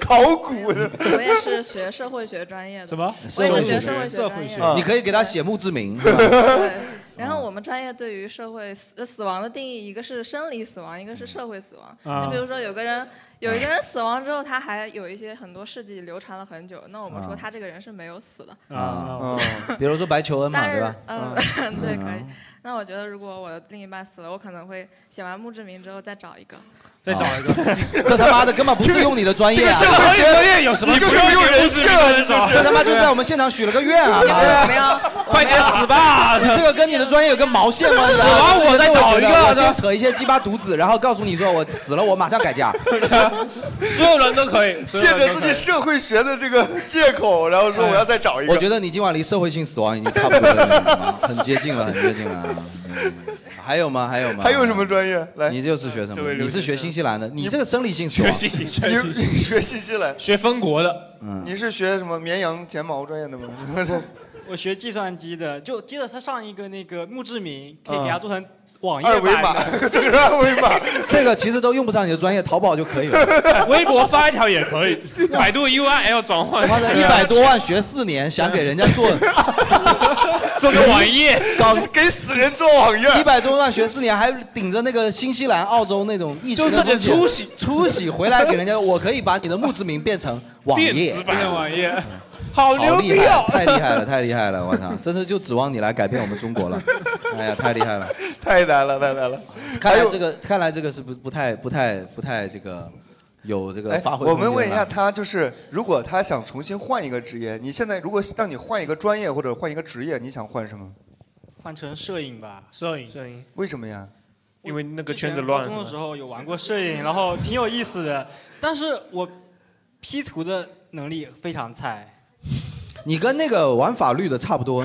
Speaker 1: 考古的。
Speaker 13: [laughs] 我也是学社会学专业的。
Speaker 2: 什么
Speaker 13: 我也是
Speaker 2: 社会
Speaker 13: 学
Speaker 2: 学
Speaker 13: 社会学
Speaker 2: 社
Speaker 13: 专业
Speaker 2: 你
Speaker 13: 的。
Speaker 2: 可以给他写墓志
Speaker 1: [laughs]
Speaker 2: 铭。是吧 [laughs]
Speaker 13: 对，然
Speaker 5: 啊
Speaker 13: 后我们专业对于社会死呃死亡的定义，一个是生理死亡，一个是社会死亡。
Speaker 5: 嗯
Speaker 2: 啊
Speaker 13: 就比如说有个人，有一个人死亡之后，他还有一些很多事迹流传了很久，那我们说
Speaker 2: 啊
Speaker 13: 他这个人是没有死的。
Speaker 2: 啊，比如说白求恩嘛，
Speaker 13: 但
Speaker 2: 对
Speaker 13: 是
Speaker 2: 吧？，，
Speaker 13: 嗯，对，可以。那我觉得，如果我的另一半死了，我可能会写完墓志铭之后再找一个。
Speaker 5: 再找一个
Speaker 13: [laughs]
Speaker 2: 啊 [laughs] 这他妈的根本不适用你的专业啊！
Speaker 5: 这个社会学专业有什么？
Speaker 2: 你就是没有人性啊你就是这他妈就在我们现场许了个愿啊！
Speaker 13: 没有，
Speaker 5: 快点死吧！
Speaker 2: 这个跟你的专业有个毛线关系啊！
Speaker 5: 死完我再找一个
Speaker 2: 我先扯一些鸡巴犊子，然后告诉你说我死了，我马上改嫁。
Speaker 5: 所有人都可
Speaker 1: [laughs]
Speaker 5: 以，
Speaker 2: [laughs] 所有
Speaker 1: 借
Speaker 2: 人都可以
Speaker 1: 着自己社会学的这个借口，然后说我要再找一个。
Speaker 2: 哎我觉得你今晚离社会性死亡已经差不多了，很接近了，很接近了。嗯还有吗？还有吗？
Speaker 1: 还有什么专业？来，
Speaker 2: 你就是学什
Speaker 1: 这
Speaker 2: 么
Speaker 1: 位？
Speaker 2: 你
Speaker 1: 留学
Speaker 2: 是学新西兰的，你这个生理性啊死亡。 [laughs]
Speaker 1: 你学信息来，
Speaker 5: 学封国的，
Speaker 2: 嗯
Speaker 1: 你是学什么绵羊剪毛专业
Speaker 2: [laughs]
Speaker 1: 的吗？
Speaker 14: 我学计算机的，就接着他上一个那个墓志铭，可
Speaker 2: 啊
Speaker 4: 啊
Speaker 14: 以给他做成
Speaker 5: 嗯
Speaker 14: 网页
Speaker 1: 二维
Speaker 14: 版
Speaker 1: 码
Speaker 14: [laughs] 的，
Speaker 1: 这个是二维码。
Speaker 2: [laughs] 这个其实都用不上你的专业，淘宝就可以
Speaker 5: [laughs]
Speaker 2: 了。
Speaker 5: 微博发一条也可以，
Speaker 4: 百度 URL 转换。
Speaker 2: 妈
Speaker 5: 啊
Speaker 2: 的，一百多万学四年，想给人家
Speaker 1: [laughs]
Speaker 2: 做
Speaker 4: 做个网页，
Speaker 2: 搞
Speaker 1: 给死人做网页，
Speaker 2: 一百多万学四年，还顶着那个新西兰、澳洲那种疫情的
Speaker 5: 就这点
Speaker 2: 风险
Speaker 5: 出息
Speaker 2: 出息回来给人家，我可以把你的墓志铭变成网页
Speaker 9: [laughs]
Speaker 2: 哎
Speaker 5: 电子，版网页，好
Speaker 2: 好
Speaker 5: 牛
Speaker 2: 厉
Speaker 5: 逼
Speaker 2: 害
Speaker 1: 啊
Speaker 5: 哦，！
Speaker 2: 太厉害了，太厉害了，我操，真的就指望你来改变我们中国了，哎呀，太厉害了，
Speaker 1: [laughs] 太难了，太难了。
Speaker 2: 看来这个，看来这个是不不太、不太、不太这个有这个
Speaker 1: 哎，
Speaker 2: 发挥
Speaker 1: 我
Speaker 2: 空间
Speaker 1: 们问一
Speaker 2: 了
Speaker 1: 下他，就是如果他想重新换一个职业，你现在如果让你换一个专业或者换一个职业，你想换什么？
Speaker 14: [laughs] 换成摄影吧。
Speaker 5: 摄影，摄
Speaker 4: 影，
Speaker 1: 为什么呀？
Speaker 4: 因为那个
Speaker 14: 之
Speaker 4: 圈
Speaker 14: 前
Speaker 4: 子
Speaker 14: 高
Speaker 4: 乱是
Speaker 14: 中
Speaker 4: 吧
Speaker 14: 的时候有玩过摄影，然后挺有意思的，但是我 P 图的能力非常菜。
Speaker 2: 你跟那个玩法律的差
Speaker 14: [laughs]
Speaker 2: 不多，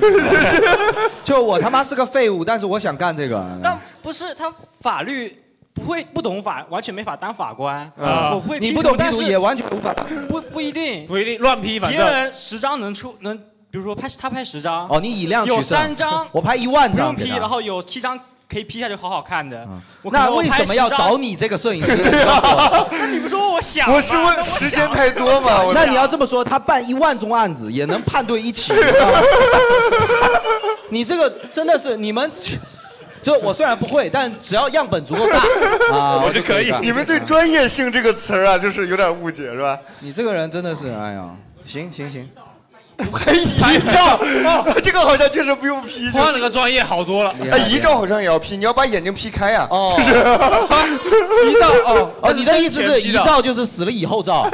Speaker 2: 就我他妈是个废物，但是我想干这个。
Speaker 14: 但不是他法律不会不懂法，完全没法当法官。
Speaker 2: 啊
Speaker 14: 我会
Speaker 2: 你
Speaker 14: P
Speaker 2: 不懂 P
Speaker 14: 但
Speaker 2: 图
Speaker 14: 是
Speaker 2: 也完全无法。
Speaker 14: 不不一定，
Speaker 5: 不一定乱 P，反
Speaker 14: 别
Speaker 5: 正
Speaker 14: 人十张能出能，比如说拍他拍十张，
Speaker 2: 哦，你以量取胜。
Speaker 14: 有三张，
Speaker 2: 我拍一万
Speaker 14: 不
Speaker 2: 张
Speaker 14: 用
Speaker 2: 给
Speaker 14: P，
Speaker 2: 他。嗯
Speaker 14: 然后有七张可以 P 下去好好看的。我可
Speaker 2: 那
Speaker 14: 能我
Speaker 2: 为
Speaker 14: 拍
Speaker 2: 什么要
Speaker 14: 10张
Speaker 2: 找你这个摄
Speaker 14: [laughs]
Speaker 2: 影师？你告诉
Speaker 1: [laughs]
Speaker 2: 我
Speaker 14: 那你不说我想吗？啊
Speaker 2: 我是问
Speaker 14: 那我
Speaker 2: 时
Speaker 14: 想
Speaker 1: 间太多嘛
Speaker 14: 我想一啊下
Speaker 2: 那你要这么说，他办一万宗案子也能判对一起。 [laughs] 你这个真的是你们，就我虽然不会，但只要样本足够
Speaker 1: [laughs]
Speaker 2: 大啊，
Speaker 1: 我
Speaker 2: 就
Speaker 1: 就可以
Speaker 2: 干
Speaker 1: 你们对专业性这个词儿啊，就是有点误解，是吧？
Speaker 2: 你这个人真的是，哎呀，行行行，
Speaker 1: 遗照， [laughs] 这个好像确实不用 P。
Speaker 5: 换了个专业好多了。
Speaker 1: 哎，遗照好像也要 P，你要把眼睛 P 开呀，
Speaker 2: 哦
Speaker 1: 就是。
Speaker 5: [laughs] 遗照
Speaker 2: [laughs]
Speaker 5: 哦
Speaker 2: 哦，你的意思是遗照就是是死了以后照，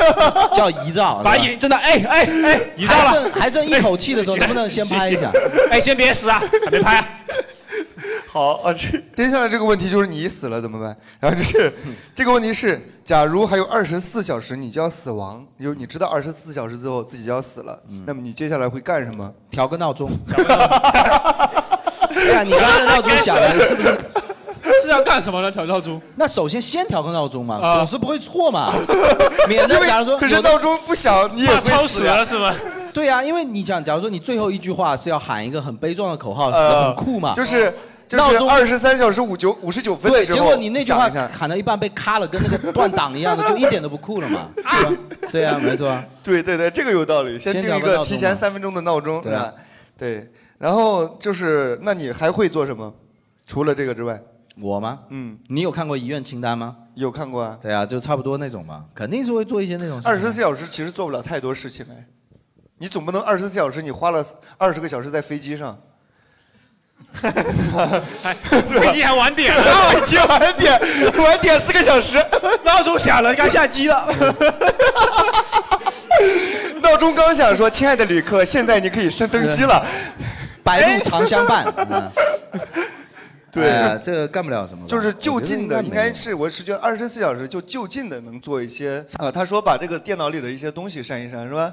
Speaker 2: 叫遗照，
Speaker 5: 把
Speaker 2: 是吧
Speaker 5: 眼真的哎哎哎遗照
Speaker 2: 还
Speaker 5: 了
Speaker 2: 剩，还剩一口气的时候，能不能先拍一下？
Speaker 5: 哎，先别死啊，还没拍啊。
Speaker 1: [laughs] 好啊，这接下来这个问题就是你死了怎么办？ [laughs] 然后就是这个问题是，假如还有二十四小时你就要死亡，就是你知道二十四小时之后自己就要死了，那么你接下来会干什么？
Speaker 2: 嗯调个
Speaker 1: [laughs]
Speaker 2: 闹钟。哎呀，你刚刚的闹钟响了，是不是？
Speaker 5: [laughs] 是要干什么呢？调闹钟？
Speaker 2: [laughs] 那首先先调个闹钟嘛，
Speaker 5: 啊
Speaker 2: 总是不会错嘛，
Speaker 5: [laughs]
Speaker 2: 免得假如说
Speaker 1: 可是
Speaker 2: 有的
Speaker 1: 闹钟不响，你也会死啊呀？
Speaker 5: 吗？
Speaker 2: 对呀、因为你讲，假如说你最后一句话是要喊一个很悲壮的口号，
Speaker 1: 呃
Speaker 2: 很酷嘛，哦
Speaker 1: 就是就
Speaker 2: 闹
Speaker 1: 是
Speaker 2: 钟
Speaker 1: 二十三小时五九五十九分的
Speaker 2: 对，
Speaker 1: 时候，
Speaker 2: 结果你那句话
Speaker 1: 想一下
Speaker 2: 喊到一半被咔了，跟那个断档一样的，就一点都不酷了嘛，对吧？ [laughs] 对啊，没错啊。
Speaker 1: 对对 [laughs] 对，这个有道理。先
Speaker 2: 先
Speaker 1: 定一
Speaker 2: 找个闹
Speaker 1: 个
Speaker 2: 钟
Speaker 1: 提
Speaker 2: 嘛
Speaker 1: 前三分钟的闹钟，
Speaker 2: 对
Speaker 1: 是
Speaker 2: 啊
Speaker 1: 吧？对。然后就是，那你还会做什么？除了这个之外，
Speaker 2: 我吗？
Speaker 1: 嗯，
Speaker 2: 你有看过遗愿清单吗？
Speaker 1: 有看过啊。
Speaker 2: 对啊，就差不多那种嘛，肯定是会做一些那种事情。
Speaker 1: 二十四小时其实做不了太多事情 [laughs] 哎，你总不能二十四小时你花了二十个小时在飞机上，，
Speaker 5: 飞机还
Speaker 2: [laughs]
Speaker 5: 晚点了
Speaker 1: [laughs] 飞机啊晚点，晚点四个小时，
Speaker 5: 闹钟响了，该下机了。
Speaker 1: [laughs] 闹钟刚响说：“亲爱的旅客，现在你可以升登机了。”
Speaker 2: 白鹿常相
Speaker 1: [laughs]
Speaker 2: 伴。嗯
Speaker 1: 对
Speaker 2: 哎呀这个干不了什么了。
Speaker 1: 就是就
Speaker 2: 我觉得
Speaker 1: 近的，应
Speaker 2: 没
Speaker 1: 该
Speaker 2: 有
Speaker 1: 是我是觉得二十四小时就就近的能做一些啊。他说把这个电脑里的一些东西删一删，是吧？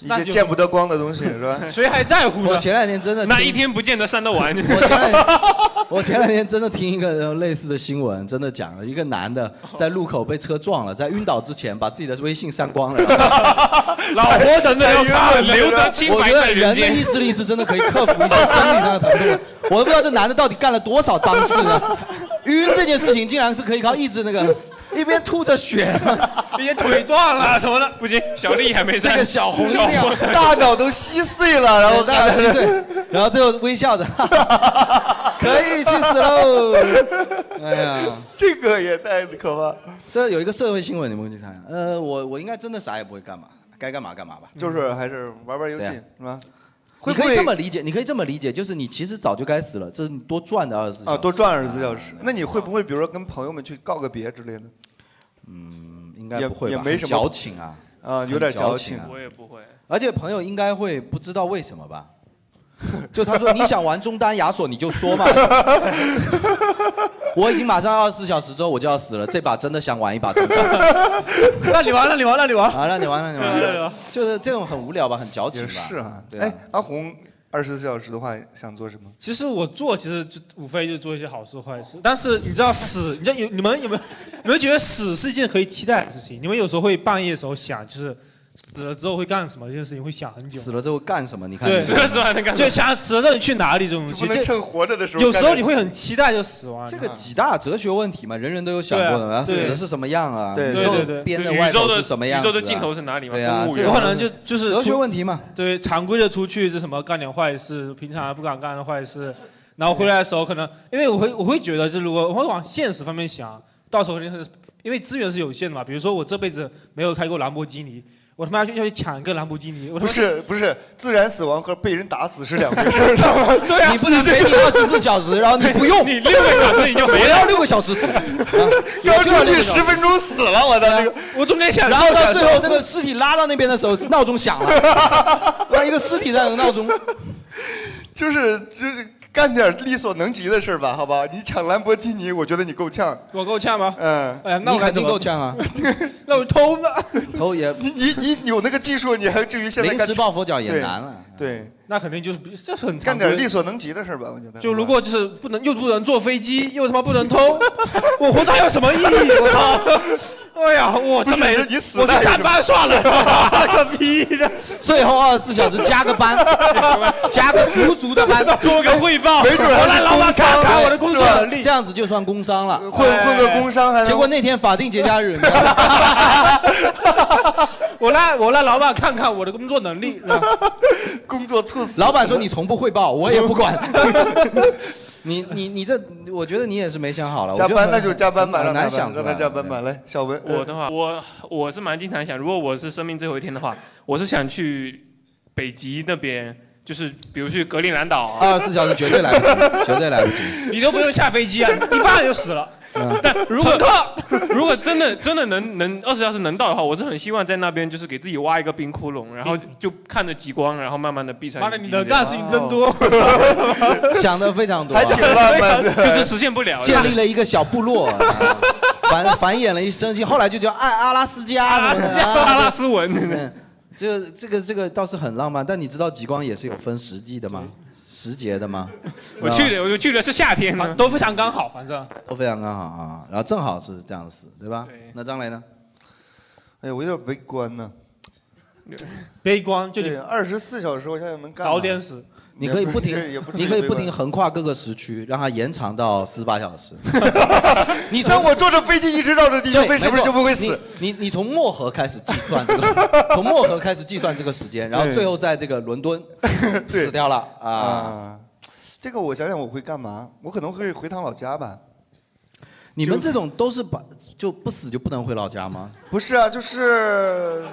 Speaker 1: 一
Speaker 4: 那
Speaker 1: 些
Speaker 4: 就？
Speaker 1: 见不得光的东西，是吧
Speaker 5: [laughs]
Speaker 4: 谁还在乎呢
Speaker 2: 我前两天真的
Speaker 4: 那
Speaker 2: 听
Speaker 4: 一天不见得删得完。
Speaker 2: 我前两天真的听一个类似的新闻，真的讲了一个男的在路口被车撞了，在晕倒之前把自己的微信删光
Speaker 5: [laughs]
Speaker 2: 了。
Speaker 5: 老婆等着要怕留得清
Speaker 2: 我
Speaker 5: 白
Speaker 2: 觉得
Speaker 5: 在
Speaker 2: 人
Speaker 5: 人
Speaker 2: 的
Speaker 5: 间
Speaker 2: 意志力是真的可以克服一些生理上的疼痛。我都不知道这男的到底干了多少脏事呢？晕这件事情竟然是可以靠意志那个。一边吐着血，
Speaker 5: 一边腿断了什么的，
Speaker 4: [laughs] 不行，小丽还没删
Speaker 2: 这个小红
Speaker 4: 小红
Speaker 1: [laughs] 大脑都稀碎了，然后
Speaker 2: 大
Speaker 5: [laughs]
Speaker 2: 脑稀碎，然后最后微笑着，哈哈哈可以去死喽！哎呀，
Speaker 1: 这个也太可怕。
Speaker 2: 这有一个社会新闻，你们去看看。呃，我我应该真的啥也不会干嘛，该干嘛干嘛吧。
Speaker 1: 就是还是玩玩游戏
Speaker 2: 对啊
Speaker 1: 是吧？
Speaker 2: 你可以这么理解，你可以这么理解，就是你其实早就该死了，这是你多赚的二十四
Speaker 1: 啊，多赚二十四小时。那你会不会比如说跟朋友们去告个别之类的？
Speaker 2: 嗯应该
Speaker 1: 也
Speaker 2: 不会吧
Speaker 1: 也没什么
Speaker 2: 很矫情啊，
Speaker 1: 啊有点
Speaker 2: 很矫
Speaker 1: 矫情
Speaker 2: 啊
Speaker 4: 我也不会。
Speaker 2: 而且朋友应该会不知道为什么
Speaker 5: [laughs]
Speaker 2: 吧？就他说你想玩中单亚索你就
Speaker 5: [laughs]
Speaker 2: 说嘛，我已经马上二十四小时之后我就要死了，这把真的想玩一把中
Speaker 5: [laughs]
Speaker 2: 单，
Speaker 5: 让你玩让你玩让你玩
Speaker 2: 啊让你玩让你玩
Speaker 5: 让
Speaker 1: 你玩，
Speaker 2: 就是这种很无聊吧，很矫情
Speaker 1: 也
Speaker 2: 吧？
Speaker 1: 是啊。
Speaker 2: 对
Speaker 1: 哎，阿红二十四小时的话想做什么？
Speaker 5: [laughs] 其实我做，其实就无非就做一些好事坏事。但是你知道死，你知道有你们有没有？你们觉得死是一件可以期待的事情？你们有时候会半夜的时候想，就是死了之后会干什么？这件事情会想很久。
Speaker 2: 死了之后干什么？你看
Speaker 5: 对，
Speaker 2: 你
Speaker 5: 死了之后还能干什么就想死了之后你去哪里这种东西。
Speaker 2: 不能
Speaker 5: 这
Speaker 2: 趁活着的时候
Speaker 5: 有时候
Speaker 2: 干
Speaker 5: 你会很期待就死亡。啊
Speaker 2: 这个几大哲学问题嘛，人人都有想过的嘛，死
Speaker 5: 对啊对
Speaker 2: 的是什么样啊？
Speaker 5: 对
Speaker 2: 宇
Speaker 5: 对
Speaker 2: 宙
Speaker 5: 对对
Speaker 2: 边的
Speaker 5: 宇
Speaker 2: 外
Speaker 5: 宙
Speaker 2: 头
Speaker 5: 的
Speaker 2: 是什么样子啊？
Speaker 5: 宇宙的尽头是哪里嘛
Speaker 2: 对啊，
Speaker 5: 动物
Speaker 2: 这
Speaker 5: 园
Speaker 2: 个
Speaker 5: 我可能就就是
Speaker 2: 哲学
Speaker 5: 出
Speaker 2: 问题嘛。
Speaker 5: 对，常规的出去是什么干点坏事，平常不敢干的坏事，然后回来的时候可能，因为我会我会觉得，就是如果我会往现实方面想，到时候肯定是因为资源是有限的嘛。比如说我这辈子没有开过兰博基尼，我他妈要去要去抢一个兰博基尼，我他妈
Speaker 1: 不是不是，自然死亡和被人打死是两回
Speaker 5: [laughs]
Speaker 1: 事儿，知道吗？
Speaker 5: 对啊你不能给你24
Speaker 2: 小时，然后你不用，你
Speaker 5: 六个小时你就
Speaker 1: [laughs]
Speaker 5: 没了
Speaker 2: 我要六个小时死，啊
Speaker 1: 要出去十分钟死了，我的那个，
Speaker 5: 我中间想
Speaker 2: 然后
Speaker 5: 受
Speaker 2: 到
Speaker 5: 想
Speaker 2: 最后那个尸体拉到那边的时候，闹钟响
Speaker 1: [laughs]
Speaker 2: 了，那一个尸体在那闹钟，
Speaker 1: 就是就是干点力所能及的事儿吧，好吧？你抢兰博基尼，我觉得你够呛。
Speaker 5: 我够呛吗？
Speaker 1: 嗯，
Speaker 5: 哎呀那我你肯定该怎么够呛啊。那我偷呢？
Speaker 2: 偷也
Speaker 1: 你你你有那个技术，你还至于现在
Speaker 2: 临
Speaker 1: 干
Speaker 2: 时抱佛脚也难了。
Speaker 1: 对，
Speaker 5: 那肯定就是比这是很
Speaker 1: 干
Speaker 5: 常规
Speaker 1: 点力所能及的事儿吧，我觉得。
Speaker 5: 就如果就是不能又不能坐飞机，又他妈不能
Speaker 1: [laughs]
Speaker 5: 偷，我活着还有什么意义？我操！哎呀，我
Speaker 1: 不
Speaker 5: 真
Speaker 1: 是
Speaker 5: 没，
Speaker 1: 你死
Speaker 5: 我去
Speaker 1: 在
Speaker 5: 上班算
Speaker 1: [laughs]
Speaker 5: 了，个屁的！
Speaker 2: 最后二十四小时加个
Speaker 1: [laughs]
Speaker 2: 班，加个足足的班，
Speaker 5: 做个汇报
Speaker 1: 没准还是
Speaker 2: 我让老板
Speaker 1: 工
Speaker 2: 看
Speaker 1: 伤
Speaker 2: 看
Speaker 1: 对
Speaker 2: 我的工作
Speaker 1: 是吧
Speaker 2: 能力，这样子就算工伤了，
Speaker 1: 混混个工伤还能
Speaker 2: 结果那天法定节假日，你知道吗
Speaker 5: [laughs] 我让我让老板看看我的工作能力。
Speaker 1: 工作猝
Speaker 2: [laughs]
Speaker 1: 死
Speaker 2: 老板说你从不汇报，我也不
Speaker 5: [laughs]
Speaker 2: 管。你你你这，我觉得你也是没想好了。
Speaker 1: 加
Speaker 2: 我觉
Speaker 1: 班
Speaker 2: 得
Speaker 1: 那就加班吧，
Speaker 2: 很很
Speaker 1: 让他
Speaker 2: 难
Speaker 1: 加
Speaker 2: 想
Speaker 1: 班让他加班吧。来，小文，
Speaker 4: 我的话，我我是蛮经常想，如果我是生命最后一天的话，我是想去北极那边，就是比如去格陵兰岛啊，
Speaker 2: 二十四小时绝对来不及，绝对来不及。
Speaker 4: [laughs]
Speaker 5: 你都不用下飞机啊，一放就死了。
Speaker 4: 但如果 [laughs] 如果真的真的能能二十小时能到的话，我是很希望在那边就是给自己挖一个冰窟窿，然后就看着极光，然后慢慢的闭上
Speaker 5: 妈
Speaker 4: 眼睛。
Speaker 5: 的，你能干的事情真多。
Speaker 2: [laughs] 想的非常多，
Speaker 4: 还挺浪漫的 [laughs] 就是实现不了
Speaker 2: 建立了一个小部落，啊繁 [laughs] 繁衍了一生气，后来就叫阿阿拉斯加，阿
Speaker 4: 拉斯加阿拉斯文
Speaker 2: 嗯这这个这个倒是很浪漫，但你知道极光也是有分时季的吗？时节的吗？
Speaker 4: [laughs] [laughs] 我去的，我就去的是夏天呢，
Speaker 5: 都非常刚
Speaker 1: 啊
Speaker 5: 好，反正。
Speaker 2: 都非常刚好啊，然后正好是这样子，对吧？那张磊呢？
Speaker 1: 哎呀，我有点悲观呢。
Speaker 5: 悲观
Speaker 1: 就二十四小时，我想想能干嘛
Speaker 5: 早点死。
Speaker 2: 你可以不停
Speaker 1: 也不，至于
Speaker 2: 你可以不
Speaker 1: 悲
Speaker 2: 停
Speaker 1: 观
Speaker 2: 横跨各个时区，让它延长到四十八小时。你
Speaker 1: 那我坐着飞机一直绕着地球
Speaker 2: 对
Speaker 1: 飞，是不
Speaker 2: 没
Speaker 1: 是
Speaker 2: 错
Speaker 1: 就不会死？
Speaker 2: 你你你从漠河开始计算这个， [laughs] 从漠河开始计算这个时间，然后
Speaker 1: 对
Speaker 2: 最后在这个伦
Speaker 1: [laughs]
Speaker 2: 敦死掉了啊！
Speaker 1: 啊，这个我想想我会干嘛？我可能会回趟老家吧。
Speaker 2: 你们这种都是把就不死就不能回老家吗？
Speaker 1: 不是啊，就是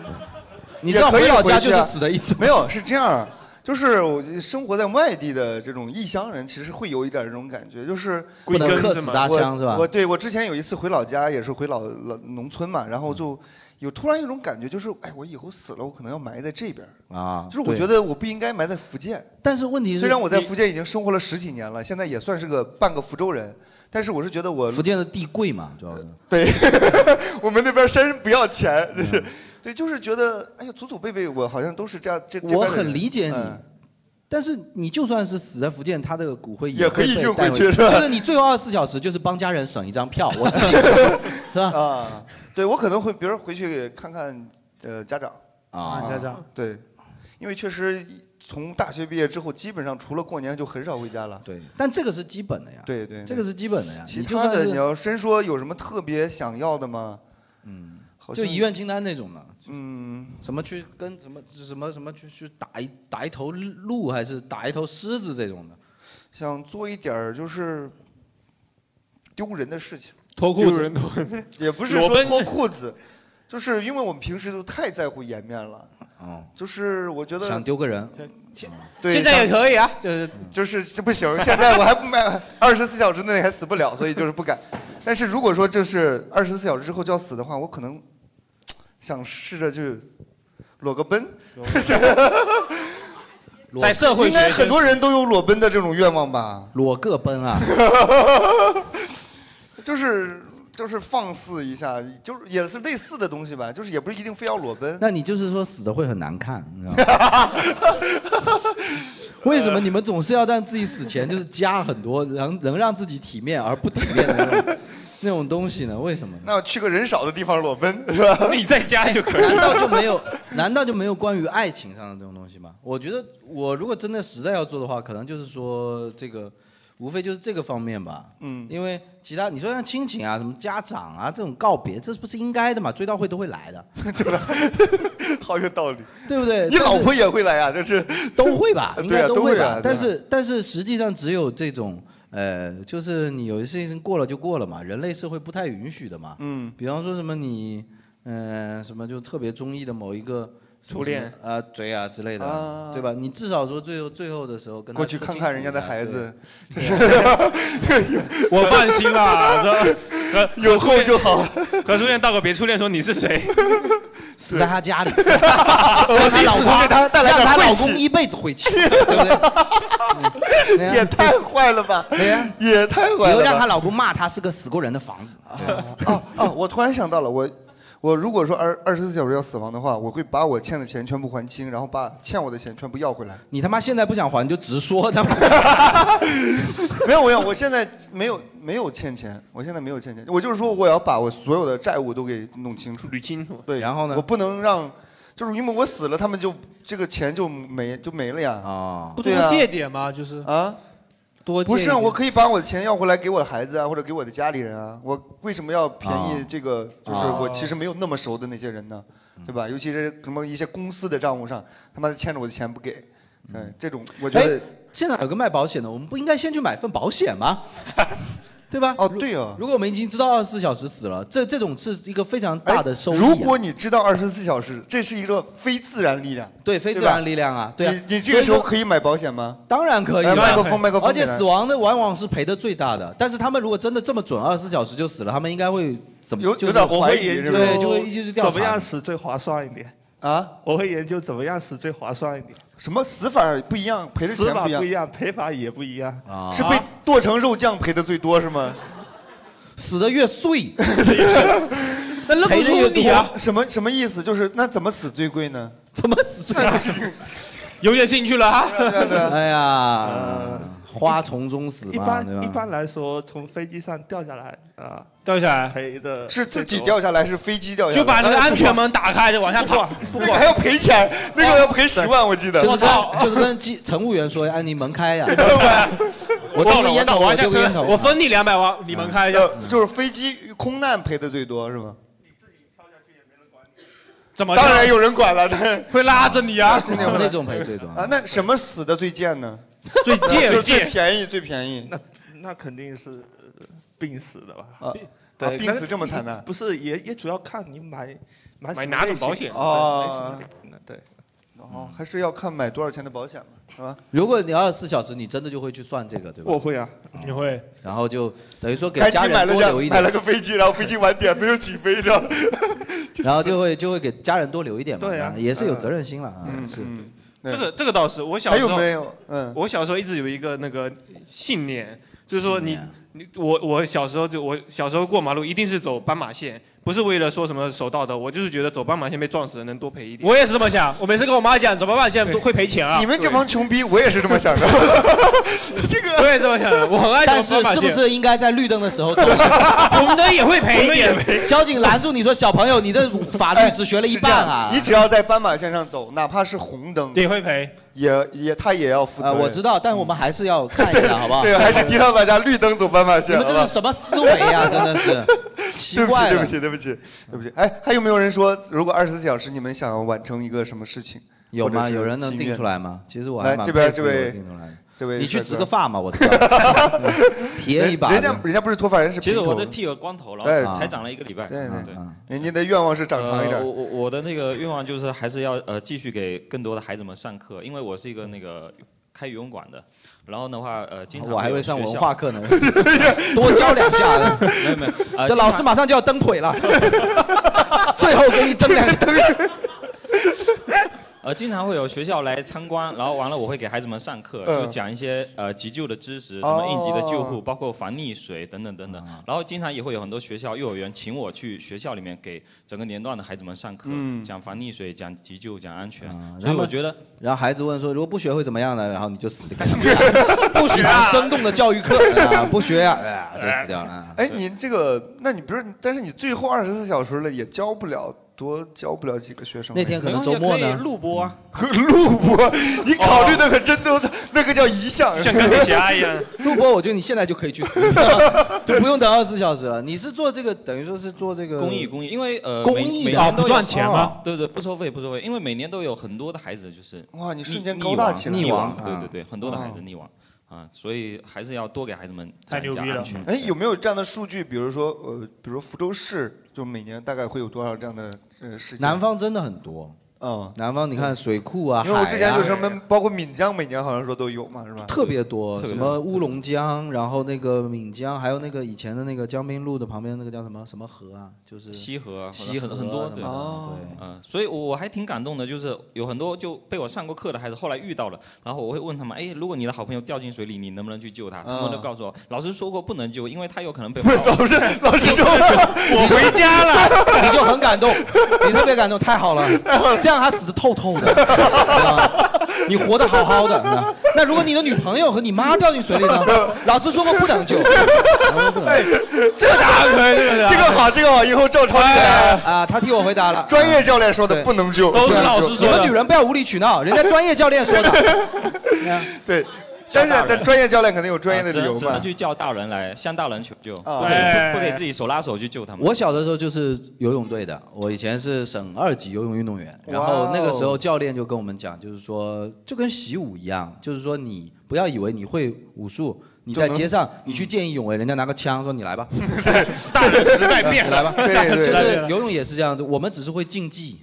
Speaker 2: 你知道
Speaker 1: 也可以
Speaker 2: 回老家
Speaker 1: 去啊 [laughs]
Speaker 2: 就是死的意思吗
Speaker 1: 没有，是这样，就是我觉得生活在外地的这种异乡人，其实会有一点这种感觉，就是
Speaker 2: 不能客死他乡
Speaker 1: 我
Speaker 2: 是吧
Speaker 1: 我对我之前有一次回老家，也是回老老农村嘛，
Speaker 2: 嗯
Speaker 1: 然后就有突然一种感觉，就是哎，我以后死了，我可能要埋在这边儿。
Speaker 2: 啊，
Speaker 1: 就是我
Speaker 2: 对
Speaker 1: 觉得我不应该埋在福建，
Speaker 2: 但是问题是
Speaker 1: 虽然我在
Speaker 2: 你
Speaker 1: 福建已经生活了十几年了，现在也算是个半个福州人，但是我是觉得我
Speaker 2: 福建的地贵嘛，主要是。
Speaker 1: 对， [laughs] 我们那边山不要钱，
Speaker 2: 嗯
Speaker 1: 就是、对，就是觉得哎呀，祖祖辈辈我好像都是这样，这这边
Speaker 2: 我
Speaker 1: 的人
Speaker 2: 很
Speaker 1: [laughs]
Speaker 2: 理解你
Speaker 1: 嗯。
Speaker 2: 但是你就算是死在福建，他这个骨灰
Speaker 1: 也可
Speaker 2: 会
Speaker 1: 以
Speaker 2: 被
Speaker 1: 运
Speaker 2: 带
Speaker 1: 回去
Speaker 2: 去，
Speaker 1: 是吧
Speaker 2: 就是你最后二十四小时就是帮家人省一张票，我
Speaker 1: [laughs]
Speaker 2: 自己是吧？
Speaker 1: 啊，对我可能会，比如回去看看呃家长
Speaker 2: 啊啊家长
Speaker 1: 对，因为确实从大学毕业之后，基本上除了过年就很少回家了。
Speaker 2: 对，但这个是基本的呀。
Speaker 1: 对对，
Speaker 2: 这个是基本的呀
Speaker 1: 其
Speaker 2: 你就
Speaker 1: 他
Speaker 2: 算
Speaker 1: 的
Speaker 2: 是
Speaker 1: 你要真说有什么特别想要的吗？
Speaker 2: 嗯，
Speaker 1: 好
Speaker 2: 就
Speaker 1: 像
Speaker 2: 遗愿清单那种的。
Speaker 1: 嗯，
Speaker 2: 什么去跟什么什么什么去去打一打一头鹿，还是打一头狮子这种的？
Speaker 1: 想做一点儿就是 [laughs] 丢人的事情，
Speaker 5: 脱裤子丢人 [laughs] 脱
Speaker 1: 也不是
Speaker 5: 裸
Speaker 1: 说
Speaker 5: 奔
Speaker 1: 脱裤子，就是因为我们平时都太在乎颜面了，
Speaker 2: 哦，
Speaker 1: 就是我觉得
Speaker 2: 想丢个人。嗯
Speaker 1: 对，
Speaker 5: 现在也可以啊，
Speaker 1: 就是就是不行，现在我还不卖，二十四小时内还死不了，所以就是不敢。但是如果说就是二十四小时之后就要死的话，我可能想试着去裸个奔，
Speaker 5: 在社会
Speaker 1: 应该
Speaker 5: 学
Speaker 1: 很多人都有裸奔的这种愿望吧？
Speaker 2: 裸个奔
Speaker 1: [laughs]
Speaker 2: 啊，
Speaker 1: 就是就是放肆一下，就是也是类似的东西吧，就是也不是一定非要裸奔。
Speaker 2: 那你就是说死的会很难看，你知道吗？ [laughs] 为什么你们总是要让自己死前就是加很多能能让自己体面而不体面的那种 [laughs] 那种东西呢？为什么呢？
Speaker 1: 那我去个人少的地方裸奔是吧？
Speaker 2: [laughs] 你在家就可以。难道就没有？难道就没有关于爱情上的这种东西吗？我觉得我如果真的实在要做的话，可能就是说这个，无非就是这个方面吧。
Speaker 1: 嗯，
Speaker 2: 因为其他你说像亲情啊、什么家长啊这种告别，这不是应该的嘛？追悼会都会
Speaker 1: [laughs]
Speaker 2: 来的，
Speaker 1: 好有道理。
Speaker 2: 对不对？
Speaker 1: 你
Speaker 2: 但是
Speaker 1: 老婆也会来啊？就是
Speaker 2: 都会吧应
Speaker 1: [laughs] 对
Speaker 2: 该
Speaker 1: 啊，
Speaker 2: 呃都
Speaker 1: 会
Speaker 2: 吧。
Speaker 1: 啊。对啊
Speaker 2: 但是但是实际上只有这种呃，就是你有些事情过了就过了嘛，人类社会不太允许的嘛。
Speaker 1: 嗯。
Speaker 2: 比方说什么你嗯、呃什么就特别中意的某一个。
Speaker 4: 初恋
Speaker 2: 啊，追啊之类的，
Speaker 1: 啊
Speaker 2: 对吧？你至少说最后最后的时候跟他
Speaker 1: 过去
Speaker 2: 说
Speaker 1: 看
Speaker 2: 清
Speaker 1: 看
Speaker 2: 楚
Speaker 1: 人家的
Speaker 2: 一下
Speaker 1: 孩
Speaker 2: 对
Speaker 1: 子
Speaker 2: 对啊
Speaker 1: [laughs]
Speaker 4: 我放心啦，
Speaker 2: [laughs]
Speaker 4: 和
Speaker 1: 有后就好。
Speaker 4: 和初恋道个别，初恋说你是谁？
Speaker 2: 死在他家
Speaker 4: [laughs]
Speaker 2: 里，
Speaker 4: 我
Speaker 2: 他老公
Speaker 1: 给他带来
Speaker 2: 让
Speaker 1: 点
Speaker 2: 他老
Speaker 1: 晦气
Speaker 2: 公一辈子晦 [laughs] 气，对不
Speaker 1: [laughs]
Speaker 2: 对？
Speaker 1: 也太坏了吧！
Speaker 2: 对呀，
Speaker 1: 也太
Speaker 2: 以
Speaker 1: 坏
Speaker 2: 后
Speaker 1: 了
Speaker 2: 让她
Speaker 1: 吧！
Speaker 2: 老公骂她是个死过人的房子。
Speaker 1: 啊，我突然想到了，我我如果说二二十四小时要死亡的话，我会把我欠的钱全部还清，然后把欠我的钱全部要回来。
Speaker 2: 你他妈现在不想还，你就直说他妈。
Speaker 1: [laughs] 没有，没有，我现在没有没有欠钱，我现在没有欠钱，我就是说我要把我所有的债务都给弄清楚，
Speaker 4: 捋清楚。
Speaker 1: 对，
Speaker 2: 然后呢
Speaker 1: 我不能让，就是因为我死了，他们就这个钱就没就没了呀。
Speaker 2: 啊
Speaker 5: 不多
Speaker 1: 对啊，
Speaker 5: 借点吗？就是
Speaker 1: 啊，
Speaker 5: 多借
Speaker 1: 不是啊，
Speaker 5: 一点
Speaker 1: 我可以把我的钱要回来给我的孩子啊，或者给我的家里人啊。我为什么要便
Speaker 2: 啊
Speaker 1: 宜这个？就是我其实没有那么熟的那些人呢，对吧？尤其是什么一些公司的账户上，他妈的欠着我的钱不给，对，这种我觉得
Speaker 2: 嗯哎，现场有个卖保险的，我们不应该先去买份保险吗？ [laughs] 对吧？
Speaker 1: 哦，对哦。
Speaker 2: 如果我们已经知道二十四小时死了，这这种是一个非常大的收益啊、
Speaker 1: 哎如果你知道二十四小时，这是一个非自然力量，
Speaker 2: 对非自
Speaker 1: 吧
Speaker 2: 然力量啊，对啊
Speaker 1: 你你这个时
Speaker 2: 所
Speaker 1: 候
Speaker 2: 以说
Speaker 1: 可以买保险吗？
Speaker 2: 当然可以
Speaker 1: 哎
Speaker 2: 了，
Speaker 1: 麦克风麦克风
Speaker 2: 而且
Speaker 1: 给他
Speaker 2: 死亡的往往是赔的最大的，但是他们如果真的这么准，二十四小时就死了，他们应该会怎么
Speaker 11: 有
Speaker 2: 就
Speaker 11: 有
Speaker 2: 是
Speaker 11: 点怀疑
Speaker 2: 疑，
Speaker 11: 是吧
Speaker 2: 对，
Speaker 1: 哦
Speaker 2: 就会就是调查
Speaker 11: 怎么样死最划算一点
Speaker 1: 啊？
Speaker 11: 我会研究怎么样死最划算一点。
Speaker 1: 什么死法不一样，赔的
Speaker 11: 死
Speaker 1: 钱
Speaker 11: 法
Speaker 1: 不一样
Speaker 11: 不一样，赔法也不一样。
Speaker 2: 啊
Speaker 1: 是被剁成肉酱赔的最多是吗？
Speaker 2: 死的越碎，
Speaker 5: 那
Speaker 1: 认
Speaker 5: 不出你啊！
Speaker 1: 什么什么意思？就是那怎么死最贵呢？
Speaker 2: 怎么死最
Speaker 1: 贵？
Speaker 5: 有点兴趣了
Speaker 1: [laughs]
Speaker 5: 啊！
Speaker 2: 哎
Speaker 1: 呃
Speaker 2: 呀，花丛中死
Speaker 11: 一
Speaker 2: 嘛，对
Speaker 11: 般一
Speaker 2: 吧？
Speaker 11: 般来说，从飞机上掉下来啊，
Speaker 5: 掉下来
Speaker 11: 赔的
Speaker 1: 是自己掉下来，是飞机掉下来？
Speaker 5: 就把那个安全门打开，就往下跑。
Speaker 1: 那个还要赔钱，那个要赔十万，我记得。
Speaker 2: 就是跟就是跟机乘务员说，哎，你门开呀！
Speaker 1: [laughs]
Speaker 2: 我
Speaker 5: 到
Speaker 2: 丢个烟头，
Speaker 5: 我
Speaker 2: 我
Speaker 5: 下
Speaker 2: 丢个烟头
Speaker 5: 车，。我分你两百
Speaker 2: 嗯
Speaker 5: 万，你们开一下。
Speaker 1: 就是飞机空难赔的最多是吗？
Speaker 5: 怎么？
Speaker 1: 当然有人管了，但
Speaker 5: 会拉着你啊！
Speaker 1: 肯定会
Speaker 2: 那种赔最多
Speaker 1: 啊，那什么死的最贱呢？
Speaker 5: 最贱
Speaker 1: [laughs] 就是最
Speaker 5: 贱
Speaker 1: 便宜，最便宜。
Speaker 11: 那那肯定是呃病死的吧？
Speaker 1: 啊
Speaker 11: 对
Speaker 1: 啊病
Speaker 11: 但是
Speaker 1: 死这么惨
Speaker 11: 你
Speaker 1: 呢
Speaker 11: 不是，也也主要看你买买
Speaker 4: 买
Speaker 11: 什么
Speaker 4: 哪种
Speaker 11: 类型
Speaker 4: 保险
Speaker 11: 的
Speaker 1: 哦
Speaker 11: 对类型的对。
Speaker 1: 然后还是要看买多少钱的保险嘛，是吧？
Speaker 2: 如果你二十四小时，你真的就会去算这个，对吧？
Speaker 1: 我会啊，
Speaker 14: 你会。
Speaker 2: 然后就等于说给
Speaker 1: 赶
Speaker 2: 家
Speaker 1: 紧买
Speaker 2: 人
Speaker 1: 了
Speaker 2: 多
Speaker 1: 架
Speaker 2: 留一
Speaker 1: 买
Speaker 2: 点
Speaker 1: 了，个飞机，然后飞机晚点没有起飞，知道吗？
Speaker 2: [laughs] 然后就会就会给家人多留一点嘛，
Speaker 4: 对啊
Speaker 2: 啊也是有责任心了啊，是。
Speaker 4: 这个这个倒是，我小
Speaker 2: 还
Speaker 4: 时
Speaker 2: 有
Speaker 4: 候
Speaker 2: 没有？
Speaker 1: 嗯，
Speaker 4: 我小时候一直有一个那个信念，就是说你
Speaker 1: 啊
Speaker 4: 你我我小时候就我小时候过马路一定是走斑马线，不是为了说什么守道德，我就是觉得走斑马线被撞死了能多赔一点。
Speaker 5: 我也是这么想，我每次跟我妈讲，怎么办？现在都会赔钱啊！
Speaker 4: 你们这帮
Speaker 1: 穷逼，我也是这么想
Speaker 5: [laughs]
Speaker 1: 的。这个
Speaker 5: 我也这么想的，我很爱
Speaker 2: 但
Speaker 5: 走
Speaker 2: 是
Speaker 5: 斑马
Speaker 2: 是不
Speaker 5: 线
Speaker 2: 是应该在绿灯的时候走？
Speaker 5: [laughs] 我们的也会赔一点
Speaker 2: 我们也赔交警拦住你说：“小朋友，你这法律只学了 [laughs] 一半啊！”
Speaker 1: 你只要在斑马线上走，哪怕是红灯，
Speaker 5: 也会赔，
Speaker 1: 也也他也要负责
Speaker 2: 呃，
Speaker 1: 任。
Speaker 2: 我知道，但我们还是要看一下，好不哎好？
Speaker 1: 对，还是提倡大家绿灯走斑马
Speaker 2: 你
Speaker 1: 线。
Speaker 2: 们这
Speaker 1: 好吧
Speaker 2: 是什么思维
Speaker 1: [laughs]
Speaker 2: 呀？真的是奇
Speaker 1: 对不
Speaker 2: 怪
Speaker 1: 起，
Speaker 2: 了
Speaker 1: 对不起，对不起，对不起。哎，还有没有人说，如果二十四小时你们想要完成一个什么事情？
Speaker 2: 有吗
Speaker 1: 或者是
Speaker 2: 有人能
Speaker 1: 心愿
Speaker 2: 定出来吗其实我还
Speaker 1: 来
Speaker 2: 蛮
Speaker 1: 这边
Speaker 2: 佩
Speaker 1: 这
Speaker 2: 服有人
Speaker 1: 位
Speaker 2: 定出来的
Speaker 1: 这位，
Speaker 2: 你去植个发嘛我知
Speaker 1: [laughs]
Speaker 2: 道别一把
Speaker 1: 人人家人家不是脱发，人是
Speaker 15: 其实
Speaker 1: 平
Speaker 15: 我
Speaker 1: 头
Speaker 15: 都剃了光头了，
Speaker 1: 对，
Speaker 15: 才长了一个礼拜。
Speaker 1: 对
Speaker 15: 嗯
Speaker 1: 对，人家的愿望是长长一点，
Speaker 15: 呃。我我我的那个愿望就是还是要呃继续给更多的孩子们上课，因为我是一个那个开游泳馆的，然后的话呃经常
Speaker 2: 我还会上
Speaker 15: 有学校
Speaker 2: 文化课呢 [laughs] 多教两下呢
Speaker 15: [laughs] 没有
Speaker 2: [laughs]
Speaker 15: 没有，呃
Speaker 2: 这老师
Speaker 15: 经常
Speaker 2: 马上就要蹬腿了，最后给你蹬两蹬。
Speaker 15: 呃，经常会有学校来参观，然后完了我会给孩子们上课，
Speaker 2: 嗯
Speaker 15: 就讲一些呃急救的知识，
Speaker 2: 哦啊
Speaker 15: 什么应急的救护，包括防溺水等等等等。然后经常也会有很多学校、幼儿园请我去学校里面给整个年段的孩子们上课，
Speaker 2: 嗯啊
Speaker 15: 讲防溺水、讲急救、讲安全。所
Speaker 2: 然
Speaker 15: 以
Speaker 2: 后
Speaker 15: 我觉得，
Speaker 2: 然后孩子问说：“如果不学会怎么样呢？”然后你就死定了
Speaker 1: [laughs]
Speaker 15: 呃
Speaker 2: 不学啊！生动的教育课 [laughs] 啊，不学呀，哎呀，就死掉了。啊
Speaker 1: 哎，你这个，那你不是，但是你最后二十四小时了，也教不了多，教不了几个学生。哎
Speaker 2: 那天可能周末呢没关系可以录
Speaker 15: 播啊，
Speaker 1: 录播，你考虑的可真多，那个叫一项，
Speaker 2: 录播，我觉得你现在就可以去死，
Speaker 1: [laughs]
Speaker 2: 就不用等二十四小时了。你是做这个，等于说是做这个
Speaker 15: 公益公益，因为呃，
Speaker 2: 公
Speaker 15: 每
Speaker 2: 益
Speaker 15: 每
Speaker 2: 的
Speaker 1: 啊
Speaker 15: 年都有
Speaker 2: 哦不赚钱吗
Speaker 15: 哦对对，不收费不收费，因为每年都有很多的孩子就是
Speaker 1: 哇你
Speaker 15: 溺
Speaker 1: 瞬间
Speaker 15: 溺
Speaker 1: 高大
Speaker 15: 亡
Speaker 1: 起来
Speaker 15: 溺
Speaker 1: 了
Speaker 15: 亡，
Speaker 1: 啊
Speaker 15: 对对对，很多的孩子
Speaker 1: 哦
Speaker 15: 溺亡啊，所以还是要多给孩子们讲一讲安
Speaker 2: 啊
Speaker 15: 全
Speaker 1: 哎，有没有这样的数据？比如说，呃，比如说福州市，就每年大概会有多少这样的呃事情？
Speaker 2: 南方真的很多。
Speaker 1: 嗯，
Speaker 2: 南方你看水库啊，
Speaker 1: 因为我
Speaker 2: 海
Speaker 1: 之前
Speaker 2: 啊
Speaker 1: 就是什么，包括闽江，每年好像说都有嘛，是吧？
Speaker 2: 特别多，
Speaker 1: 特别
Speaker 2: 什
Speaker 1: 多
Speaker 2: 么乌龙江，然后那个闽江，还有那个以前的那个江滨路的旁边那个叫什么什么河啊，就是
Speaker 15: 西河啊，
Speaker 2: 西河
Speaker 15: 很很多
Speaker 2: 什么
Speaker 15: 对，
Speaker 2: 的
Speaker 1: 哦
Speaker 15: 嗯，所以我我还挺感动的，就是有很多就被我上过课的孩子，后来遇到了，然后我会问他们，哎，如果你的好朋友掉进水里，你能不能去救
Speaker 1: 啊
Speaker 15: 他？他们都告诉我，老师说过不能救，因为他有可能被老
Speaker 1: 师 [laughs] 老师说
Speaker 15: [laughs] 我回家
Speaker 1: [laughs]
Speaker 15: 了，
Speaker 2: 你就很感动，你特别感动，太好了，这样他死的透透的，知道吗你活得好好的。那那如果你的女朋友和你妈掉进水里呢？老师说过不能救，
Speaker 1: 哎，
Speaker 2: 这答案可以这个答案
Speaker 1: 这个好，这个好，以后照抄这个答案。
Speaker 2: 啊，他替我回答了。
Speaker 1: 专业教练说的
Speaker 2: 对
Speaker 1: 不能救，
Speaker 2: 都是
Speaker 1: 不能救
Speaker 2: 老师说的你们女人不要无理取闹人家专业教练说的。
Speaker 15: 大
Speaker 1: 对，但是
Speaker 15: 人啊
Speaker 1: 但专业教练肯定有专业的
Speaker 15: 只
Speaker 1: 理
Speaker 15: 能
Speaker 1: 由
Speaker 15: 只
Speaker 1: 嘛
Speaker 15: 能。去叫大人来向大人求救，
Speaker 1: 啊
Speaker 15: 不可以
Speaker 2: 对
Speaker 15: 不可以自己手拉手去救他们。
Speaker 2: 哎我小的时候就是游泳队的，我以前是省二级游泳运动员，然
Speaker 15: 哇哦
Speaker 2: 后那个时候教练就跟我们讲，就是说就跟习武一样，就是说你不要以为你会武术。你在街上，你去见义勇为，人家拿个枪说你来吧，大
Speaker 4: 人时代变
Speaker 2: [laughs] 来
Speaker 4: 了
Speaker 2: 吧，
Speaker 4: 对对对
Speaker 2: 就是游泳也是这样子，我们只是会竞技，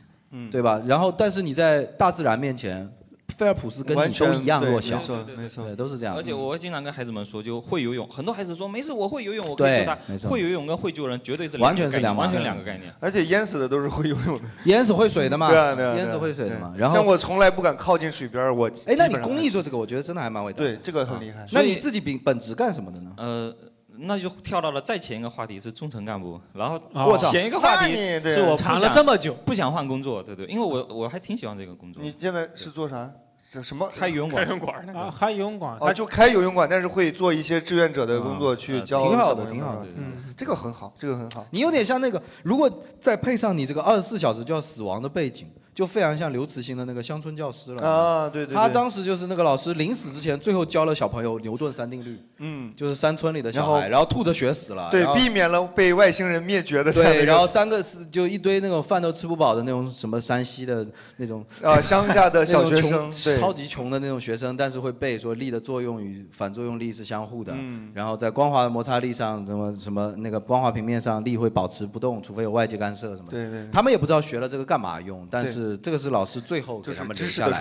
Speaker 2: 对吧？然后但是你在大自然面前，菲尔普斯跟
Speaker 15: 完
Speaker 2: 你都
Speaker 15: 全
Speaker 2: 一样
Speaker 15: 对
Speaker 2: 弱小
Speaker 15: 没错，
Speaker 1: 没错，
Speaker 2: 对，都是这样。
Speaker 15: 而且我会经常跟孩子们说，就会游泳，很多孩子说没事，我会游泳，我可以
Speaker 2: 对
Speaker 15: 救他
Speaker 2: 没。错
Speaker 15: 会游泳跟会救人绝对是
Speaker 2: 完全
Speaker 15: 个
Speaker 2: 是
Speaker 15: 概念
Speaker 2: 两码
Speaker 15: 完全
Speaker 2: 事
Speaker 15: 两个概念。
Speaker 1: 而且淹死的都是会游泳的，
Speaker 2: 淹死会水的嘛
Speaker 1: 对啊对啊，
Speaker 2: 淹死
Speaker 1: 对啊
Speaker 2: 会水的嘛
Speaker 1: 对
Speaker 2: 然后
Speaker 1: 像我从来不敢靠近水边儿，我
Speaker 2: 哎，那你
Speaker 1: 基本上
Speaker 2: 公益做这个，我觉得真的还蛮伟大的。啊
Speaker 1: 对这个很厉害
Speaker 2: 那你
Speaker 15: 所以
Speaker 2: 自己本本职干什么的呢？
Speaker 15: 呃，那就跳到了再前一个话题是中层干部，然后
Speaker 2: 哦我操
Speaker 15: 前一个话
Speaker 2: 那
Speaker 15: 题
Speaker 2: 你对
Speaker 15: 是我不
Speaker 2: 藏了
Speaker 15: 想
Speaker 2: 这么久
Speaker 15: 不想换工作，对对，因为我我还挺喜欢这个工作。
Speaker 1: 你现在是做啥？这什么？
Speaker 15: 开游泳馆开游泳
Speaker 1: 馆
Speaker 5: 啊，还游泳馆，
Speaker 1: 哦，就开游泳馆，但是会做一些志愿者的工作，去
Speaker 2: 呃
Speaker 1: 教
Speaker 2: 挺好
Speaker 1: 小
Speaker 2: 的，
Speaker 1: 朋
Speaker 2: 挺
Speaker 1: 友
Speaker 2: 好
Speaker 1: 们
Speaker 2: 的。
Speaker 1: 是吧。这个很好，这个很好。
Speaker 2: 你有点像那个，如果再配上你这个二十四小时就要死亡的背景，就非常像刘慈欣的那个乡村教师了
Speaker 1: 啊对对
Speaker 2: 他
Speaker 1: 对
Speaker 2: 当时就是那个老师临死之前，最后教了小朋友牛顿三定律，
Speaker 1: 嗯，
Speaker 2: 就是山村里的
Speaker 1: 然
Speaker 2: 小
Speaker 1: 后
Speaker 2: 孩，然后吐着血死了，
Speaker 1: 对
Speaker 2: 然，后
Speaker 1: 避免了被外星人灭绝的这样的
Speaker 2: 对，
Speaker 1: 一个
Speaker 2: 然后三个四就一堆那种饭都吃不饱的那种什么山西的那种
Speaker 1: 啊乡下的小
Speaker 2: 那种
Speaker 1: 学
Speaker 2: 穷
Speaker 1: 生对
Speaker 2: 超级穷的那种学生，但是会背说力的作用与反作用力是相互的，
Speaker 1: 嗯
Speaker 2: 然后在光滑摩擦力上什么什么那个光滑平面上力会保持不动，除非有外界干涉什么的。
Speaker 1: 对对对
Speaker 2: 他们也不知道学了这个干嘛用，但
Speaker 1: 对
Speaker 2: 是这个是老师最后给他们留下来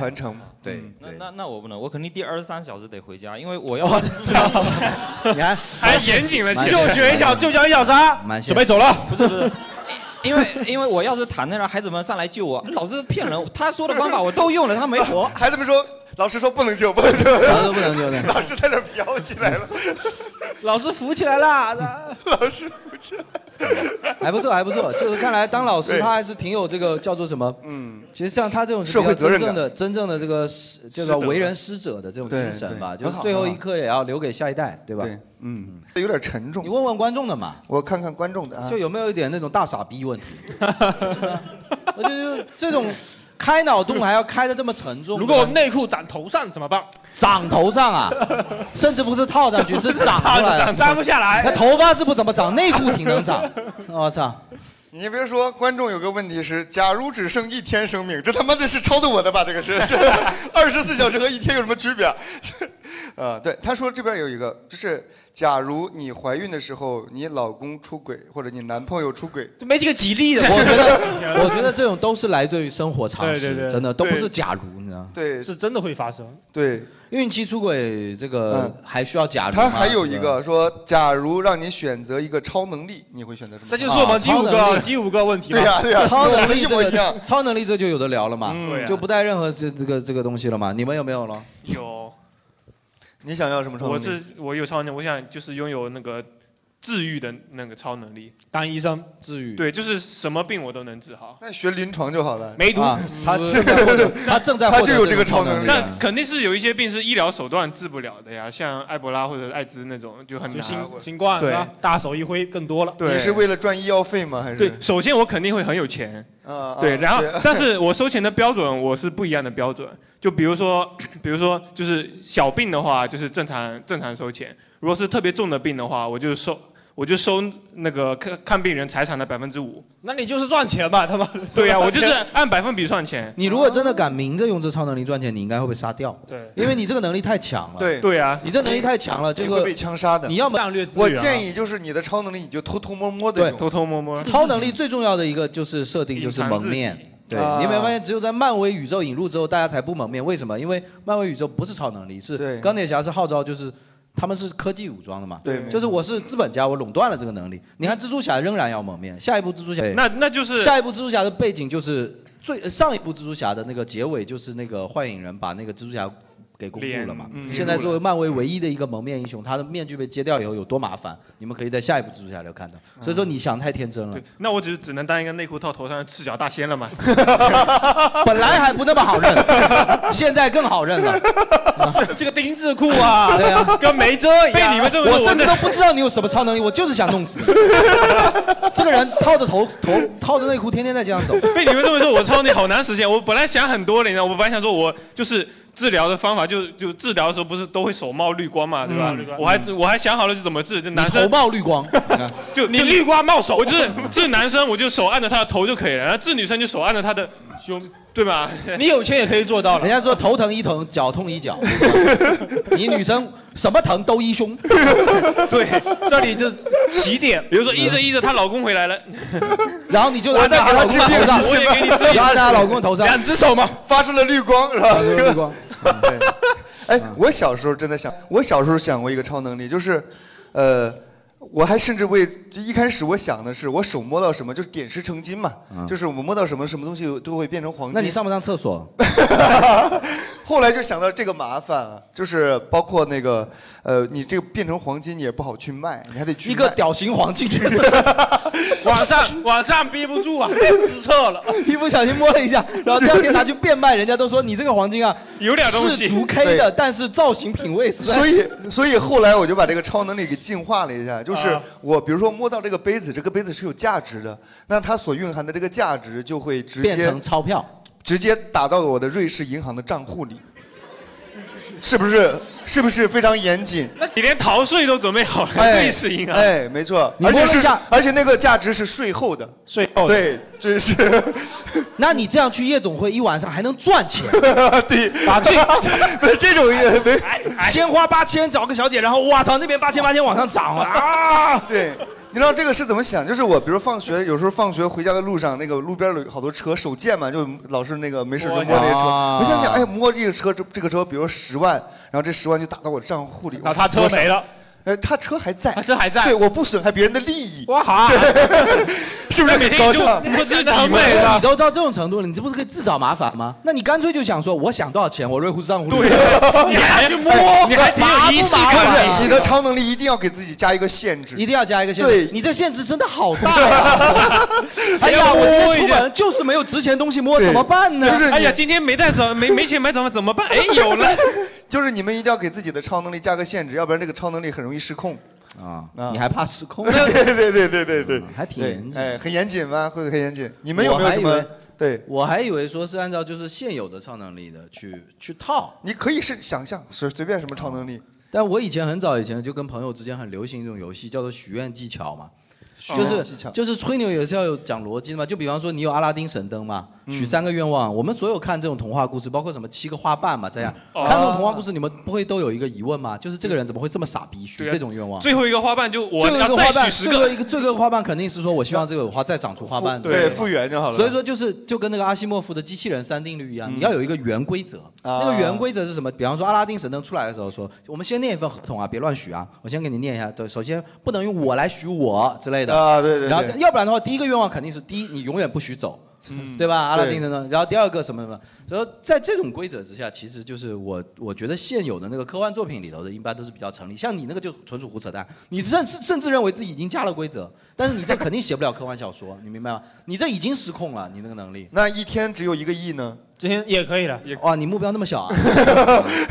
Speaker 2: 对，
Speaker 1: 嗯
Speaker 15: 那嗯那那我不能，我肯定第二十三小时得回家，因为我要
Speaker 1: [laughs]
Speaker 15: [laughs]
Speaker 2: 你看还严谨了起来
Speaker 5: 就学一下，就讲一小啥
Speaker 15: 蛮，现实
Speaker 5: 准备走了。
Speaker 15: 不是不是。因为因为我要是躺在那儿，孩子们上来救我，老师骗人，他说的方法我都用了，他没
Speaker 1: [laughs]
Speaker 15: 活。
Speaker 1: 孩子们说，老师说不能救，不能救，
Speaker 2: 老师不能救对
Speaker 1: [laughs] 老师在那飘起来
Speaker 15: [laughs]
Speaker 1: 了，
Speaker 5: 老师扶起来了，
Speaker 1: 老师扶起来。
Speaker 2: 还不错，还不
Speaker 1: [laughs]
Speaker 2: 错。就是看来当老师他还是挺有这个叫做什么，嗯，其实像他这种是比较
Speaker 1: 社会责任
Speaker 2: 真
Speaker 1: 感
Speaker 2: 正的真正的这个师这
Speaker 1: 师
Speaker 2: 个
Speaker 1: 德
Speaker 2: 为人师者的这种精神吧，
Speaker 1: 对
Speaker 2: 就是
Speaker 1: 对很好
Speaker 2: 最后一刻也要留给下一代，对吧？
Speaker 1: 对嗯，有点沉重。你
Speaker 2: 问问观众的嘛，
Speaker 1: [laughs] 我看看观众的啊，
Speaker 2: 就有没有一点那种大傻逼问题？我就是这种开脑洞还要开的这么沉重。
Speaker 5: 如果我
Speaker 2: 对吧
Speaker 5: 内裤长头上怎么办？
Speaker 2: 长头上啊，甚至不是套上去，是长出来的
Speaker 5: [laughs] 长长不下来
Speaker 2: 那头发是不怎么长，内裤挺能长。 [laughs] 我操！
Speaker 1: [laughs] 你别说，观众有个问题是：假如只剩一天生命，这他妈的是抄的我的吧？这个是
Speaker 5: [laughs]
Speaker 1: 是二十四小时和一天有什么区别 [laughs] 啊？是呃，对，他说这边有一个，就是假如你怀孕的时候，你老公出轨或者你男朋友出轨，
Speaker 5: 没这个吉利的，
Speaker 2: 我觉 [laughs] 得，我觉得这种都是来自于生活常
Speaker 5: 对
Speaker 2: 识，
Speaker 5: 对对
Speaker 2: 真的都不是假如，你知道吗？
Speaker 1: 对，
Speaker 5: 是真的会发生。
Speaker 1: 对，嗯
Speaker 2: 孕期出轨这个还需要假如吗
Speaker 1: 他还有一个说，假如让你选择一个超能力，你会选择什么？
Speaker 5: 这就是我们第五
Speaker 2: 啊超
Speaker 5: 个
Speaker 2: 能力
Speaker 5: 第五个问题嘛。
Speaker 1: 对呀对呀
Speaker 2: [laughs] 超能力
Speaker 1: 一
Speaker 2: 这
Speaker 1: 模一
Speaker 2: 个
Speaker 1: 样
Speaker 2: 超能力这就有的聊了嘛
Speaker 1: 嗯对，嗯呀
Speaker 2: 就不带任何这这个这个东西了嘛。你们有没有了？
Speaker 4: 有。
Speaker 1: 你想要什么超能
Speaker 4: 我
Speaker 1: 力？
Speaker 4: 是我有超能力，我想就是拥有那个治愈的那个超能力，
Speaker 5: 当医生
Speaker 2: 治愈
Speaker 4: 对，就是什么病我都能治好。
Speaker 1: 那学临床就好了。
Speaker 4: 梅毒
Speaker 2: 啊他
Speaker 4: 嗯
Speaker 2: 正在获
Speaker 5: [laughs]
Speaker 2: 得 [laughs] 他正在获
Speaker 1: 他
Speaker 2: 得
Speaker 1: 就有这个超能力。
Speaker 5: 啊
Speaker 4: 那肯定是有一些病是医疗手段治不了的呀，像埃博拉或者艾滋那种就很
Speaker 5: 就
Speaker 4: 难。
Speaker 5: 新新冠啊是
Speaker 4: 对
Speaker 5: 吧？大手一挥更多了。
Speaker 4: 对你是
Speaker 1: 为了赚医药费吗？还是
Speaker 4: 对，首先我肯定会很有钱，
Speaker 1: 啊
Speaker 4: 对，然后
Speaker 1: 对 [laughs]
Speaker 4: 但是我收钱的标准我是不一样的标准，就比如说，比如说就是小病的话，就是正常正常收钱；如果是特别重的病的话，我就收我就收那个看看病人财产的百分之五。
Speaker 5: 那你就是赚钱吧，他妈。
Speaker 4: 对呀、我就是按百分比算钱。
Speaker 2: 你如果真的敢明着用这超能力赚钱，你应该会被杀掉。
Speaker 4: 对
Speaker 2: 因为你这个能力太强了。
Speaker 1: 对
Speaker 4: 对啊
Speaker 2: 你这能力太强了，这
Speaker 1: 你
Speaker 2: 个
Speaker 1: 会被枪杀的。
Speaker 2: 你要么
Speaker 1: 我
Speaker 5: 啊
Speaker 1: 建议就是你的超能力，你就偷偷摸摸的
Speaker 2: 对
Speaker 1: 用。
Speaker 4: 偷偷摸摸
Speaker 2: 超能力最重要的一个就是设定就是蒙面
Speaker 1: 隐藏自己。
Speaker 2: 对，
Speaker 1: 啊
Speaker 2: 你有没有发现，只有在漫威宇宙引入之后，大家才不蒙面？为什么？因为漫威宇宙不是超能力，是钢铁侠是号召，就是他们是科技武装的嘛。
Speaker 1: 对没错
Speaker 2: 就是我是资本家，我垄断了这个能力。你看蜘蛛侠仍然要蒙面，下一部蜘蛛侠
Speaker 4: 那那就是
Speaker 2: 下一部蜘蛛侠的背景就是最呃上一部蜘蛛侠的那个结尾，就是那个幻影人把那个蜘蛛侠。给公布了嘛
Speaker 4: 脸？嗯
Speaker 2: 现在作为漫威唯一的一个蒙面英雄，他的面具被揭掉以后有多麻烦？你们可以在下一部蜘蛛侠里看到。所以说你想太天真了。
Speaker 4: 那我只只能当一个内裤套头上的赤脚大仙了嘛。 [laughs]
Speaker 2: 本来还不那么好认， [laughs] 现在更好认了。
Speaker 5: 这个丁字裤啊，
Speaker 2: [laughs] 对啊，
Speaker 5: [laughs] 跟没遮一样。
Speaker 2: 被你们这么说我甚至都不知道你有什么超能力，我就是想弄死你。这个人套着头头套着内裤，天天在街上走。
Speaker 4: 被你们这么
Speaker 2: [laughs]
Speaker 4: 说，我超能力好难实现。我本来想很多的，你知道，我本来想说我就是治疗的方法，就就治疗的时候不是都会手冒绿光嘛，对吧？
Speaker 5: 嗯
Speaker 4: 我还我还想好了就怎么治，就男生
Speaker 2: 头冒绿光，
Speaker 4: 就
Speaker 5: 你绿光冒手
Speaker 4: 我就是治男生，我就手按着他的头就可以了，然后治女生就手按着他的胸，对吧？ [laughs]
Speaker 5: 你有钱也可以做到了。
Speaker 2: 人家说头疼一疼，脚痛一 [laughs] 脚。你女生什么疼都一胸。
Speaker 4: 对，
Speaker 5: 这里就起点。
Speaker 4: 比如说依着依着她老公回来了，
Speaker 2: 然后你就
Speaker 4: [laughs] 我再
Speaker 2: 在
Speaker 4: 给
Speaker 2: 老
Speaker 4: 她
Speaker 2: 公
Speaker 4: 治
Speaker 2: 头
Speaker 4: 病
Speaker 2: 上，
Speaker 4: 我也给你治
Speaker 2: 然后在她老公啊头上，
Speaker 4: 两只手嘛，
Speaker 1: 发出了绿光是吧？
Speaker 2: 绿
Speaker 5: [laughs]
Speaker 2: 光。
Speaker 1: 哎，我小时候真的想，我小时候想过一个超能力，就是，呃，我还甚至为就一开始我想的是，我手摸到什么就是点石成金嘛，
Speaker 2: 嗯
Speaker 1: 就是我们摸到什么什么东西都会变成黄金。
Speaker 2: 那你上不上厕所？
Speaker 1: 后来就想到这个麻烦了，就是包括那个，呃，你这个变成黄金你也不好去卖，你还得去一个
Speaker 2: 屌型黄
Speaker 4: [laughs]
Speaker 2: 金，[laughs]
Speaker 5: 晚上晚上憋不住啊，失策了。
Speaker 2: 一不小心摸了一下，然后第二天拿去变卖，人家都说你这个黄金啊，
Speaker 4: 有
Speaker 1: 点东西
Speaker 2: 是足 K 的，
Speaker 1: 对
Speaker 2: 但是造型品味实在。
Speaker 1: 所以，所以后来我就把这个超能力给进化了一下，
Speaker 2: 啊
Speaker 1: 就是我比如说摸到这个杯子，这个杯子是有价值的，那它所蕴含的这个价值就会直接
Speaker 2: 变成钞票，
Speaker 1: 直接打到我的瑞士银行的账户里，是不是？是不是非常严谨？
Speaker 4: 你连逃税都准备好了，
Speaker 1: 哎
Speaker 4: 瑞士银行。
Speaker 1: 哎，没错，
Speaker 4: 你
Speaker 1: 而且
Speaker 4: 摸了一
Speaker 1: 是
Speaker 4: 下
Speaker 1: 而且那个价值是税后的，
Speaker 5: 税后
Speaker 2: 的
Speaker 1: 对，这是
Speaker 2: [laughs] 那你这样去夜总会一晚上还能赚钱，
Speaker 1: [laughs] 对，
Speaker 5: 把这
Speaker 1: [laughs] 不是这种也没
Speaker 5: 先花八千找个小姐，然后哇操那边八千八千往上涨啊！
Speaker 1: 对，你知道这个是怎么想？就是我，比如放学，有时候放学回家的路上，那个路边有好多车，手贱嘛，就老是那个没事就摸那些车。
Speaker 2: 啊
Speaker 1: 我想想，哎，摸这个车，这这个车，比如十万，然后这十万就打到我账户里。
Speaker 5: 那他车没了。
Speaker 1: 呃，他车还在，
Speaker 5: 车还在，
Speaker 1: 对，我不损害别人的利益。
Speaker 5: 哇哈，
Speaker 1: [laughs] 是不是很高尚？ [laughs]
Speaker 2: 你都到这种程度了，你这不是给自找麻烦吗？那你干脆就想说，我想多少钱，我瑞虎账户里。
Speaker 1: 对
Speaker 2: [laughs]
Speaker 1: 啊
Speaker 2: 你还去摸
Speaker 1: 你还挺有仪式感
Speaker 2: 麻不
Speaker 1: 的
Speaker 2: 麻烦啊
Speaker 1: 你的超能力一定要给自己加一个限制，
Speaker 2: 一定要加一个限制。
Speaker 1: 对
Speaker 2: 你这限制真的好大 [laughs] 呀！
Speaker 1: 哎 [laughs]
Speaker 2: 哎呀，我今天出门就是没有值钱东西摸，怎么办呢？
Speaker 4: 哎
Speaker 2: [laughs]
Speaker 4: 呀，今天没带早没没钱买早饭怎么办？哎，有了。
Speaker 1: [laughs] 就是你们一定要给自己的超能力加个限制，要不然这个超能力很容易失控。
Speaker 2: 啊，
Speaker 1: 啊
Speaker 2: 你还怕失控？
Speaker 1: [laughs]
Speaker 2: 嗯
Speaker 1: 对对对对对对，
Speaker 2: 还挺严谨。
Speaker 1: 哎，很严谨吗？会很严谨。你们有没有什
Speaker 2: 我还
Speaker 1: 么
Speaker 2: 以为？
Speaker 1: 对，
Speaker 2: 我还以为说是按照就是现有的超能力的去去套。哦
Speaker 1: 你可以是想象随随便什么超能力。
Speaker 2: 但我以前很早以前就跟朋友之间很流行一种游戏，叫做许愿技巧嘛，
Speaker 1: 许
Speaker 2: 就
Speaker 1: 愿
Speaker 2: 是
Speaker 1: 技巧
Speaker 2: 就是吹牛也是要有讲逻辑的嘛。就比方说你有阿拉丁神灯嘛，
Speaker 1: 嗯
Speaker 2: 许三个愿望。我们所有看这种童话故事，包括什么七个花瓣嘛，这样
Speaker 4: 哦
Speaker 1: 嗯
Speaker 2: 看这种童话故事，你们不会都有一个疑问吗？就是这个人怎么会这么傻逼许
Speaker 4: 对啊
Speaker 2: 这种愿望？
Speaker 4: 最后一个花瓣就我
Speaker 2: 最后一
Speaker 4: 要
Speaker 2: 个花
Speaker 4: 再许
Speaker 2: 瓣，
Speaker 4: 十
Speaker 2: 最后一个
Speaker 4: 个，
Speaker 2: 最后一个花瓣肯定是说，我希望这个花再长出花瓣，
Speaker 1: 复
Speaker 2: 吧
Speaker 1: 对复原就好了嗯
Speaker 2: 所以说就是就跟那个阿西莫夫的机器人三定律一样，你要有一个圆规则。
Speaker 1: 啊
Speaker 2: 那个圆规则是什么？比方说阿拉丁神灯出来的时候说，我们先念一份合同啊，别乱许啊，我先给你念一下。对，首先不能用我来许我之类的
Speaker 1: 啊对对对
Speaker 2: 然后要不然的话，第一个愿望肯定是第一，你永远不许走。
Speaker 1: 嗯
Speaker 2: 对吧？阿拉丁神灯，然后第二个什么什么，然后在这种规则之下，其实就是我我觉得现有的那个科幻作品里头的，一般都是比较成立。像你那个就纯属胡扯淡，你甚至甚至认为自己已经加了规则，但是你这肯定写不了科幻小说，你明白吗？你这已经失控了，你那个能力。
Speaker 1: 那一天只有一个亿呢？
Speaker 5: 今天也可以了。
Speaker 2: 哇，你目标那么小啊？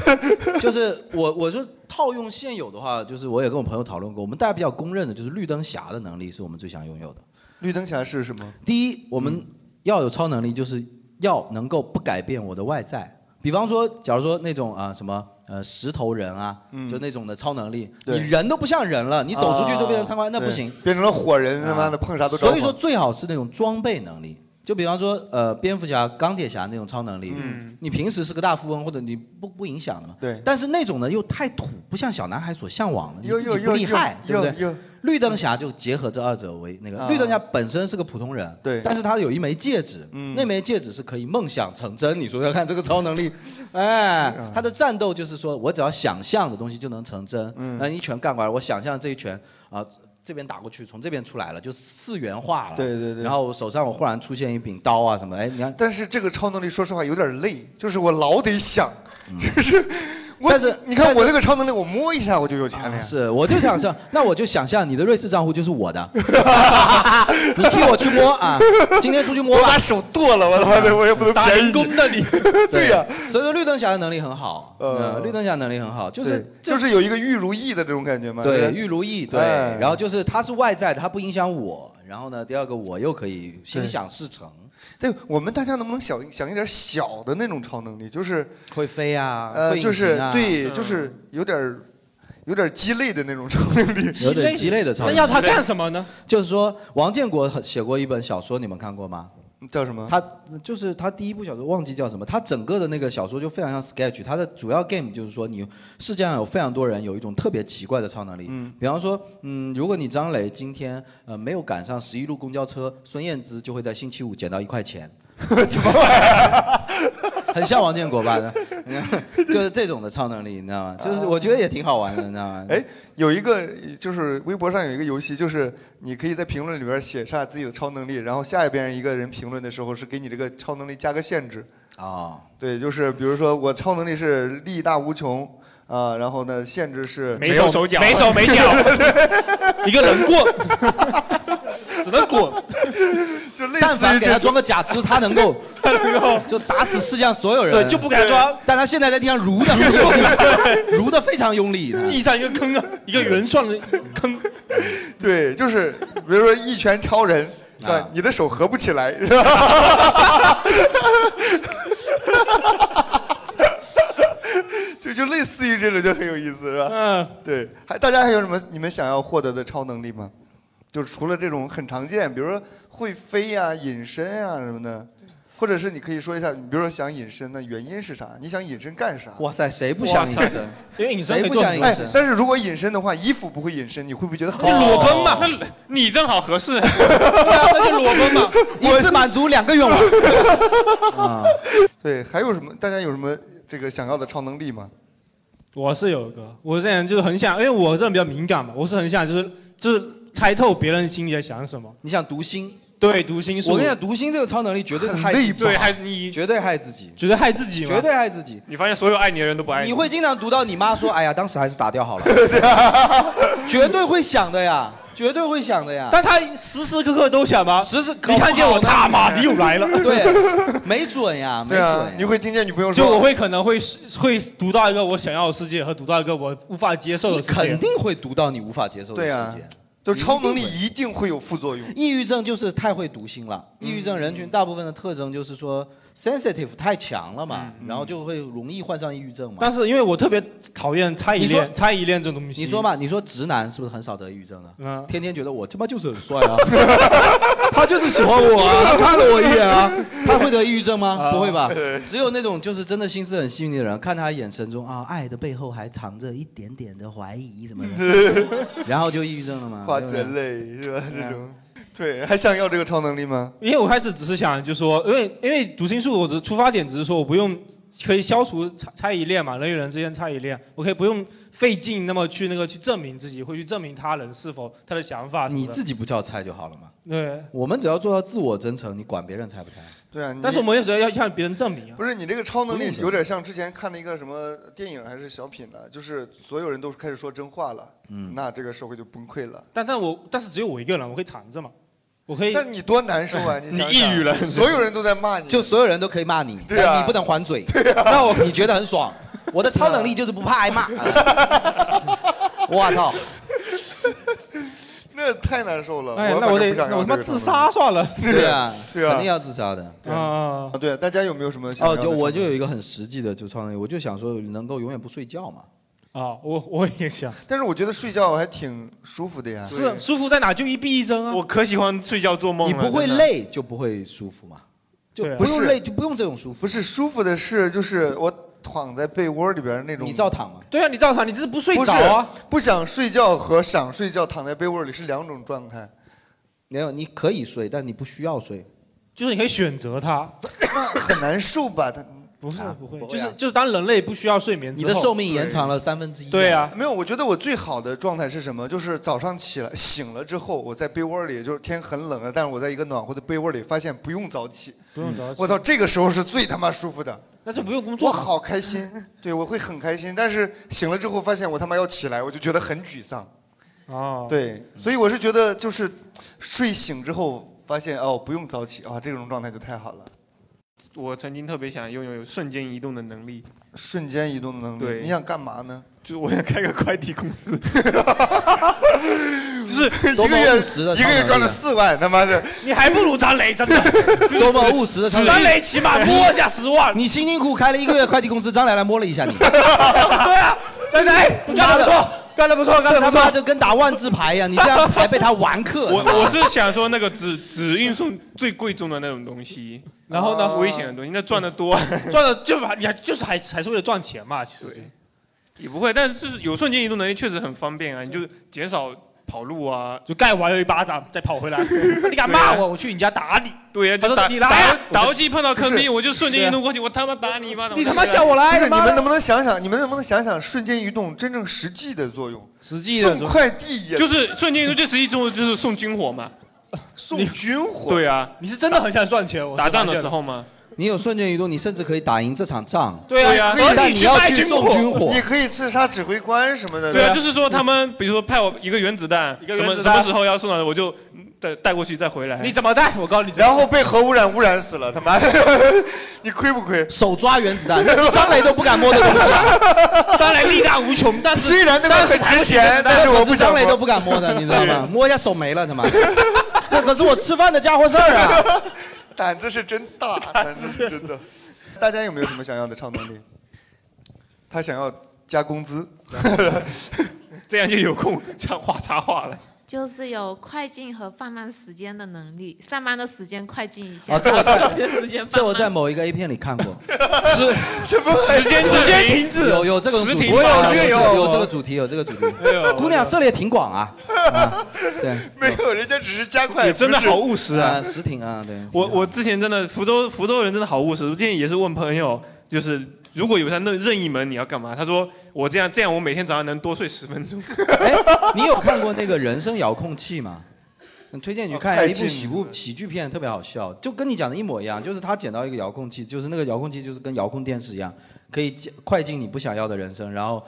Speaker 2: [laughs] 就是我，我就套用现有的话，就是我也跟我朋友讨论过，我们大家比较公认的就是绿灯侠的能力是我们最想拥有的。
Speaker 1: 绿灯侠是什么？嗯
Speaker 2: 第一，我们要有超能力，就是要能够不改变我的外在。比方说，假如说那种啊、什么呃石头人啊，
Speaker 1: 嗯
Speaker 2: 就那种的超能力，你
Speaker 1: 对啊
Speaker 2: 人都不像人了，你走出去就变成参观，那不
Speaker 1: 对
Speaker 2: 行。
Speaker 1: 变成了火人，他妈的
Speaker 2: 啊
Speaker 1: 碰啥都着火。
Speaker 2: 所以说最好是那种装备能力，就比方说呃蝙蝠侠、钢铁侠那种超能力，
Speaker 1: 嗯
Speaker 2: 你平时是个大富翁或者你不不影响的嘛。
Speaker 1: 对
Speaker 2: 但是那种呢又太土，不像小男孩所向往的，你
Speaker 1: 又
Speaker 2: 自己
Speaker 1: 又
Speaker 2: 不
Speaker 1: 又
Speaker 2: 厉害，对
Speaker 1: 又
Speaker 2: 不对
Speaker 1: 又？
Speaker 2: 绿灯侠就结合这二者为那个，
Speaker 1: 啊
Speaker 2: 绿灯侠本身是个普通人，
Speaker 1: 对嗯
Speaker 2: 但是他有一枚戒指，那枚戒指是可以梦想成真。你说要看这个超能
Speaker 1: [laughs]
Speaker 2: 力，哎，
Speaker 1: 啊
Speaker 2: 他的战斗就是说我只要想象的东西就能成真，
Speaker 1: 嗯
Speaker 2: 那一拳干过来，我想象这一拳啊。这边打过去，从这边出来了，就四元化了。
Speaker 1: 对对对
Speaker 2: 啊然后我手上我忽然出现一柄刀啊什么，哎，你看，
Speaker 1: 但是这个超能力说实话有点累，就是我老得想，
Speaker 2: 嗯
Speaker 1: 就是我。但是你看我这个超能力，我摸一下我就有钱了呀。
Speaker 2: 啊是，我就想象，那我就想象你的瑞士账户就是我的， [laughs] 你替我去摸啊，今天出去摸吧。啊
Speaker 1: 我把手剁了，我他妈的，我也不能
Speaker 2: 打
Speaker 1: 便宜
Speaker 2: 人工的你。
Speaker 1: [laughs] 对呀，
Speaker 2: 所以说绿灯侠的能力很好，
Speaker 1: 呃
Speaker 2: 呃，绿灯侠能力很好，就
Speaker 1: 就是是就是有一个玉如意的这种感觉嘛。
Speaker 2: 对
Speaker 1: 不
Speaker 2: 玉如意对
Speaker 1: 哎，
Speaker 2: 然后就是它是外在的，它不影响我。然后呢，第二个我又可以心想事成，
Speaker 1: 对我们大家能不能想想一点小的那种超能力，就是
Speaker 2: 会飞啊，
Speaker 1: 呃，
Speaker 2: 会隐
Speaker 1: 就是
Speaker 2: 形啊
Speaker 1: 对，
Speaker 5: 嗯
Speaker 1: 就是有点儿有点儿鸡肋的那种超能力，
Speaker 2: 有点鸡肋的超能力。
Speaker 5: 什么呢？
Speaker 2: 就是说，王建国写过一本小说，你们看过吗？
Speaker 1: 叫什么？
Speaker 2: 他就是他第一部小说忘记叫什么，他整个的那个小说就非常像 sketch，他的主要 game 就是说你世界上有非常多人有一种特别奇怪的超能力，
Speaker 1: 嗯
Speaker 2: 比方说，嗯，如果你张磊今天呃没有赶上十一路公交车，孙燕姿就会在星期五捡到一块
Speaker 1: [laughs]
Speaker 2: 钱，很像王建国吧？ [laughs] 就是这种的超能力，你知道吗？就是我觉得也挺好玩的，你知道吗？
Speaker 1: 啊哎，有一个就是微博上有一个游戏，就是你可以在评论里边写下自己的超能力，然后下一边一个人评论的时候是给你这个超能力加个限制。
Speaker 2: 啊，
Speaker 1: 对，就是比如说我超能力是力大无穷啊、然后呢限制是
Speaker 5: 没手没手没脚啊
Speaker 1: [laughs]
Speaker 5: 一个人过，只
Speaker 2: [laughs]
Speaker 5: 能滚。
Speaker 1: 就类
Speaker 2: 但
Speaker 1: 似
Speaker 2: 凡
Speaker 1: 于
Speaker 2: 给
Speaker 1: 这
Speaker 2: 他
Speaker 1: 种
Speaker 2: 装个假肢，他能 [laughs] 够就打死世界上所有人，
Speaker 5: 对就不给他装。
Speaker 2: 但他现在在地上蠕的很用力，蠕的非常用力。
Speaker 5: 地上一个坑啊，一个圆状的坑。
Speaker 1: [laughs] 对，就是比如说一拳超
Speaker 5: 啊
Speaker 1: 人，是吧？你的手合不起来，是吧？ [laughs] 就就类似于这种就很有意思，是吧？
Speaker 5: 嗯，
Speaker 1: 对。还大家还有什么你们想要获得的超能力吗？啊就是除了这种很常见，比如说会飞呀、隐身呀、什么的，或者是你可以说一下，你比如说想隐身，那原因是啥？你想隐身干啥？
Speaker 2: 哇塞，谁不想隐
Speaker 1: 哇
Speaker 2: 身
Speaker 1: 塞？
Speaker 2: 因为隐身谁可以不做想很多
Speaker 1: 哎
Speaker 2: 事
Speaker 1: 但是如果隐身的话，衣服不会隐身，你会不会觉得好？
Speaker 4: [laughs]
Speaker 1: 哦
Speaker 4: 就裸奔嘛，那你正好合 [laughs] 适。对啊那就裸奔
Speaker 1: [laughs]
Speaker 4: 嘛，
Speaker 2: 一次满足两个愿望。啊
Speaker 1: 对，还有什么？大家有什么这个想要的超能力吗？
Speaker 5: 我是有一个，我之前就是很想，因为我这人比较敏感嘛，我是很想就是就是猜透别人心里在想什么。
Speaker 2: 你想读心？
Speaker 5: 对，读心术。
Speaker 2: 我跟你讲，读心这个超能力绝对是害自己，
Speaker 5: 对害
Speaker 2: 你，绝对害自己，
Speaker 5: 绝对害自己吗
Speaker 2: 绝对害自己。
Speaker 4: 你发现所有爱你的人都不爱
Speaker 2: 你会经常读到你妈说：“哎呀，当时还是打掉
Speaker 5: [laughs]
Speaker 2: 好了。”绝对会想的呀，绝对会想的呀。
Speaker 5: 但他时时刻刻都想吗？
Speaker 2: 时时
Speaker 5: 你看见我他妈你又来了。
Speaker 2: 对， [laughs] 没准呀，没
Speaker 5: 对啊
Speaker 2: 准呀。
Speaker 1: 你会听见女朋友
Speaker 5: 就我会可能会会读到一个我想要的世界和读到一个我无法接受的世界。
Speaker 2: 肯定会读到你无法接受的
Speaker 1: 对啊
Speaker 2: 世界。
Speaker 1: 就超能力一定会有副作用。嗯
Speaker 2: 抑郁症就是太会读心了，抑郁症人群大部分的特征就是说 sensitive 太强了嘛，
Speaker 1: 嗯
Speaker 2: 然后就会容易患上抑郁症嘛。
Speaker 5: 但是因为我特别讨厌猜疑
Speaker 2: 你
Speaker 5: 恋
Speaker 2: 说，
Speaker 5: 猜疑恋这种东西。
Speaker 2: 你说嘛，你说直男是不是很少得抑郁症呢？
Speaker 5: 嗯，
Speaker 2: 天天觉得我他妈就是很帅 [laughs] 啊，他就是喜欢我啊， [laughs] 他看了我一眼啊，他会得抑郁症吗？不会吧？只有那种就是真的心思很细腻的人，看他眼神中啊，爱的背后还藏着一点点的怀疑什么
Speaker 1: [laughs]
Speaker 2: 的，然后就抑郁症了嘛。
Speaker 1: 花
Speaker 2: 对不对
Speaker 1: 姐累是吧？
Speaker 2: 对
Speaker 1: 这
Speaker 2: 啊
Speaker 1: 种，对，还想要这个超能力吗？
Speaker 5: 因为我开始只是想，就说，因为因为读心术，我的出发点只是说我不用可以消除猜猜疑链嘛，人与人之间猜疑链，我可以不用费劲那么去那个去证明自己，会去证明他人是否他的想法啊什么
Speaker 2: 你
Speaker 5: 的
Speaker 2: 自己不叫猜就好了嘛。
Speaker 5: 对，
Speaker 2: 我们只要做到自我真诚，你管别人猜不猜？
Speaker 1: 对啊，你
Speaker 5: 但是我们有时候要向别人证明啊。
Speaker 1: 不是你这个超能力有点像之前看的一个什么电影还是小品呢？就是所有人都开始说真话了，
Speaker 2: 嗯
Speaker 1: 那这个社会就崩溃了。
Speaker 5: 但但我但是只有我一个人，我可以藏着嘛，我可以。
Speaker 1: 那你多难受
Speaker 5: [laughs]
Speaker 1: 啊！想想所有人都在骂你，
Speaker 2: 就所有人都可以骂你，
Speaker 1: 对啊啊
Speaker 2: 但你不能还
Speaker 1: [laughs]
Speaker 2: 嘴。那我你觉得很爽？我的超能力就是不怕挨骂。我操！
Speaker 1: [laughs] 那太难受了。
Speaker 5: 哎
Speaker 1: 我
Speaker 5: 那
Speaker 1: 反
Speaker 5: 我
Speaker 1: 正
Speaker 5: 得
Speaker 1: 不想
Speaker 5: 那
Speaker 1: 要
Speaker 5: 我他妈
Speaker 1: 这个
Speaker 5: 自
Speaker 1: 超能
Speaker 5: 杀
Speaker 1: 力
Speaker 5: 算了
Speaker 1: 对
Speaker 2: 对啊，
Speaker 1: 对啊，
Speaker 2: 肯定要自杀的。
Speaker 1: 对啊，对啊，大家有没有什么想要
Speaker 2: 哦，
Speaker 1: 的
Speaker 2: 就我
Speaker 1: 超能力
Speaker 2: 就有一个很实际的，就创业，我就想说能够永远不睡觉嘛。
Speaker 5: 啊，我我也想。
Speaker 1: 但是我觉得睡觉还挺舒服的呀。
Speaker 5: 是舒服在哪就一闭一睁啊。
Speaker 4: 我可喜欢睡觉做梦
Speaker 2: 你
Speaker 4: 了。
Speaker 2: 不会
Speaker 4: 真的
Speaker 2: 累就不会舒服嘛，就
Speaker 1: 对啊
Speaker 2: 不用
Speaker 1: 不是
Speaker 2: 累就不用这种舒服。
Speaker 1: 不是舒服的是，就是我躺在被窝里边那种。你
Speaker 2: 照躺吗？
Speaker 5: 对啊，你照常，你这是不睡
Speaker 1: 不
Speaker 5: 着
Speaker 1: 是
Speaker 5: 啊。，
Speaker 1: 不想睡觉和想睡觉躺在被窝里是两种状态。
Speaker 2: 没有，你可以睡，但你不需要睡。
Speaker 5: 就是你可以选择它，
Speaker 1: 很难受吧？它
Speaker 5: 不是不会，
Speaker 2: 不会
Speaker 5: 就
Speaker 2: 啊
Speaker 5: 是就是当人类不需要睡眠之后，
Speaker 2: 了三分之一
Speaker 5: 对啊，
Speaker 1: 没有，我觉得我最好的状态是什么？就是早上起来 [laughs] 醒了之后，我在被窝里，就是天很冷了，但是我在一个暖和的被窝里，发现不用早起，
Speaker 5: 不用早起
Speaker 1: 我操，这个时候是最他妈舒服的。
Speaker 5: 那就不用工
Speaker 1: 作，我好开心，对我会很开心。但是醒了之后，发现我他妈要起来，我就觉得很沮丧。
Speaker 5: 哦，
Speaker 1: 对，所以我是觉得就是睡醒之后发现哦，不用早起啊，这种状态就太好了。
Speaker 4: [laughs] 我曾经特别想拥有瞬间移动的能力，
Speaker 1: 瞬间移动的能力，
Speaker 4: 对
Speaker 1: 你想干嘛呢？
Speaker 4: 就是我想开个快递公
Speaker 1: [laughs]
Speaker 4: 司，
Speaker 5: 就是
Speaker 1: 一个月一个月赚了四万，他妈的，
Speaker 5: 啊你还不如张
Speaker 4: [laughs]
Speaker 5: 磊，真的。
Speaker 2: [laughs] 多么务实的
Speaker 5: 张磊起码摸一下十万。
Speaker 2: [laughs] 你辛辛苦苦开了一个月快递公司，张磊来摸了一下你。
Speaker 5: [laughs] 对
Speaker 2: [laughs]
Speaker 5: 啊，张磊干得不错，干得不错，干
Speaker 2: 这
Speaker 5: 得不
Speaker 2: 他妈
Speaker 5: 错。
Speaker 2: 就跟打万字牌一样，你这样还被他玩克。
Speaker 4: 我
Speaker 2: 他妈
Speaker 4: 我是
Speaker 2: [laughs]
Speaker 4: 想说那个只只运送最贵重的那种东西，
Speaker 5: 然后呢
Speaker 4: 危险的东西，那赚的多，
Speaker 5: 哦 [laughs]
Speaker 4: 啊
Speaker 5: 赚了就把你还就是还还是为了赚钱嘛，其实。
Speaker 4: [laughs] 也不会，但是就是有瞬间移动能力确实很方便啊，你就减少跑路啊，
Speaker 5: 就盖完又一巴掌再跑 [laughs] 回来，你敢骂我，我去你家打你。
Speaker 4: 对呀、就
Speaker 5: 他说
Speaker 4: 打
Speaker 5: 你来啊呀，
Speaker 4: 打打游戏碰到
Speaker 1: 不
Speaker 4: 坑
Speaker 1: 是
Speaker 4: 逼，我就瞬间
Speaker 5: 啊
Speaker 1: 是
Speaker 4: 移动过去，我他妈打你一巴掌！
Speaker 1: 你
Speaker 4: 我
Speaker 1: 他妈
Speaker 4: 就
Speaker 1: 叫我来不是
Speaker 4: 他妈
Speaker 1: 你们
Speaker 4: 的
Speaker 1: 能不能想想，你们能不能想想瞬间移动真正实际的作用？
Speaker 5: 实
Speaker 4: 际的作
Speaker 1: 送
Speaker 4: 用
Speaker 1: 快递也
Speaker 4: 就是瞬间移动最实际作用就是送军火嘛，
Speaker 1: 送军火
Speaker 4: 对啊，
Speaker 5: 你是真的很想赚钱，我
Speaker 4: 打仗的时候嘛，
Speaker 2: 你有瞬间移动，你甚至可以打赢这场仗。
Speaker 4: 对啊
Speaker 2: 可以
Speaker 4: 可以
Speaker 2: 但你要去
Speaker 4: 去卖军火
Speaker 2: 送军火。
Speaker 1: 你可以刺杀指挥官什么的。
Speaker 4: 对啊，就是说他们比如说派我一个原子弹，
Speaker 1: 个
Speaker 4: 什么
Speaker 1: 原子
Speaker 4: 什
Speaker 1: 弹
Speaker 4: 么时候要送来，我就带带过去再回来。
Speaker 5: 你怎么带？我告诉你，
Speaker 1: 然后被核污染污染死了，他妈的，你亏不亏？
Speaker 2: 手抓原子弹，张磊 [laughs] 都不敢摸的东西啊。
Speaker 5: [laughs] 张磊力大无穷，但是
Speaker 1: [laughs] 虽然那个
Speaker 2: 但是
Speaker 1: 很值钱
Speaker 2: 那个
Speaker 1: 但是我不想
Speaker 2: 张磊
Speaker 1: 摸
Speaker 2: 都不敢摸的，你知道
Speaker 1: [laughs]
Speaker 2: 吗？摸一下手没了，他妈。那可是我吃饭的家伙事儿啊！
Speaker 1: [laughs] 胆子是真大，胆
Speaker 4: [laughs]
Speaker 1: 子是真的。大家有没有什么想要的超能力？他想要加工资，
Speaker 4: 这样就有空插画插画了。
Speaker 6: 就是有快进和放慢时间的能力，上班的时间快进一下，
Speaker 2: 啊，这
Speaker 6: [laughs]
Speaker 2: 我
Speaker 6: 下班的时间
Speaker 2: 在
Speaker 6: 放
Speaker 2: 这我
Speaker 6: 慢。
Speaker 2: 在某一个 A 片里看过，
Speaker 1: 是
Speaker 2: 时间
Speaker 5: 时间停止
Speaker 2: 有有这个
Speaker 5: 时
Speaker 2: 主
Speaker 5: 停
Speaker 2: 题，
Speaker 5: 八小
Speaker 2: 有
Speaker 5: 时
Speaker 2: 有这个主题，有这个主题。姑娘涉猎挺广啊，啊对，
Speaker 1: 没有，人家只是加快，
Speaker 4: 你真的
Speaker 1: 不是
Speaker 4: 好务实啊
Speaker 2: 实挺啊，对。
Speaker 4: 我我之前真的福州福州人真的好务实，我之前也是问朋友，就是如果有扇任任意门，你要干嘛？他说我这样这样，我每天早上能多睡十分钟。
Speaker 2: [laughs] 你有看过那个人声遥控器吗？推荐你去看
Speaker 4: 哦太
Speaker 2: 一部
Speaker 4: 近
Speaker 2: 喜剧喜剧片，特别好笑，就跟你讲的一模一样，就是他捡到一个遥控器，就是那个遥控器就是跟遥控电视一样，可以接快进你不想要的人生，然后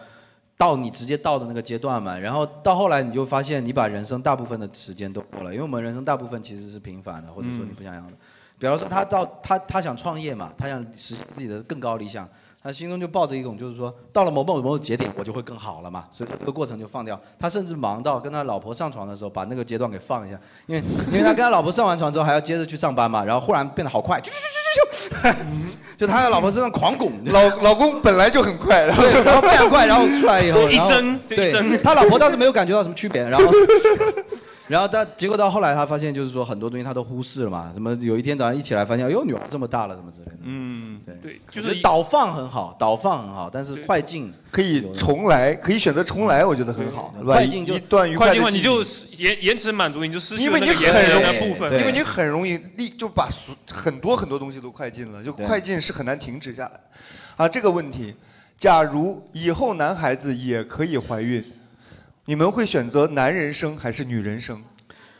Speaker 2: 到你直接到的那个阶段嘛，然后到后来你就发现你把人生大部分的时间都过了，因为我们人生大部分其实是平凡的，或者说你不想要的。比方说他到他他想创业嘛，他想实现自己的更高理想，他心中就抱着一种就是说，到了某某某节点我就会更好了嘛，所以说这个过程就放掉。他甚至忙到跟他老婆上床的时候，把那个阶段给放一下，因为因为他跟他老婆上完床之后还要接着去上班嘛，然后忽然变得好快，就就就就就，就他在老婆身上狂拱。
Speaker 1: 老老公本来就很快，然后
Speaker 2: 对，然后非常快，然后出来以后，
Speaker 1: [laughs] 一
Speaker 2: 然后
Speaker 1: 针就一
Speaker 2: 对
Speaker 1: 针
Speaker 2: 他老婆倒是没有感觉到什么区别，然后。然后但结果到后来，他发现就是说很多东西他都忽视了嘛，什么有一天早上一起来发现，哎呦，女儿这么大了，什么之类的。
Speaker 1: 嗯，
Speaker 2: 对，
Speaker 1: 就是
Speaker 2: 我觉得导放很好，导放很好，但是快进
Speaker 1: 可以重来，可以选择重来，我觉得很好，对
Speaker 2: 嗯
Speaker 1: 吧？
Speaker 2: 快进就
Speaker 1: 一段愉
Speaker 4: 快
Speaker 1: 快
Speaker 4: 进
Speaker 1: 的
Speaker 4: 话，你
Speaker 1: 记忆
Speaker 4: 就延延迟满足，你就失去
Speaker 1: 因
Speaker 4: 了
Speaker 1: 为
Speaker 4: 那
Speaker 1: 你
Speaker 4: 个延
Speaker 1: 很
Speaker 4: 迟的
Speaker 1: 容
Speaker 4: 那
Speaker 1: 易
Speaker 4: 部分，，
Speaker 1: 因为你很容易立就把所很多很多东西都快进了，就
Speaker 4: 对
Speaker 1: 快进是很难停止下来。啊，这个问题，假如以后男孩子也可以怀孕，你们会选择男人生还是女人生？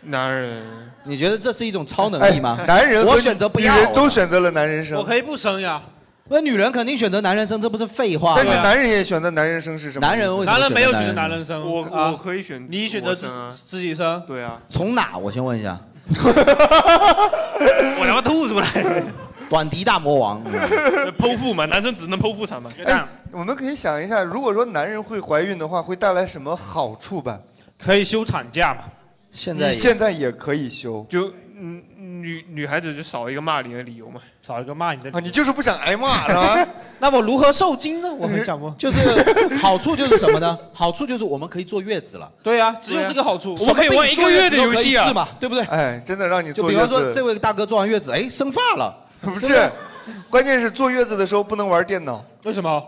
Speaker 4: 男人，
Speaker 2: 你觉得这是一种超能力吗？
Speaker 1: 哎，男人和
Speaker 2: 我选择不要，
Speaker 1: 女人都选择了男人
Speaker 5: 啊
Speaker 1: 生，
Speaker 2: 以不生呀。那女人肯定选择男人生，这不是废话吗？
Speaker 1: 但是男人也选择男人生是什么意思？
Speaker 2: 男人为什么男人没有选择选择男人
Speaker 5: 人生
Speaker 4: 我
Speaker 5: 啊
Speaker 4: 我可以选，
Speaker 5: 你选择自自己生？
Speaker 4: 对啊，
Speaker 2: 从哪？我先问一
Speaker 1: [laughs]
Speaker 2: 下。
Speaker 4: 我他妈吐出来，
Speaker 2: 短笛大魔王。
Speaker 4: [laughs]
Speaker 2: 嗯
Speaker 4: 剖腹嘛，男生只能剖腹产嘛。
Speaker 1: 哎，我们可以想一下，如果说男人会怀孕的话，会带来什么好处吧？
Speaker 5: 可以休产假嘛？
Speaker 2: 现
Speaker 1: 你现在也可以休，
Speaker 4: 就嗯女女孩子就少一个骂你的理由嘛，
Speaker 5: 少一个骂你的
Speaker 1: 啊，你就是不想挨骂是吧？
Speaker 5: [laughs] 那我如何受精呢？我很想问。
Speaker 2: 就是好处就是什么呢？好处就是我们可以坐月子了。
Speaker 5: [laughs] 对啊，只有这个好处。
Speaker 2: 什么病坐月子都可以治嘛，对不对？
Speaker 1: 哎，真的让你
Speaker 2: 就
Speaker 1: 坐
Speaker 2: 比
Speaker 1: 月子
Speaker 2: 方说，这位大哥坐完月子，哎，生发了，
Speaker 1: [laughs] 不
Speaker 2: 对
Speaker 1: 是，关键是坐月子的时候不能玩电脑。
Speaker 5: 为什么？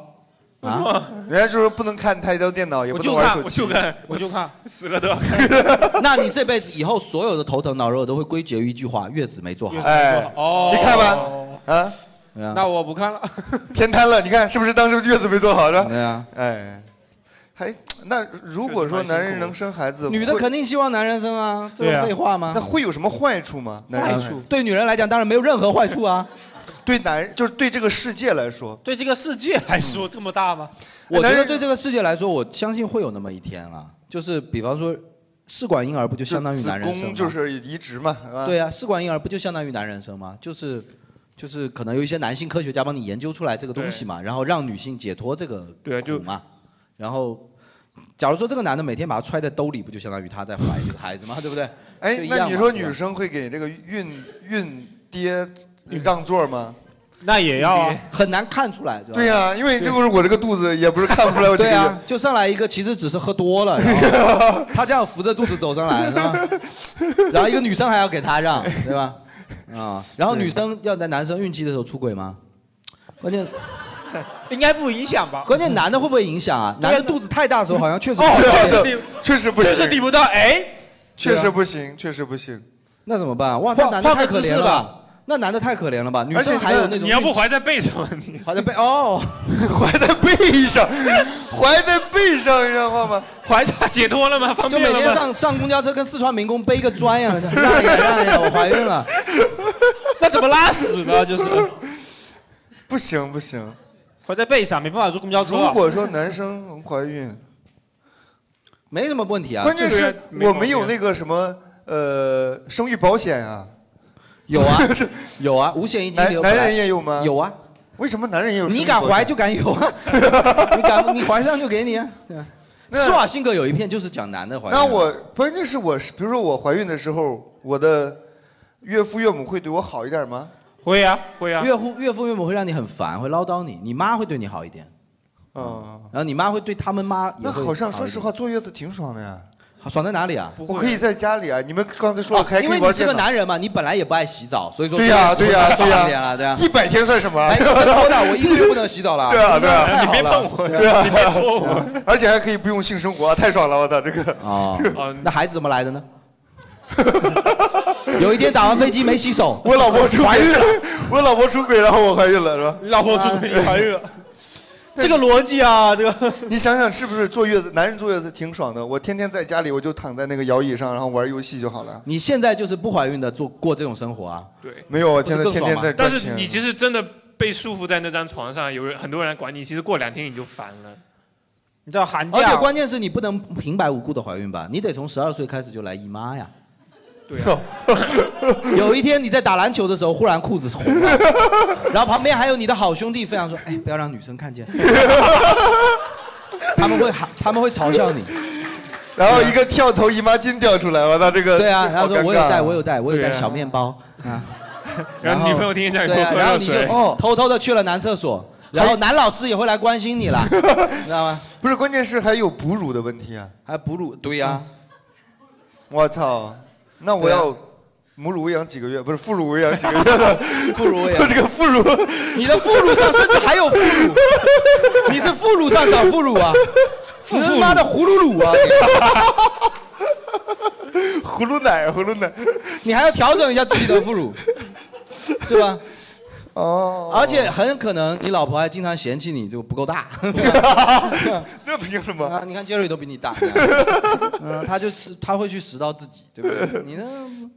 Speaker 2: 啊？
Speaker 1: [laughs] 人家就说不能看台球电脑，也不能玩手机。
Speaker 2: [laughs]
Speaker 5: 我就看，
Speaker 4: [laughs] 死了都要看。
Speaker 2: 那你这辈子以后所有的头疼脑热都会归结于一句话：月子没做好。
Speaker 1: 哎，
Speaker 5: 哦
Speaker 1: 你看吧，啊，
Speaker 5: 那我不看了，
Speaker 1: 偏瘫了。你看是不是当时月子没做好是吧？
Speaker 2: 对啊，
Speaker 1: 哎，还那如果说男人能生孩子，
Speaker 2: 女的
Speaker 1: 会
Speaker 2: 肯定希望男人生啊，这
Speaker 1: 对
Speaker 2: 是
Speaker 1: 啊
Speaker 2: 废话吗？
Speaker 1: 那会有什么坏处吗？男人
Speaker 2: 坏处对女人来讲当然没有任何坏处
Speaker 1: [laughs]
Speaker 2: 啊。
Speaker 1: 对男人就是对这个世界来说，
Speaker 5: 对这个世界来说这么大吗？
Speaker 2: 我觉得对这个世界来说，我相信会有那么一天啊，就是比方说，试管婴儿不就相当于
Speaker 1: 子
Speaker 2: 男人生吗
Speaker 1: 宫就是移植嘛，是吧
Speaker 2: 对啊，，试管婴儿不就相当于男人生吗？就是，就是可能有一些男性科学家帮你研究出来这个东西嘛，然后让女性解脱这个
Speaker 1: 啊
Speaker 4: 对
Speaker 2: 苦嘛。然后，假如说这个男的每天把它揣在兜里，不就相当于他在怀这个孩子嘛，对不对？就
Speaker 1: 哎
Speaker 2: 一，样
Speaker 1: 那
Speaker 2: 嘛
Speaker 1: 你说
Speaker 2: 对吧
Speaker 1: 女生会给这个孕孕爹让座吗？
Speaker 5: 那也要啊
Speaker 2: 很难看出来，
Speaker 1: 对呀、因为这个是我这个肚子也不是看
Speaker 2: 看
Speaker 1: 不出来我这
Speaker 2: 对
Speaker 1: 个 [laughs]
Speaker 2: 啊，就上来一个，其实只是喝多了，然后他这样扶着肚子走上来，是吧？然后一个女生还要给他让，对吧？啊，然后女生要在男生孕期的时候出轨吗？关键
Speaker 5: 应该不影响吧？
Speaker 2: 关键男的会不会影响啊？男的肚子太大的时候好像确实
Speaker 5: 哦，确
Speaker 2: 对
Speaker 5: 实抵，
Speaker 1: 啊确实不行
Speaker 5: 确实抵不到。哎，
Speaker 1: 确实不行，确实不行。
Speaker 2: 那怎么办？哇，那
Speaker 5: 换
Speaker 2: 男的太可
Speaker 5: 换个姿
Speaker 2: 怜
Speaker 5: 势
Speaker 2: 了
Speaker 5: 吧
Speaker 2: 吧。那男的太可怜了吧？女
Speaker 1: 而且
Speaker 2: 生
Speaker 1: 你
Speaker 2: 还有
Speaker 1: 看
Speaker 2: 那种
Speaker 1: 你要不
Speaker 4: 怀在背上，你
Speaker 2: 怀在背
Speaker 1: [laughs]
Speaker 2: 哦，
Speaker 1: 背上， [laughs] 怀在背上一样话吗？
Speaker 5: 怀在
Speaker 4: 解脱了吗？方
Speaker 2: 就
Speaker 4: 便
Speaker 2: 每
Speaker 4: 了吗？
Speaker 2: 天上 [laughs] 上公交车跟四川民工背一个砖一样的，让一下
Speaker 5: [laughs]
Speaker 2: 让一下，我怀孕了。
Speaker 5: 那怎么拉屎呢？就是
Speaker 1: 不行不行，
Speaker 5: 怀在背上，没办法坐公交车啊。
Speaker 1: 如果说男生
Speaker 5: [laughs]
Speaker 1: 能怀孕，
Speaker 2: 没什么问题啊
Speaker 1: 关键
Speaker 2: 这
Speaker 1: 是
Speaker 2: 个没毛病啊
Speaker 1: 我们有那个什么呃生育保险啊。
Speaker 2: 有啊，有啊，五险一金
Speaker 1: 男
Speaker 2: 留
Speaker 1: 男
Speaker 2: 本来
Speaker 1: 人也有吗？
Speaker 2: 有啊。
Speaker 1: 为什么男人也有生育
Speaker 2: 你
Speaker 1: 保险？
Speaker 2: 敢怀就敢有
Speaker 1: [laughs]
Speaker 2: 啊，你敢你怀上就给你啊。对啊施瓦辛格有一片就是讲男的怀孕。
Speaker 1: 那我关键是我是，比如说我怀孕的时候，我的岳父岳母会对我好一点吗？
Speaker 5: 会呀、会呀、
Speaker 2: 岳父岳父岳母会让你很烦，会唠叨你，你妈会对你好一点。
Speaker 1: 哦，
Speaker 2: 然后你妈会对他们妈也
Speaker 1: 那
Speaker 2: 会
Speaker 1: 好像
Speaker 2: 一
Speaker 1: 说
Speaker 2: 点
Speaker 1: 实话，坐月子挺爽的呀。
Speaker 2: 爽在哪里啊？
Speaker 1: 我可以在家里啊，你们刚才说了还
Speaker 2: 哦因
Speaker 1: 可
Speaker 2: 为
Speaker 1: 以
Speaker 2: 你
Speaker 1: 玩
Speaker 2: 是
Speaker 1: 电
Speaker 2: 个
Speaker 1: 脑。
Speaker 2: 男人嘛，你本来也不爱洗澡，所以说
Speaker 1: 对呀
Speaker 2: 所以
Speaker 1: 对呀
Speaker 2: 说
Speaker 1: 对呀
Speaker 2: 爽一点啊了，对呀，
Speaker 1: 100天算什么
Speaker 2: 哎，你说的，我一个月不能洗澡了。
Speaker 1: 对啊，对啊，
Speaker 2: 太好了
Speaker 1: 对啊，
Speaker 2: 你别戳我，
Speaker 1: 而且还可以不用性生活，啊太爽了，我操，这个
Speaker 2: 哦，那孩子怎么来的
Speaker 1: [laughs]
Speaker 2: 呢？有一天打完飞机没洗手，
Speaker 1: 我老婆出轨
Speaker 2: 怀孕了，
Speaker 1: 我老婆出轨，然后我怀孕了，是吧？
Speaker 14: 老婆出轨你怀孕了，
Speaker 1: 这个逻辑啊，这个你想想是不是坐月子，男人坐月子挺爽的。我天天在家里，我就躺在那个摇椅上，然后玩游戏就好了。
Speaker 2: 你现在就是不怀孕的做过这种生活啊？
Speaker 4: [laughs] 对
Speaker 1: 没有我
Speaker 2: 不是
Speaker 1: 天天
Speaker 2: 更爽吗
Speaker 1: 天天在
Speaker 4: 但是你其实真的被束缚在那张床上，有人很多人来管你，其实过两天你就烦了。
Speaker 14: 你知道寒
Speaker 2: 而且关键是你不能平白无故的怀孕吧？你得从十二岁开始就来姨妈呀。
Speaker 4: 对、
Speaker 1: 哦
Speaker 2: [laughs] 有一天你在打篮球的时候，忽然裤子红
Speaker 1: [laughs]
Speaker 2: 了，然后旁边还有你的好兄弟非常说：“哎，不要让女生看
Speaker 1: [laughs]
Speaker 2: 见。”他们会他们会嘲笑你。
Speaker 1: [laughs] 然后一个跳投姨妈巾掉出来，我操，这个
Speaker 2: 对啊，然后说
Speaker 1: 好尴尬
Speaker 2: 我有带，我有带，我有带
Speaker 1: 对啊
Speaker 2: 小面包啊。
Speaker 1: 然后女朋友天天叫你多
Speaker 2: 对啊
Speaker 1: 喝热
Speaker 2: 然后你就
Speaker 1: 水
Speaker 2: 哦偷偷的去了男厕所，然后男老师也会来关心你
Speaker 1: [laughs]
Speaker 2: 了，知道吗？
Speaker 1: 不是，关键是还有哺乳的问题啊，
Speaker 2: 还哺乳，对
Speaker 1: [laughs]
Speaker 2: 呀、
Speaker 1: 我操，那我
Speaker 2: 对啊
Speaker 1: 要母乳喂养几个月，不是父乳喂养几个
Speaker 2: [laughs]
Speaker 1: 月的，
Speaker 2: 父乳喂
Speaker 1: [laughs]
Speaker 2: 养
Speaker 1: 这个父乳，
Speaker 2: 你的副乳上甚至还有副乳，你是副乳上长副乳
Speaker 1: [laughs]
Speaker 2: 啊？你他妈的葫芦乳啊！
Speaker 1: 葫芦奶，葫芦奶，
Speaker 2: 你还要调整一下自己的副
Speaker 1: [laughs]
Speaker 2: 乳，是吧？
Speaker 1: 哦，
Speaker 2: 而且很可能你老婆还经常嫌弃你就不够大，
Speaker 1: [laughs] 那凭什么？
Speaker 2: 啊，你看杰 [laughs] 瑞都比你
Speaker 1: [laughs]
Speaker 2: 大，嗯，他就是他会去拾到自己，对不对？你呢？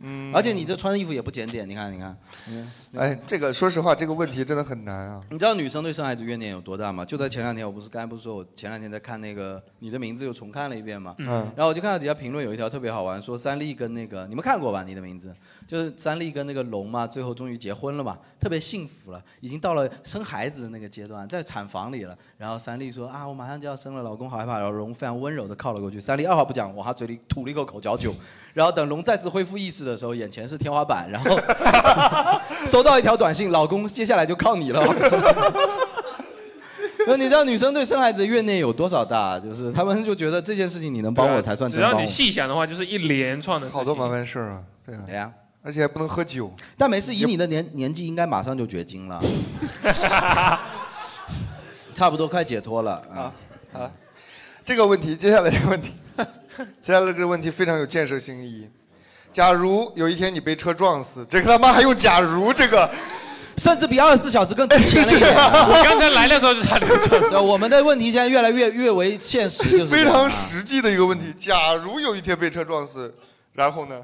Speaker 1: 嗯
Speaker 2: 而且你这穿衣服也不检点，你看，你看，你看
Speaker 1: [laughs] 哎，这个说实话，这个问题真的很难啊。
Speaker 2: 你知道女生对生孩子怨念有多大吗？就在前两天，我不是刚才不是说我前两天在看那个《你的名字》又重看了一遍嘛，
Speaker 1: 嗯
Speaker 2: 然后我就看到底下评论有一条特别好玩，说三立跟那个你们看过吧，《你的名字》就是三立跟那个龙嘛，最后终于结婚了嘛，特别幸福了，已经到了生孩子的那个阶段，在产房里了。然后三立说啊，我马上就要生了，老公好害怕。然后龙非常温柔的靠了过去，三立二话不讲，往他嘴里吐了一口口嚼酒。然后等龙再次恢复意识的时候，眼前是天花板，然后收到一条短信，老公接下来就靠
Speaker 4: [laughs]
Speaker 2: 你了。那你知道女生对生孩子的怨念有多少大？就是她们就觉得这件事情你能帮我才算
Speaker 4: 啊只
Speaker 2: 真
Speaker 4: 要
Speaker 2: 帮我
Speaker 4: 你。细想的话，就是一连串的事情
Speaker 1: 好多麻烦事儿啊，对啊，
Speaker 2: 对呀、
Speaker 1: 而且还不能喝酒。
Speaker 2: 但没事，以你的年年纪，应该马上就绝经
Speaker 4: [laughs]
Speaker 2: 了，差不多快解脱了啊。
Speaker 1: 啊，这个问题，接下来这个问题， [laughs] 接下来这个问题非常有建设性意义。假如有一天你被车撞死，这个他妈还用假如这个？啊
Speaker 2: 甚至比二十四小时更提前了
Speaker 1: [laughs]
Speaker 2: 一点。
Speaker 1: 我刚才
Speaker 4: 来的时候就差点
Speaker 2: 对， [laughs] 我们的问题现在越来越越为现实，就是
Speaker 1: [laughs] 非
Speaker 2: 这样啊
Speaker 1: 常实际的一个问题。假如有一天被车撞死，然后呢？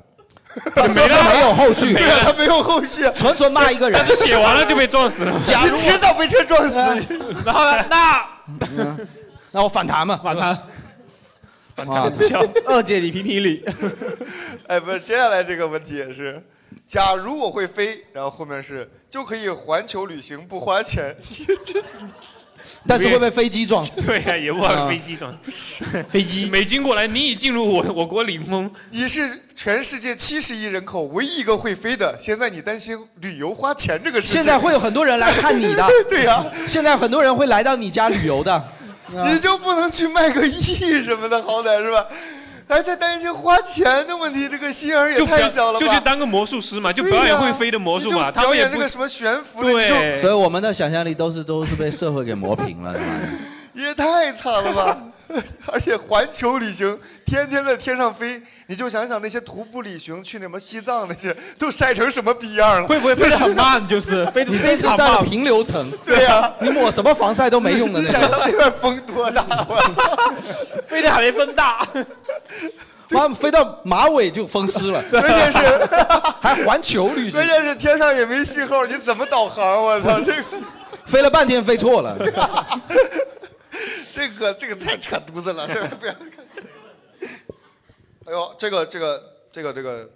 Speaker 2: 他没了没有后续
Speaker 1: 对啊，他没有后续，
Speaker 2: 纯纯骂一个人但是写完了就被撞死了 [laughs] 假如
Speaker 1: 你迟早被车撞死。 [laughs]
Speaker 2: 然后呢？那嗯那我反弹嘛，反弹。
Speaker 5: 啊
Speaker 1: 弹无效
Speaker 14: 二姐你评评理。
Speaker 1: [laughs]
Speaker 2: [laughs]
Speaker 1: 哎，不是，接下来这个问题也是，假如我会飞，然后后面是就可以环球旅行不花钱。
Speaker 2: [laughs] 但是会被飞机撞死。
Speaker 4: [laughs] 对呀、也不
Speaker 2: 啊
Speaker 4: 往飞机撞，
Speaker 2: [laughs]
Speaker 4: 飞机美军过来，你已进入我我国领空。
Speaker 1: 你是全世界七十亿人口唯一一个会飞的，现在你担心旅游花钱这个事情？
Speaker 2: 现在会有很多人来看你
Speaker 1: [laughs]，
Speaker 2: 的
Speaker 1: 对呀、
Speaker 2: 现在很多人会来到你家旅游的。
Speaker 1: [laughs]
Speaker 14: 啊
Speaker 1: 你就不能去卖个亿什么的，好歹是吧？还在担心花钱的问题，这个心儿也
Speaker 4: 就不
Speaker 1: 太
Speaker 4: 要
Speaker 1: 小了吧？
Speaker 4: 就去当个魔术师嘛，就表演会飞的魔术嘛，
Speaker 1: 你就
Speaker 4: 他
Speaker 1: 表
Speaker 4: 们也
Speaker 1: 演
Speaker 4: 不
Speaker 1: 那个什么悬浮的，你
Speaker 4: 对，
Speaker 2: 所以我们的想象力都是都是被社会给磨平了，对吧？ [laughs]
Speaker 1: 就也太惨了吧！而且环球旅行，天天在天上飞，你就想想那些徒步旅行去什么西藏那些，都晒成什么逼样了？
Speaker 14: 会不会飞得很慢？
Speaker 2: [laughs]
Speaker 14: 就是飞得
Speaker 2: 你这
Speaker 14: 非
Speaker 2: 次
Speaker 14: 常
Speaker 2: 到了
Speaker 14: 慢。
Speaker 2: 平流层，
Speaker 1: 对呀
Speaker 2: [laughs] 你抹什么防晒都没用的
Speaker 1: [laughs] 你
Speaker 2: 那
Speaker 1: 想他
Speaker 2: 种。
Speaker 1: 们那边风多大？
Speaker 2: [laughs]
Speaker 14: 飞得还没风大，
Speaker 2: 妈飞到马尾就风湿了，
Speaker 1: [laughs] 关键是
Speaker 2: [laughs] 还环球旅行
Speaker 1: 关，键是天上也没信号，你怎么导航？啊我操，这个
Speaker 2: 飞了半天飞错
Speaker 1: [laughs]
Speaker 2: 了。
Speaker 1: 这个这个太扯犊子了，这个 [laughs] 不要看。哎呦，这个这个这个这个，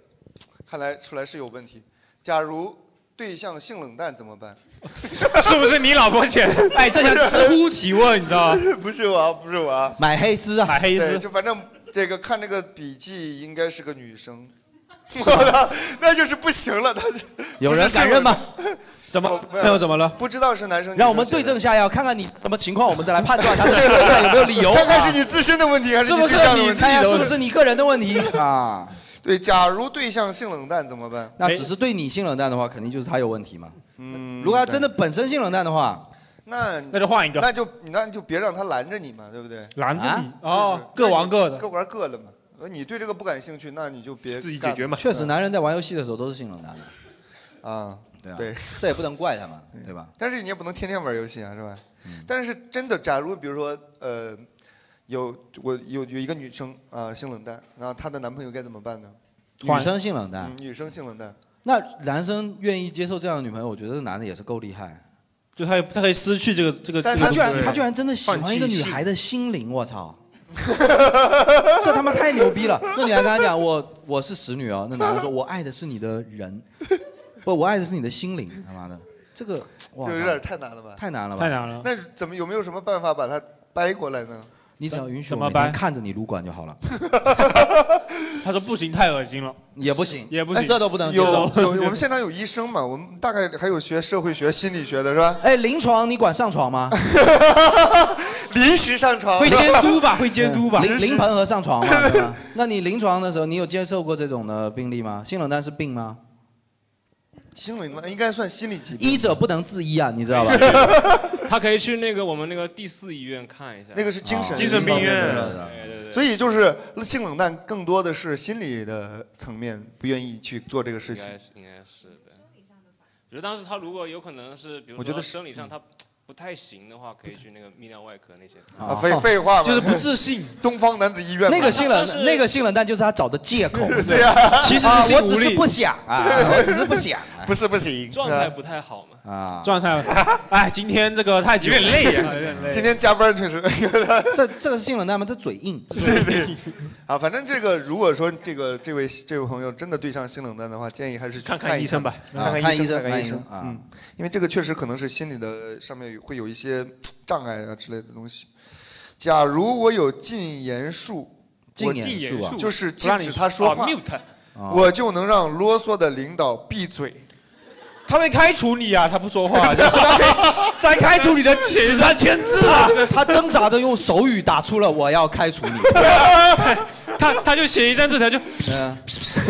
Speaker 1: 看来出来是有问题。假如对象性冷淡怎么办？ [laughs]
Speaker 4: 是不是你老婆选？
Speaker 14: 哎，这叫
Speaker 5: [laughs]
Speaker 14: 知乎提问，你知道吗？
Speaker 1: [laughs] 不是我啊，不是我啊，
Speaker 2: 买黑丝啊，买
Speaker 14: 黑
Speaker 1: 对，就反正这个看这个笔记应该是
Speaker 2: [laughs]
Speaker 1: 个女生，我操，那就是不行了，他 [laughs]
Speaker 2: 有人敢认吗？
Speaker 5: 怎么
Speaker 1: 没有
Speaker 5: 没有怎么了？
Speaker 1: 不知道是男生。
Speaker 2: 让我们对症下药，看看你什么情况，我们再来判断 [laughs] 他这个对象有没有理由。
Speaker 1: [laughs]
Speaker 2: 啊
Speaker 1: 看看是你自身的问题还是
Speaker 2: 是
Speaker 1: 你
Speaker 2: 不是
Speaker 1: 对象的
Speaker 2: 你
Speaker 1: 问题？
Speaker 2: 看一下是不是你个人的问题 [laughs] 啊？
Speaker 1: 对，假如对象性冷淡怎么办？
Speaker 2: 那只是对你性冷淡的话，肯定就是他有问题嘛。
Speaker 1: 嗯
Speaker 2: 哎如果他真的本身性冷淡的话，
Speaker 1: 那
Speaker 2: 那就换一个
Speaker 1: 那就那就别让他拦着你嘛，对不对？
Speaker 2: 拦着你啊
Speaker 1: 哦，
Speaker 2: 各玩各的
Speaker 1: 各玩各的嘛。呃你对这个不感兴趣，那你就别自己
Speaker 2: 确实，男人在玩游戏的时候都是性冷淡的。
Speaker 1: 啊，
Speaker 2: 对啊，
Speaker 1: 对，
Speaker 2: [laughs] 这也不能怪他们，对吧？嗯
Speaker 1: 但是你也不能天天玩游戏啊，是吧？但是真的，假如比如说，呃，有我有有一个女生啊、性冷淡，然后她的男朋友该怎么办呢？
Speaker 2: 女生性冷淡
Speaker 1: 嗯，女生性冷淡，
Speaker 2: 那男生愿意接受这样的女朋友，我觉得男的也是够厉害。
Speaker 5: 就他他可以失去这个这个
Speaker 2: 但
Speaker 5: 这
Speaker 2: 他
Speaker 5: 个
Speaker 2: 居然
Speaker 5: 东西
Speaker 2: 他居然真的喜欢一个女孩的心灵，我操！这他妈太牛逼了！那女孩跟他讲我我是使女哦，那男的说我爱的是你的人， [laughs] 不，我爱的是你的心灵，他妈的，这个哇
Speaker 1: 就有点太难了吧？
Speaker 2: 太难了吧？
Speaker 1: 那怎么有没有什么办法把它掰过来呢？
Speaker 2: 你只要允许
Speaker 1: 怎
Speaker 2: 我
Speaker 1: 么
Speaker 2: 每天
Speaker 1: 办
Speaker 2: 看着你撸管就好了，
Speaker 5: 他说不行，太恶心了，
Speaker 2: 也不行，
Speaker 5: 也不行，
Speaker 2: 哎这都不能
Speaker 1: 有
Speaker 2: 接受 [laughs]
Speaker 1: 有，我们现场有医生嘛？我们大概还有学社会学、心理学的是吧？
Speaker 2: 哎，临床你管上床吗？
Speaker 1: 临时上床
Speaker 5: 会监督吧？会监督吧？
Speaker 2: 临临盆和上床嘛，对吧？那你临床的时候，你有接受过这种的病例吗？性冷淡是病吗？
Speaker 1: [laughs] 心理嘛，应该算心理疾病。
Speaker 2: 医者不能自医啊，你知
Speaker 4: [laughs]
Speaker 2: 道吧？
Speaker 10: [laughs] 他可以去那个我们那个第四医院看一下，
Speaker 1: 那个是
Speaker 2: 啊
Speaker 1: 精神、
Speaker 10: 啊精神病院
Speaker 1: 方面的
Speaker 10: 对对对
Speaker 1: 所以就是性冷淡更多的是心理的层面，不愿意去做这个事情 [laughs]
Speaker 10: 应。该是应该是的。我觉得当时他如果有可能是，比如
Speaker 1: 我觉
Speaker 10: 说
Speaker 1: 得是
Speaker 10: 生理上他不太行的话，可以去那个泌尿外科那些。
Speaker 1: 啊，废废话嘛，
Speaker 10: 就是不
Speaker 5: 自信。
Speaker 1: 东方男子医院嘛
Speaker 2: 那个性冷那个性冷淡就是他找的借口，
Speaker 1: 对呀其实是
Speaker 2: 啊
Speaker 1: 性
Speaker 2: 我
Speaker 1: 无
Speaker 2: 只是
Speaker 1: 力
Speaker 2: 不想啊，我只是不想，
Speaker 1: 不是不行，
Speaker 10: 状态不太好嘛。
Speaker 2: 啊，
Speaker 5: 状态，哎，今天这个太久了，
Speaker 10: 有点累啊有点累
Speaker 1: 今天加班确实。
Speaker 2: [laughs] 这这个是性冷淡吗？这嘴硬。[laughs]
Speaker 1: 对对。啊，反正这个如果说这个这位这位朋友真的对上性冷淡的话，建议还是去
Speaker 10: 看看
Speaker 1: 看一
Speaker 10: 医生吧
Speaker 1: 看
Speaker 2: 啊看
Speaker 1: 医
Speaker 2: 医
Speaker 1: 生，
Speaker 2: 生
Speaker 1: 看
Speaker 2: 看
Speaker 1: 医
Speaker 2: 医
Speaker 1: 生
Speaker 2: 生啊
Speaker 1: 嗯，因为这个确实可能是心理的上面有会有一些障碍啊之类的东西。假如我有禁言术，
Speaker 2: 禁
Speaker 1: 我
Speaker 2: 言术啊禁言术
Speaker 1: 就是
Speaker 2: 不
Speaker 1: 禁
Speaker 2: 让你
Speaker 1: 止他
Speaker 15: 哦
Speaker 1: 说话
Speaker 10: 啊，mute
Speaker 2: 啊
Speaker 1: 我就能让啰嗦的领导闭嘴。
Speaker 5: 他会开除你啊！他不说话，他可以再开除你的纸上签字啊！
Speaker 2: 他挣扎着用手语打出了“我要开除你”，
Speaker 5: [laughs] 他他就写一张纸条就，
Speaker 2: 嗯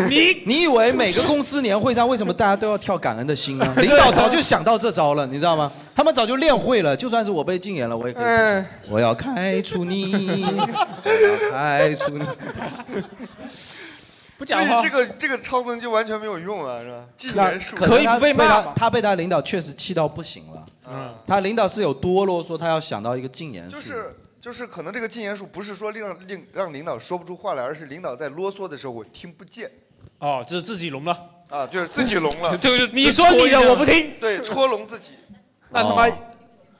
Speaker 5: 你
Speaker 2: [laughs] 你以为每个公司年会上为什么大家都要跳感恩的心呢？领导早就想到这招了，你知道吗？他们早就练会了，就算是我被禁言了，我也可以。
Speaker 5: 嗯
Speaker 2: 我要开除你，我要开除
Speaker 1: [laughs]
Speaker 2: 你。
Speaker 1: 不
Speaker 2: 讲话
Speaker 1: 这个这个超能就完全没有用啊，是吧？禁
Speaker 2: 那
Speaker 1: 言术
Speaker 2: 可能他被他他被他领导确实气到不行了。
Speaker 1: 嗯
Speaker 2: 他领导是有多啰嗦，他要想到一个禁
Speaker 5: 嗯
Speaker 2: 言术。
Speaker 1: 就是就是，可能这个禁言术不是说令令让领导说不出话来，而是领导在啰嗦的时候我听不见
Speaker 5: 哦，就是自己聋了
Speaker 1: 啊，就是自己聋了。
Speaker 5: 就是你说你的我不听，
Speaker 1: 对，戳聋自己。
Speaker 5: 那他妈
Speaker 2: 哦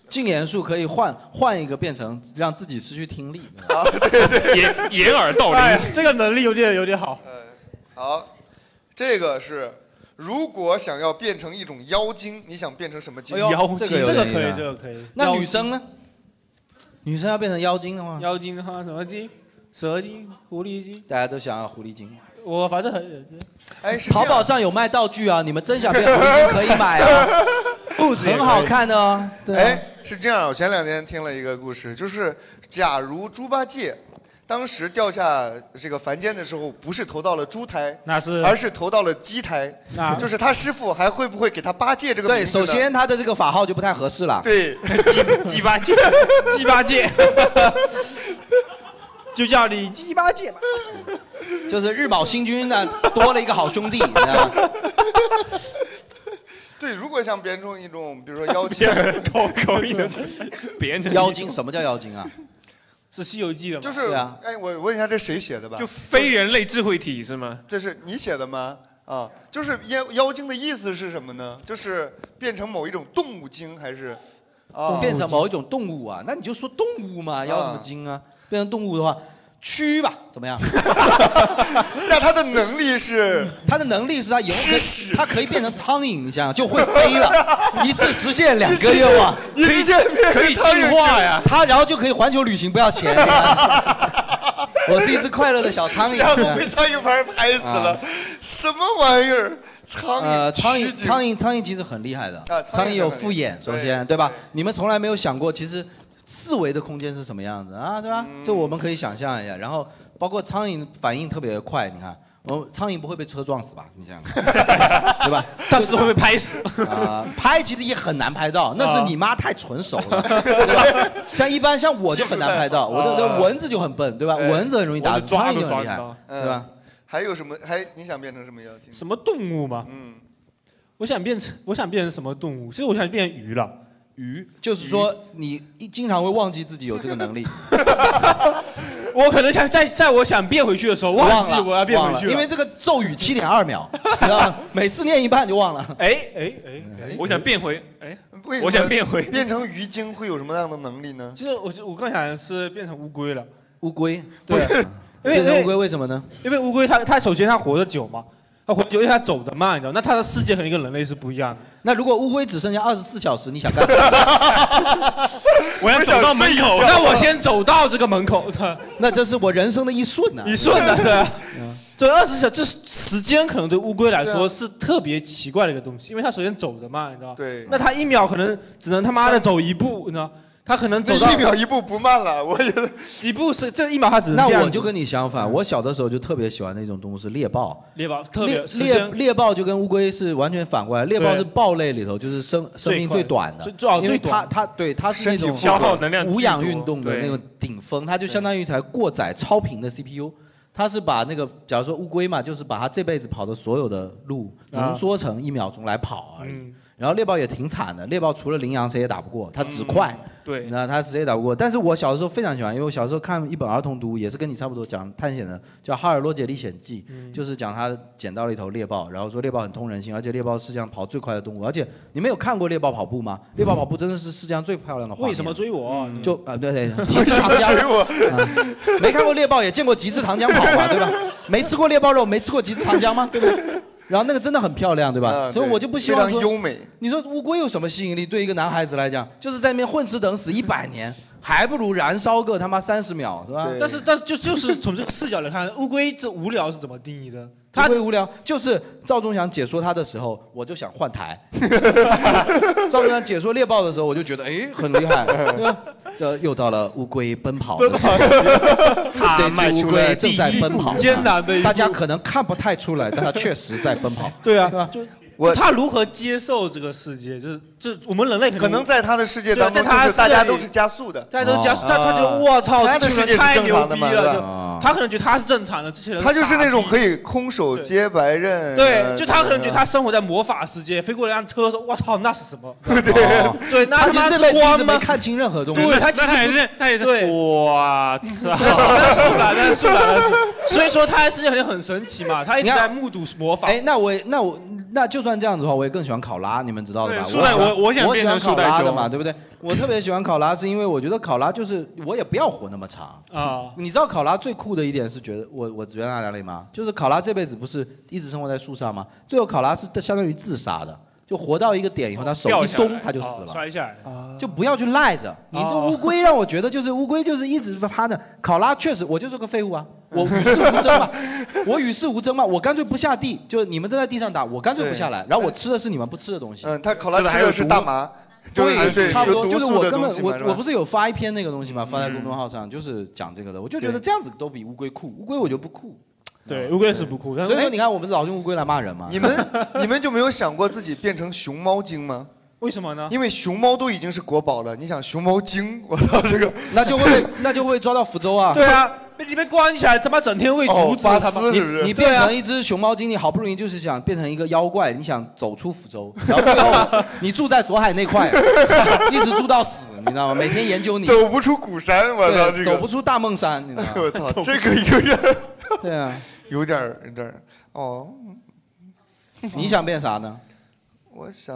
Speaker 2: 禁言术可以换换一个变成让自己失去听力。
Speaker 1: 啊，对对
Speaker 10: 掩掩耳盗铃
Speaker 5: 哎，这个能力有点有点好。
Speaker 1: [laughs] 好，这个是。如果想要变成一种妖精，你想变成什么精？
Speaker 5: 哎呦妖精这个有这个可以
Speaker 2: 对吧
Speaker 5: 这个可以
Speaker 2: 那
Speaker 5: 妖
Speaker 2: 女生呢？女生要变成妖精的话，
Speaker 5: 妖精的话，什么精？蛇精、狐狸精，
Speaker 2: 大家都想要狐狸精。
Speaker 5: 我反正很。
Speaker 1: 哎
Speaker 2: 淘宝上有卖道具啊，你们真想变狐狸精可以买啊，
Speaker 5: 裤
Speaker 1: 子也可以
Speaker 2: 很好看的哦。对啊，
Speaker 1: 哎，是这样，我前两天听了一个故事，就是假如猪八戒当时掉下这个凡间的时候，不是投到了猪胎，
Speaker 5: 那是
Speaker 1: 而是投到了鸡胎
Speaker 5: 那，
Speaker 1: 就是他师傅还会不会给他八戒这个
Speaker 2: 对，
Speaker 1: 名字呢
Speaker 2: 首先他的这个法号就不太合适了。
Speaker 1: 对，
Speaker 5: 鸡
Speaker 2: [laughs]
Speaker 5: 八戒，鸡八戒， [laughs] 就叫你鸡八戒吧。
Speaker 2: 就是日卯星君呢多了一个好兄弟。
Speaker 5: [laughs]
Speaker 2: 啊你知道吗
Speaker 1: [laughs] 对，如果想变成一种，比如说妖精，
Speaker 5: [laughs] 口口音，
Speaker 10: 别人
Speaker 2: 妖精什么叫妖精啊？
Speaker 5: 是《西游记》的吗？
Speaker 1: [laughs] 就是
Speaker 5: 对啊，
Speaker 1: 哎，我问一下，这谁写的吧？
Speaker 5: 就
Speaker 10: 非人类智慧体是吗？
Speaker 1: 这是你写的吗？啊，就是妖妖精的意思是什么呢？就是变成某一种动物精，还是啊
Speaker 2: 哦变成某一种动物啊？那你就说动物嘛，妖什么精啊？变成动物的话，蛆吧，怎么样？
Speaker 1: [laughs] 那他的能
Speaker 2: [laughs]
Speaker 1: 力是？
Speaker 2: 他的能力是他以后可以他可以变成苍蝇，你想想就会飞
Speaker 1: [laughs]
Speaker 2: 了，一次实现两个愿望，
Speaker 1: 一次见面
Speaker 2: 可以
Speaker 1: 苍蝇
Speaker 2: 进化呀。他然后就可以环球旅行，不要
Speaker 1: [laughs]
Speaker 2: 钱。你看我是一只快乐的小苍蝇。啊
Speaker 1: 然后被苍蝇拍拍死了，什么玩意儿？苍
Speaker 2: 呃，
Speaker 1: 蝇，
Speaker 2: 苍
Speaker 1: 曲
Speaker 2: 蝇，
Speaker 1: 颈
Speaker 2: 苍蝇，苍蝇其实很厉害的
Speaker 1: 啊，苍
Speaker 2: 苍
Speaker 1: 蝇
Speaker 2: 蝇有复眼，
Speaker 1: 很
Speaker 2: 首
Speaker 1: 厉害
Speaker 2: 先，对吧？你们从来没有想过，其实四维的空间是什么样子啊，对吧？
Speaker 1: 嗯
Speaker 2: 这我们可以想象一下。然后，包括苍蝇反应特别快，你看，我苍蝇不会被车撞死吧？你想想看， [laughs] 对吧？
Speaker 5: 但是会被拍死
Speaker 2: 啊，拍其实也很难拍到，那是
Speaker 5: 啊
Speaker 2: 你妈太纯熟
Speaker 1: [laughs]
Speaker 2: 了，对吧？像一般像我就很难拍到，我就
Speaker 1: 啊哎
Speaker 2: 那蚊子就很笨，对吧？蚊子很容易打
Speaker 1: 蚊
Speaker 2: 死，
Speaker 1: 子抓
Speaker 2: 苍蝇
Speaker 1: 都
Speaker 2: 就很
Speaker 1: 抓
Speaker 2: 厉害
Speaker 1: 不到，
Speaker 2: 对吧？
Speaker 1: 嗯还有什么？还你想变成什么妖精？
Speaker 5: 什么动物嘛？
Speaker 1: 嗯，
Speaker 5: 我想变成我想变成什么动物？其实我想变鱼了。
Speaker 2: 鱼，就是说你一经常会忘记自己有这个能力，
Speaker 5: 我可能想在在我想变回去的时候，忘记
Speaker 2: 了
Speaker 5: 我要变回去
Speaker 2: 忘了因为这个咒语七点二
Speaker 5: [laughs]
Speaker 2: 秒，你知道吗？每次念一半就忘了。
Speaker 5: 哎哎哎，
Speaker 4: 我想变回，哎
Speaker 1: 为什，么
Speaker 4: 我想变回，
Speaker 1: 变成鱼精会有什么样的能力呢？
Speaker 5: 其实我我更想是变成乌龟了。
Speaker 2: 乌龟，啊
Speaker 5: 对，因为
Speaker 2: 变
Speaker 5: 因
Speaker 2: 成乌
Speaker 5: 为
Speaker 2: 龟为什么呢？
Speaker 5: 因为乌龟它它首先它活得久嘛，它活得久，因为它走得慢，你知道，那它的世界和一个人类是不一样的。
Speaker 2: 那如果乌龟只剩下二十四小时，你想干什么？
Speaker 5: [laughs] 我要走到门口，那我先走到这个门口。
Speaker 2: [laughs] 那这是我人生的一瞬啊呐、
Speaker 5: 一瞬
Speaker 2: [laughs]
Speaker 5: 呐、是吧？
Speaker 2: 嗯
Speaker 5: 这二十小这时间可能对乌龟来
Speaker 2: 啊
Speaker 5: 说是特别奇怪的一个东西，因为它首先走着嘛，你知道吧？
Speaker 1: 对
Speaker 5: 那它一秒可能只能他妈的走一步，你知道？它可能走到
Speaker 1: 一秒一步不慢了，我觉得
Speaker 5: [laughs] 一步是这一秒它只能
Speaker 2: 那
Speaker 5: 这样
Speaker 2: 我就跟你相反，我小的时候就特别喜欢那种动物是猎豹。
Speaker 5: 猎豹特别
Speaker 2: 猎
Speaker 5: 时
Speaker 2: 猎
Speaker 5: 间
Speaker 2: 猎豹就跟乌龟是完全反过来，猎豹是豹类里头就是生生命最短的
Speaker 5: 最，最好
Speaker 2: 因为
Speaker 5: 最短
Speaker 2: 它它对它是
Speaker 5: 身
Speaker 2: 那
Speaker 5: 体
Speaker 2: 种
Speaker 5: 负荷消耗能量巨多
Speaker 2: 无氧运动的
Speaker 5: 对
Speaker 2: 那种顶峰，它就相当于一台过载超频的 CPU。它是把那个，假如说乌龟嘛，就是把它这辈子跑的所有的路
Speaker 5: 啊
Speaker 2: 浓缩成一秒钟来
Speaker 5: 哎
Speaker 2: 跑而已。
Speaker 1: 嗯
Speaker 5: [laughs]
Speaker 2: 然后猎豹也挺惨的，猎豹除了羚羊谁也打不过，它只快。
Speaker 4: 对，
Speaker 2: 那他谁也打不过。但是我小时候非常喜欢，因为我小时候看一本儿童读物，也是跟你差不多讲探险的，叫《哈尔洛杰历险记》，就是讲他捡到了一头猎豹，然后说猎豹很通人性，而且猎豹是世界上跑最快的动物。而且你们有看过猎豹跑步吗？猎豹跑步真的是世界上最漂亮的画面。
Speaker 5: 为什么追我？你
Speaker 2: 就啊，对对，极致糖浆。啊没看过猎豹，也见过极致糖浆跑吧，对吧？没吃过猎豹肉，没吃过极致糖浆吗？对不对？然后那个真的很漂亮，对吧？
Speaker 1: 啊
Speaker 2: 所以
Speaker 1: 对
Speaker 2: 我就不希望
Speaker 1: 非
Speaker 2: 说
Speaker 1: 常优美。
Speaker 2: 你说乌龟有什么吸引力？对一个男孩子来讲，就是在那边混吃等死一百年，还不如燃烧个他妈三十秒，是吧？
Speaker 5: 但是但是就就是从这个视角来看，乌龟这无聊是怎么定义 [laughs] 的？
Speaker 2: 他龟无聊，就是赵忠祥解说他的时候，我就想换台。赵忠祥解说猎豹的时候，我就觉得哎很厉害，对吧呃，又到了乌龟奔跑的时候，这
Speaker 5: 迈
Speaker 2: 只乌
Speaker 5: 出了
Speaker 2: 龟正在
Speaker 5: 第一
Speaker 2: 奔跑，
Speaker 5: 步艰难的一步
Speaker 2: 大家可能看不太出来，但它确实在奔跑。
Speaker 5: 对啊，就
Speaker 2: 我
Speaker 5: 他如何接受这个世界？就是这我们人类
Speaker 1: 可能在他的世界当
Speaker 5: 对
Speaker 1: 中
Speaker 5: 在他
Speaker 1: 就是大家
Speaker 5: 世界里
Speaker 1: 都是加速的
Speaker 5: 大家都加速，
Speaker 1: 哦
Speaker 5: 他他觉
Speaker 1: 啊
Speaker 5: 得我操，
Speaker 1: 他的
Speaker 5: 这群人
Speaker 1: 世界是
Speaker 5: 太
Speaker 1: 正
Speaker 5: 牛
Speaker 1: 常的
Speaker 5: 逼
Speaker 1: 嘛
Speaker 5: 了，
Speaker 1: 对
Speaker 5: 就
Speaker 4: 啊
Speaker 1: 吧
Speaker 5: 他可能觉得他是正常的，这些人
Speaker 1: 他就是那种
Speaker 5: 傻逼
Speaker 1: 可以空手接白刃。
Speaker 5: 对，
Speaker 1: 呃
Speaker 5: 就他可能觉得他
Speaker 1: 怎
Speaker 5: 生活在魔法世界，飞过来辆车说：“我操，那是什
Speaker 1: [laughs]
Speaker 5: 么？”对 [laughs] [laughs] 对，那
Speaker 2: 他
Speaker 5: 他妈
Speaker 2: 其实
Speaker 5: 是
Speaker 2: 这辈子一
Speaker 5: 光
Speaker 2: 直
Speaker 5: 吗
Speaker 2: 没？看清任何东西。
Speaker 5: 对，他其实
Speaker 4: 那他也
Speaker 5: 不
Speaker 4: 是，他也是，我操，
Speaker 5: [laughs] 那是了，那是了，那是。所以说他的世界很很神奇嘛，他一直
Speaker 2: 你看
Speaker 5: 在目睹魔法。
Speaker 2: 哎，那我那我那就算这样子的话，我也更喜欢考拉，你们知道的吧？
Speaker 4: 对树袋
Speaker 2: 我
Speaker 4: 我我想
Speaker 2: 我喜
Speaker 4: 变
Speaker 2: 欢
Speaker 4: 成
Speaker 2: 考
Speaker 4: 树袋
Speaker 2: 拉的
Speaker 4: 熊
Speaker 2: 嘛，对不对？我特别喜欢考拉，是因为我觉得考拉就是我也不要活那么长
Speaker 5: 啊。
Speaker 2: 你知道考拉最酷的一点是觉得我我觉得在哪里吗？就是考拉这辈子不是一直生活在树上吗？最后考拉是相当于自杀的，就活到一个点以后，他手
Speaker 5: 掉
Speaker 2: 一
Speaker 5: 下来
Speaker 2: 松他就死
Speaker 5: 哦
Speaker 2: 了。
Speaker 5: 摔下来。
Speaker 1: 啊
Speaker 2: 就不要去赖
Speaker 1: 哦
Speaker 2: 着。你这乌龟让我觉得就是乌龟就是一直趴着，考拉确实我就是个废物
Speaker 1: [laughs]
Speaker 2: 啊，我与世无争嘛，我与世无争嘛，我干脆不下地，就是你们正在地上打，我干脆不下来，然后我吃的是你们不吃的东西。
Speaker 1: 嗯他考拉吃的还有吃的是毒大麻就是
Speaker 2: 对
Speaker 1: 对
Speaker 2: 差不多
Speaker 1: 有毒
Speaker 2: 就是
Speaker 1: 素
Speaker 2: 我
Speaker 1: 的
Speaker 2: 根
Speaker 1: 东西
Speaker 2: 本
Speaker 1: 嘛
Speaker 2: 我
Speaker 1: 是吧嗯
Speaker 2: 我不是有发一篇那个东西嘛，发在公众号上，就是讲这个的，我就觉得这样子都比乌龟酷，乌龟我觉得不酷。
Speaker 5: 对，乌龟是不酷，
Speaker 2: 所以说你看我们老用乌龟来骂人嘛。
Speaker 1: 你们你们就没有想过自己变成熊猫精吗？
Speaker 5: 为什么呢？
Speaker 1: 因为熊猫都已经是国宝了，你想熊猫精，我操这个，
Speaker 2: 那就会被那就会抓到福州啊。
Speaker 5: [laughs] 对啊，被你被关起来，他妈整天喂竹
Speaker 1: 哦
Speaker 5: 子，他妈
Speaker 2: 你你变成一
Speaker 5: 对啊
Speaker 2: 只熊猫精，你好不容易就是想变成一个妖怪，你想走出福州，然后最后你住在左海那
Speaker 1: [laughs]
Speaker 2: 块，一直住到死，你知道吗？每天研究你，
Speaker 1: 走不出古山，哎我
Speaker 2: 对
Speaker 1: 操这个
Speaker 2: 走不出大梦山，你知道吗
Speaker 1: 哎？
Speaker 2: [laughs]
Speaker 1: 我操这个有点儿，
Speaker 2: 对啊，
Speaker 1: 有点儿有点儿哦。
Speaker 2: [laughs] 你想变啥呢？
Speaker 1: 我想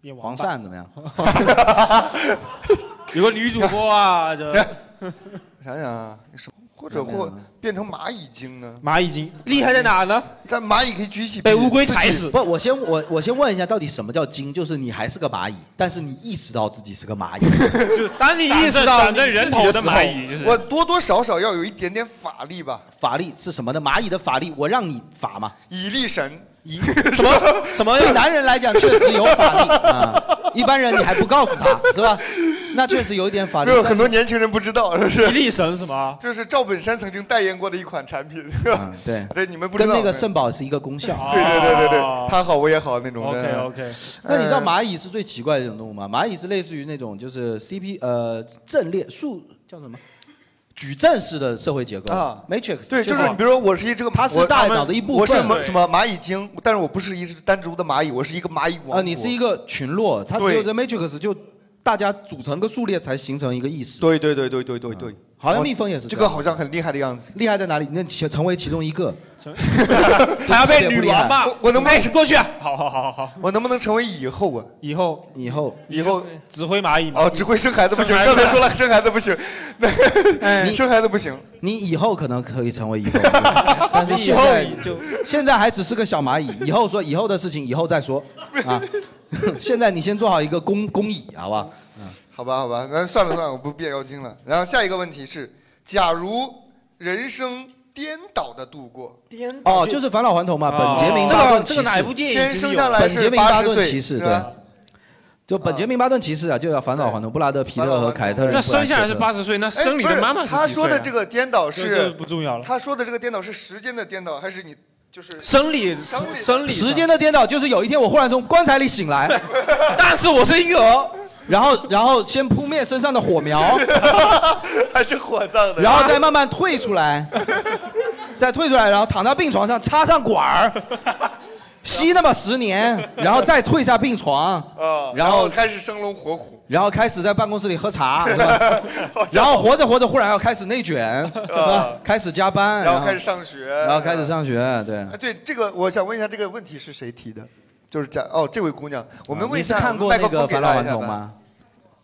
Speaker 5: 变
Speaker 2: 黄
Speaker 5: 王八
Speaker 2: 鳝怎么样？
Speaker 5: [laughs]
Speaker 1: [laughs]
Speaker 5: 有个女主播啊，这
Speaker 1: 我想想啊，你说哎或者或变成 [laughs] 蚂蚁精呢？
Speaker 5: 蚂蚁精厉害在哪呢？
Speaker 1: 但蚂蚁可以举起
Speaker 5: 被乌龟踩死。
Speaker 2: [laughs] 不，我先我我先问一下，到底什么叫精？就是你还是个蚂蚁，但是你意识到自己是个 [laughs] 蚂蚁。
Speaker 5: 就当你意识到
Speaker 2: 长着
Speaker 5: 你是
Speaker 2: 人头
Speaker 5: 你
Speaker 2: 的
Speaker 5: 时候
Speaker 2: 蚂蚁就是
Speaker 1: 我多多少少要有一点点法力吧，
Speaker 2: 法力是什么呢？蚂蚁的法力，我让你法嘛。
Speaker 1: 以力神。
Speaker 2: 以
Speaker 1: [laughs]
Speaker 2: 什么 [laughs] 什么？对男人来讲确实有法力啊，一般人你还不告诉
Speaker 1: [laughs]
Speaker 2: 他是吧？那确实有一点法力
Speaker 1: 没。有
Speaker 2: 但
Speaker 1: 很多年轻人不知道，是不是？
Speaker 2: 一粒神是吗？
Speaker 1: 就是赵本山曾经代言过的一款产品。
Speaker 2: 啊嗯
Speaker 1: [laughs]
Speaker 2: 对
Speaker 1: 对，你们不知
Speaker 2: 跟
Speaker 1: 道。
Speaker 2: 那个肾宝是一个功效。
Speaker 1: [laughs] 对对对对对，他好我也好那种的。
Speaker 2: 啊
Speaker 1: 哎
Speaker 2: OK，OK 那你知道蚂蚁是最奇怪的一种动物吗？蚂蚁是类似于那种就是 CP 呃阵列数叫什么？矩阵式的社会结构
Speaker 1: 啊
Speaker 2: ，matrix。
Speaker 1: 对，就是你比如说我是一这个，
Speaker 2: 它是
Speaker 1: 我
Speaker 2: 大脑的一部
Speaker 1: 我是
Speaker 2: 分。
Speaker 1: 什么蚂蚁精，但是我不是一只单独的蚂蚁，我是一个蚂蚁王国。
Speaker 2: 啊，你是一个群落，它只有
Speaker 1: 对
Speaker 2: 在 matrix 就大家组成个数列才形成一个意识。啊
Speaker 1: 对对对对对对对，
Speaker 2: 好像蜜蜂也是
Speaker 1: 这
Speaker 2: 样
Speaker 1: 个好像很厉害的样子。
Speaker 2: 厉害 [laughs] 在哪里？那成成为其中一个，
Speaker 5: 还要被女王
Speaker 2: 吧？
Speaker 5: 骂
Speaker 1: 我我能不能
Speaker 5: 过去？
Speaker 2: 啊
Speaker 1: [laughs]
Speaker 5: 好好好好好，
Speaker 1: 我能不能成为蚁后啊？
Speaker 5: 以后
Speaker 2: 以后
Speaker 1: 以后
Speaker 5: 指挥蚂蚁
Speaker 1: 哦，只会生孩子不行，
Speaker 5: 生孩子
Speaker 1: 刚才说了生孩子不行，
Speaker 2: 你
Speaker 1: 生孩子不行。
Speaker 2: 哎你以后可能可以成为以后，
Speaker 1: [laughs]
Speaker 2: 但是现在
Speaker 5: 以后
Speaker 2: 就现在还只是个小蚂蚁，以后说以后的事情以后再说
Speaker 1: [laughs]
Speaker 2: 啊。现在你先做好一个公公蚁，好嗯吧？
Speaker 1: 嗯好吧，好吧，那算了算了，我不变妖
Speaker 2: [laughs]
Speaker 1: 精了。然后下一个问题是，假如人生颠倒的度过，
Speaker 7: 颠
Speaker 2: 哦，就是返老还童嘛，
Speaker 7: 哦
Speaker 2: 本杰明
Speaker 7: 这个
Speaker 2: 巴顿骑士。
Speaker 7: 这个哪部电影
Speaker 4: 啊
Speaker 1: 先生下来
Speaker 2: 本
Speaker 1: 是
Speaker 2: 杰明巴
Speaker 1: 八十
Speaker 2: 顿
Speaker 1: 岁，
Speaker 2: 骑士
Speaker 1: 是
Speaker 2: 对
Speaker 1: 吧？。
Speaker 2: 就本杰明巴顿骑士啊，就要返老还童。布拉德皮特和凯特琳。
Speaker 4: 那生下来是八十岁，那
Speaker 1: 哎
Speaker 4: 生理的妈妈是
Speaker 1: 不是他
Speaker 4: 几
Speaker 1: 说
Speaker 4: 岁
Speaker 1: 的
Speaker 4: 啊
Speaker 1: 这个颠倒
Speaker 4: 这这
Speaker 1: 是
Speaker 4: 不重要了
Speaker 1: 他说的这个颠倒是时间的颠倒，还是你 [laughs] 就是
Speaker 5: 生理
Speaker 1: 生理
Speaker 5: 生理
Speaker 2: 时间的颠倒，就是有一天我忽然从棺材里醒
Speaker 4: [laughs]
Speaker 2: 来，但是我是婴儿，然后然后先扑灭身上的火苗，
Speaker 1: 还是火葬
Speaker 2: [laughs]
Speaker 1: 的？
Speaker 2: 然后再慢慢退出来， [laughs] 再退出来，然后躺到病床上插上管儿， [laughs] 吸那么十年，然后再退下病床，
Speaker 1: 啊，
Speaker 2: 然
Speaker 1: 然
Speaker 2: 后
Speaker 1: 后开始生龙活虎，
Speaker 2: 然后开始在办公室里喝茶，
Speaker 1: [laughs]
Speaker 2: 是吧然后活着活着忽然要开始内卷，是吧开始加班，
Speaker 1: 哦然后开始上学，
Speaker 2: 嗯然后开始上学，对。
Speaker 1: 哎，对这个，我想问一下，这个问题是谁提的？就是讲哦，这位姑娘，我们
Speaker 2: 啊
Speaker 1: 问一
Speaker 2: 你是
Speaker 1: 下，
Speaker 2: 看过
Speaker 1: 麦
Speaker 2: 那
Speaker 1: 克
Speaker 2: 个
Speaker 1: 风
Speaker 2: 《
Speaker 1: 给
Speaker 2: 返老
Speaker 1: 她一
Speaker 2: 还
Speaker 1: 下
Speaker 2: 童》
Speaker 1: 吧。
Speaker 2: 吗？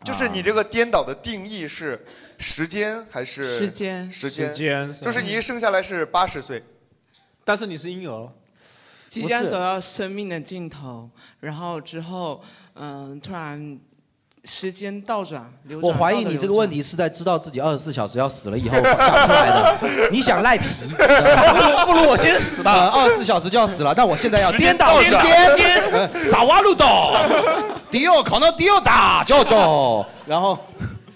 Speaker 1: 就是你这个颠倒的定义是时间还是
Speaker 5: 时间
Speaker 1: 时间，
Speaker 5: 时间
Speaker 1: 就是你一生下来是八十岁，
Speaker 5: 但是你是婴儿，
Speaker 16: 即将走到生命的尽头，然后之后，嗯、突然时间倒转，流转
Speaker 2: 我怀疑你这个问
Speaker 16: 题，
Speaker 2: 题是在知道自己二十四小时要死了
Speaker 4: [laughs]
Speaker 2: 以后想出来的，你想赖皮，
Speaker 5: 不如我先死吧
Speaker 2: 二十四小时就要死了，但我现在要
Speaker 5: 时间
Speaker 2: 颠倒
Speaker 5: 倒转
Speaker 2: 颠
Speaker 5: 颠
Speaker 4: 呃
Speaker 2: 颠，萨
Speaker 4: 啊
Speaker 2: 瓦 [laughs] 路斗，迪奥考到迪奥打就走， [laughs] 然后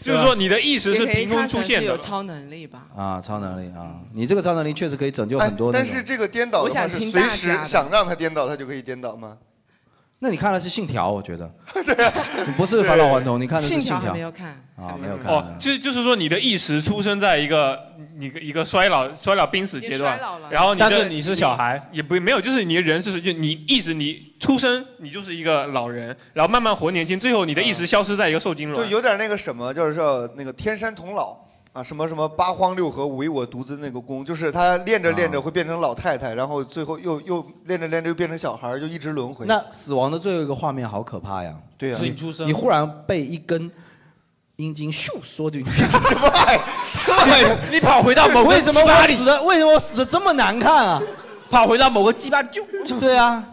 Speaker 4: 就是说你的意识是
Speaker 16: 也可以
Speaker 4: 凭空
Speaker 16: 看
Speaker 4: 出
Speaker 16: 成是
Speaker 4: 现的
Speaker 16: 有。超能力吧？
Speaker 2: 啊，超能力啊，你这个超能力确实可以拯救很多那
Speaker 1: 哎但
Speaker 2: 种。
Speaker 1: 是这个颠倒
Speaker 16: 我
Speaker 1: 的话
Speaker 16: 想
Speaker 1: 是
Speaker 16: 听
Speaker 1: 随
Speaker 16: 大
Speaker 1: 时
Speaker 16: 家的
Speaker 1: 想让他颠倒，他就可以颠倒吗？ [laughs]
Speaker 2: 那你看的是信条，我觉得，你不是返老还童，你看的是信条。
Speaker 16: 还没有看，
Speaker 2: 啊，没有看。
Speaker 4: 哦，就是就是说你的意识出生在一个你一个衰老衰老濒死阶段
Speaker 16: 已经衰老了，
Speaker 4: 然后你的
Speaker 5: 但是你是小孩，
Speaker 4: 也不没有，就是你的人是就你一直你出生你就是一个老人，然后慢慢活年轻，最后你的
Speaker 5: 嗯
Speaker 4: 意识消失在一个受精
Speaker 1: 就
Speaker 4: 卵。
Speaker 1: 有点那个什么，就是说那个天山童姥啊，什么什么八荒六合唯我独尊那个功，就是他练着练着会变成老太太，然后最后又又练着练着又变成小孩儿，就一直轮回。
Speaker 2: 那死亡的最后一个画面好可怕呀！
Speaker 1: 对啊呀
Speaker 2: 你
Speaker 1: 你出生
Speaker 2: 你忽然被一根阴茎咻缩进去，
Speaker 1: 什
Speaker 2: 么玩意儿？
Speaker 5: 你跑回到某个
Speaker 2: 为什么我
Speaker 5: 鸡巴里
Speaker 2: 死的？为什么我死的这么难看啊？
Speaker 5: 跑回到某个鸡巴就
Speaker 2: 对啊，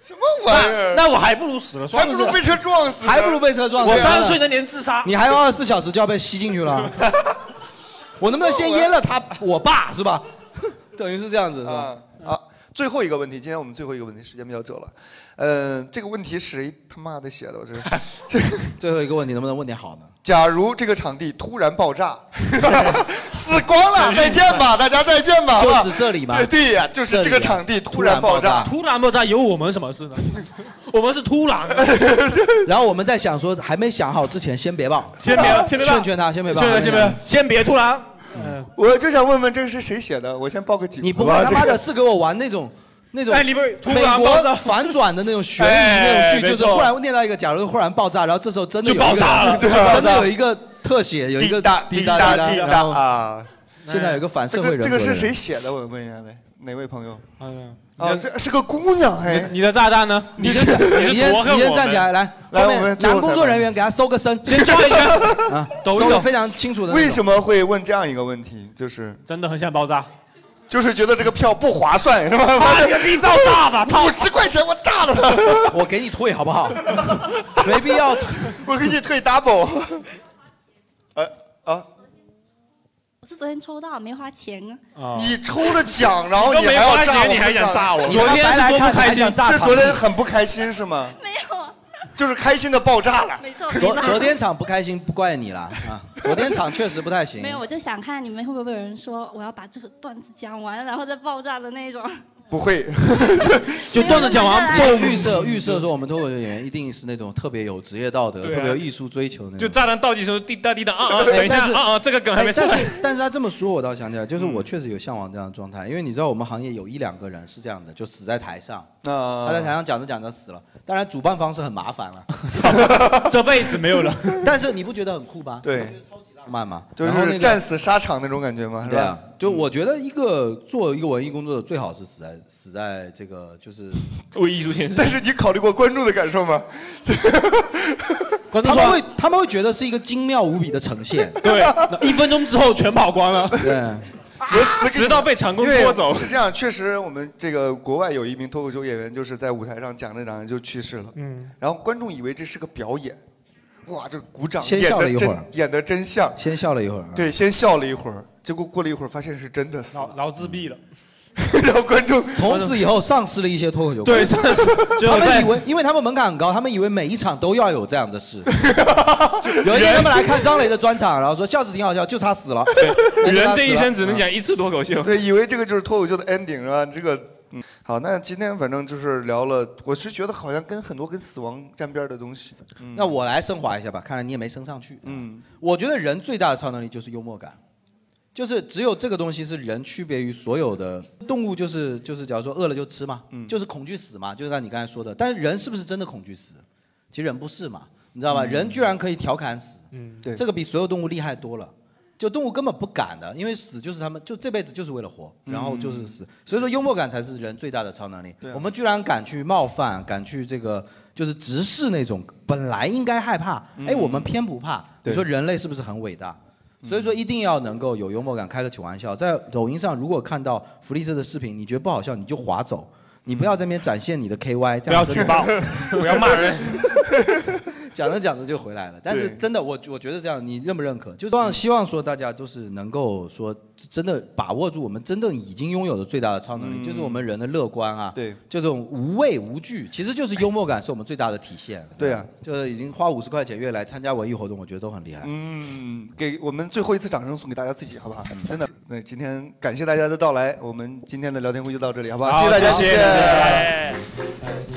Speaker 1: 什么玩意儿？
Speaker 5: 那我还不如死了，算
Speaker 1: 还
Speaker 5: 了
Speaker 1: 不如被车撞死呢，
Speaker 2: 还不如被车撞死。
Speaker 5: 我三十岁那年自杀，
Speaker 2: 你还有二十四小时就要被吸进去
Speaker 1: [laughs]
Speaker 2: 了。我能不能先阉了他？我爸是吧？等于是这样子是吧？
Speaker 1: 啊啊！最后一个问题，今天我们最后一个问题，时间比较久了。呃，这个问题谁他妈的写的？我这 [laughs] 这
Speaker 2: 最后一个问题能不能问点好呢？
Speaker 1: 假如这个场地突然
Speaker 2: [laughs]
Speaker 1: 爆炸，死光了，再见吧，大家再见吧，
Speaker 5: 就指这里吗
Speaker 1: 对对呀，就是这个场地突然爆炸。
Speaker 5: 突然爆炸有我们什么事呢？我们是突然的，
Speaker 2: [laughs] 然后我们在想说，还没想好之前先别报，
Speaker 5: 先别先别报
Speaker 2: 劝劝他，先别报，
Speaker 5: 劝劝先别
Speaker 2: 先别突然。
Speaker 1: 嗯我就想问问这是谁写的？我先报个警。
Speaker 2: 你不
Speaker 1: 好
Speaker 2: 会
Speaker 1: 吧
Speaker 2: 他妈的是给我玩那
Speaker 5: [laughs]
Speaker 2: 种那种
Speaker 5: 哎你不是突
Speaker 2: 美
Speaker 5: 然爆
Speaker 2: 国
Speaker 5: 炸
Speaker 2: 反转的那种悬疑那
Speaker 5: 哎
Speaker 2: 种剧，就
Speaker 5: 没
Speaker 2: 是
Speaker 5: 错
Speaker 2: 忽然念到一个，假如忽然爆炸，然后这时候真的有一个 [laughs]
Speaker 5: 就爆炸了
Speaker 2: 对
Speaker 5: 就爆炸
Speaker 2: 真的有一个特写，有一个
Speaker 1: 滴答
Speaker 2: 答
Speaker 1: 滴答
Speaker 2: 滴
Speaker 1: 滴答
Speaker 2: 然后
Speaker 1: 啊！
Speaker 2: 现在有个反社会人格
Speaker 1: 这个这个是谁
Speaker 2: 的
Speaker 1: 写的？我问一下呗，哪位朋友？
Speaker 5: 哎呀，
Speaker 1: 啊，是是个姑娘哎。
Speaker 5: 你的炸弹呢？
Speaker 1: 你这
Speaker 2: 你先你先站起来，来，
Speaker 1: 来
Speaker 2: 后面
Speaker 1: 我们最后
Speaker 2: 男工
Speaker 1: 采
Speaker 2: 作
Speaker 1: 访
Speaker 2: 人员给他搜个身，先
Speaker 5: 转一
Speaker 2: 圈啊，
Speaker 1: 抖一
Speaker 2: 搜
Speaker 1: 抖
Speaker 2: 的非常清楚的那种。
Speaker 1: 为什么会问这样一个问题？就是
Speaker 5: 真的很想爆炸，
Speaker 1: 就是觉得这个票不划算，是吧？
Speaker 5: 把哎你个逼爆炸吧操
Speaker 1: [laughs] 五十块钱我炸了他，
Speaker 2: 我给你退好不好？没必要，
Speaker 1: [laughs] 我给你退 double。哎啊，
Speaker 17: 我是昨天抽到，没花钱啊。
Speaker 1: 你抽了奖，然后你还要炸我，
Speaker 17: 你都没花钱你还想炸我
Speaker 1: 你
Speaker 17: 昨
Speaker 1: 他妈
Speaker 17: 天
Speaker 1: 白
Speaker 17: 是
Speaker 1: 来
Speaker 17: 多不
Speaker 1: 看你还
Speaker 17: 开心
Speaker 1: 想炸
Speaker 17: 炸
Speaker 1: 是
Speaker 17: 场
Speaker 1: 昨
Speaker 17: 地
Speaker 1: 天 [laughs] 很不开心是吗？没有啊，就是开心的爆炸了。
Speaker 17: 没错没
Speaker 2: 昨
Speaker 17: 错
Speaker 2: 昨天场不开心不怪你啦啊，昨天场确实不太行
Speaker 17: 没。有，我就想看你们会不会有人说我要把这个段子讲完，然后再爆炸的那种。
Speaker 5: [laughs]
Speaker 1: 不会，
Speaker 2: 就
Speaker 17: 段子讲完
Speaker 2: 不
Speaker 17: 嘣
Speaker 2: 预设预设说我们脱口秀演员一定是那种特别有职业道德、
Speaker 4: 对啊
Speaker 2: 特别有艺术追求那种。
Speaker 4: 就炸弹倒计时滴答滴答啊啊，
Speaker 2: 对
Speaker 4: 等一下
Speaker 2: 但是
Speaker 4: 啊啊，这个梗还没
Speaker 2: 哎
Speaker 4: 出
Speaker 2: 但
Speaker 4: 来嗯
Speaker 2: 是。但是他这么说，我倒想起来，就是我确实有向往这样的状态，因为你知道我们行业有一两个人是这样的，就死在台上。
Speaker 1: 啊
Speaker 2: 他在台上讲着讲着死了，当然主办方是很麻烦了，
Speaker 5: [laughs] 这辈子没有了。
Speaker 2: [laughs] 但是你啊不觉得很酷吗？
Speaker 1: 对，
Speaker 2: 浪漫吗？
Speaker 1: 就
Speaker 2: 然后那
Speaker 1: 是
Speaker 2: 个
Speaker 1: 战死沙场那种感觉嘛，是
Speaker 2: 对
Speaker 1: 吧嗯
Speaker 2: 啊？，就我觉得一个做一个文艺工作者，最好是死在死在这个就是
Speaker 4: [laughs] 为艺术献身
Speaker 1: 但是你考虑过观众的感
Speaker 2: [laughs]
Speaker 1: 受吗？
Speaker 5: 观
Speaker 2: 他们会他们会觉得是一个精妙无比的呈现，
Speaker 5: 对，一分钟之后全跑光了，
Speaker 2: 对，
Speaker 1: 直死
Speaker 4: 直到被长工
Speaker 1: 因为
Speaker 4: 拖走
Speaker 1: 是这样，确实我们这个国外有一名脱口秀演员，就是在舞台上讲着讲着就去世了。
Speaker 5: 嗯，
Speaker 1: 然后观众以为这是个表演，哇，这鼓掌
Speaker 2: 先
Speaker 1: 演
Speaker 2: 笑了
Speaker 1: 的
Speaker 2: 一会儿
Speaker 1: 真演的真像。
Speaker 2: 先笑了一会儿啊，
Speaker 1: 对，先笑了一会儿，结果过了一会儿发现是真的死了。
Speaker 5: 老自闭了。
Speaker 1: 然后观众
Speaker 2: 从此以 [laughs] 后丧失了一些脱口秀观
Speaker 5: 对丧失就
Speaker 2: 他
Speaker 5: 在
Speaker 2: 们以为，因为他们门槛很高，他们以为每一场都要有这样的
Speaker 1: [laughs]
Speaker 2: 事。有一天他们来看张雷的专场，然后说笑是挺好笑，就差死了。 [laughs] 那就差
Speaker 4: 人
Speaker 2: 死
Speaker 4: 这一
Speaker 2: 了
Speaker 4: 生只能
Speaker 2: 嗯
Speaker 4: 讲一次脱口秀。
Speaker 1: 对，以为这个就是脱口秀的 ending 是吧？这个，嗯，好，那今天反正就是聊了，我是觉得好像跟很多跟死亡沾边的东西。嗯，
Speaker 2: 那我来升华一下吧，看来你也没升上去。
Speaker 1: 嗯，
Speaker 2: 我觉得人最大的超能力就是幽默感，就是只有这个东西是人区别于所有的动物，就是就是，假如说饿了就吃嘛，
Speaker 1: 嗯
Speaker 2: 就是恐惧死嘛，就是像你刚才说的。但是人是不是真的恐惧死？其实人不是嘛，你知道吧？
Speaker 5: 嗯
Speaker 2: 人居然可以调侃死，
Speaker 5: 嗯
Speaker 1: 对
Speaker 2: 这个比所有动物厉害多了。就动物根本不敢的，因为死就是他们，就这辈子就是为了活，然后就是死。所以说幽默感才是人最大的超能力。我们居然敢去冒犯，敢去这个就是直视那种本来应该害怕，哎，我们偏不怕。你说人类是不是很伟大？所以说一定要能够有幽默感，开得起玩笑。在抖音上，如果看到福利社的视频，你觉得不好笑，你就划走，你不要在那边展现你的 KY，这样
Speaker 5: 不
Speaker 2: 真
Speaker 5: 要
Speaker 2: 的 [laughs]
Speaker 5: 举报不要骂人。
Speaker 2: 讲着讲着就回来了，但是
Speaker 5: 对
Speaker 2: 真的，我我觉得这样，你认不认可？就希望希望说大家就是能够说真的把握住我们真正已经拥有的最大的超能力，
Speaker 1: 嗯
Speaker 2: 就是我们人的乐观啊，
Speaker 1: 对，
Speaker 2: 这种无畏无惧，其实就是幽默感是我们最大的体现。
Speaker 1: 对啊，
Speaker 2: 就是已经花五十块钱月来参加文艺活动，我觉得都很厉害。
Speaker 1: 嗯，给我们最后一次掌声送给大家自己，好不好？真的，那今天感谢大家的到来，我们今天的聊天会就到这里，好不好？
Speaker 5: 好
Speaker 1: 谢大家，
Speaker 5: 谢谢谢
Speaker 1: 谢
Speaker 5: 谢
Speaker 1: 哎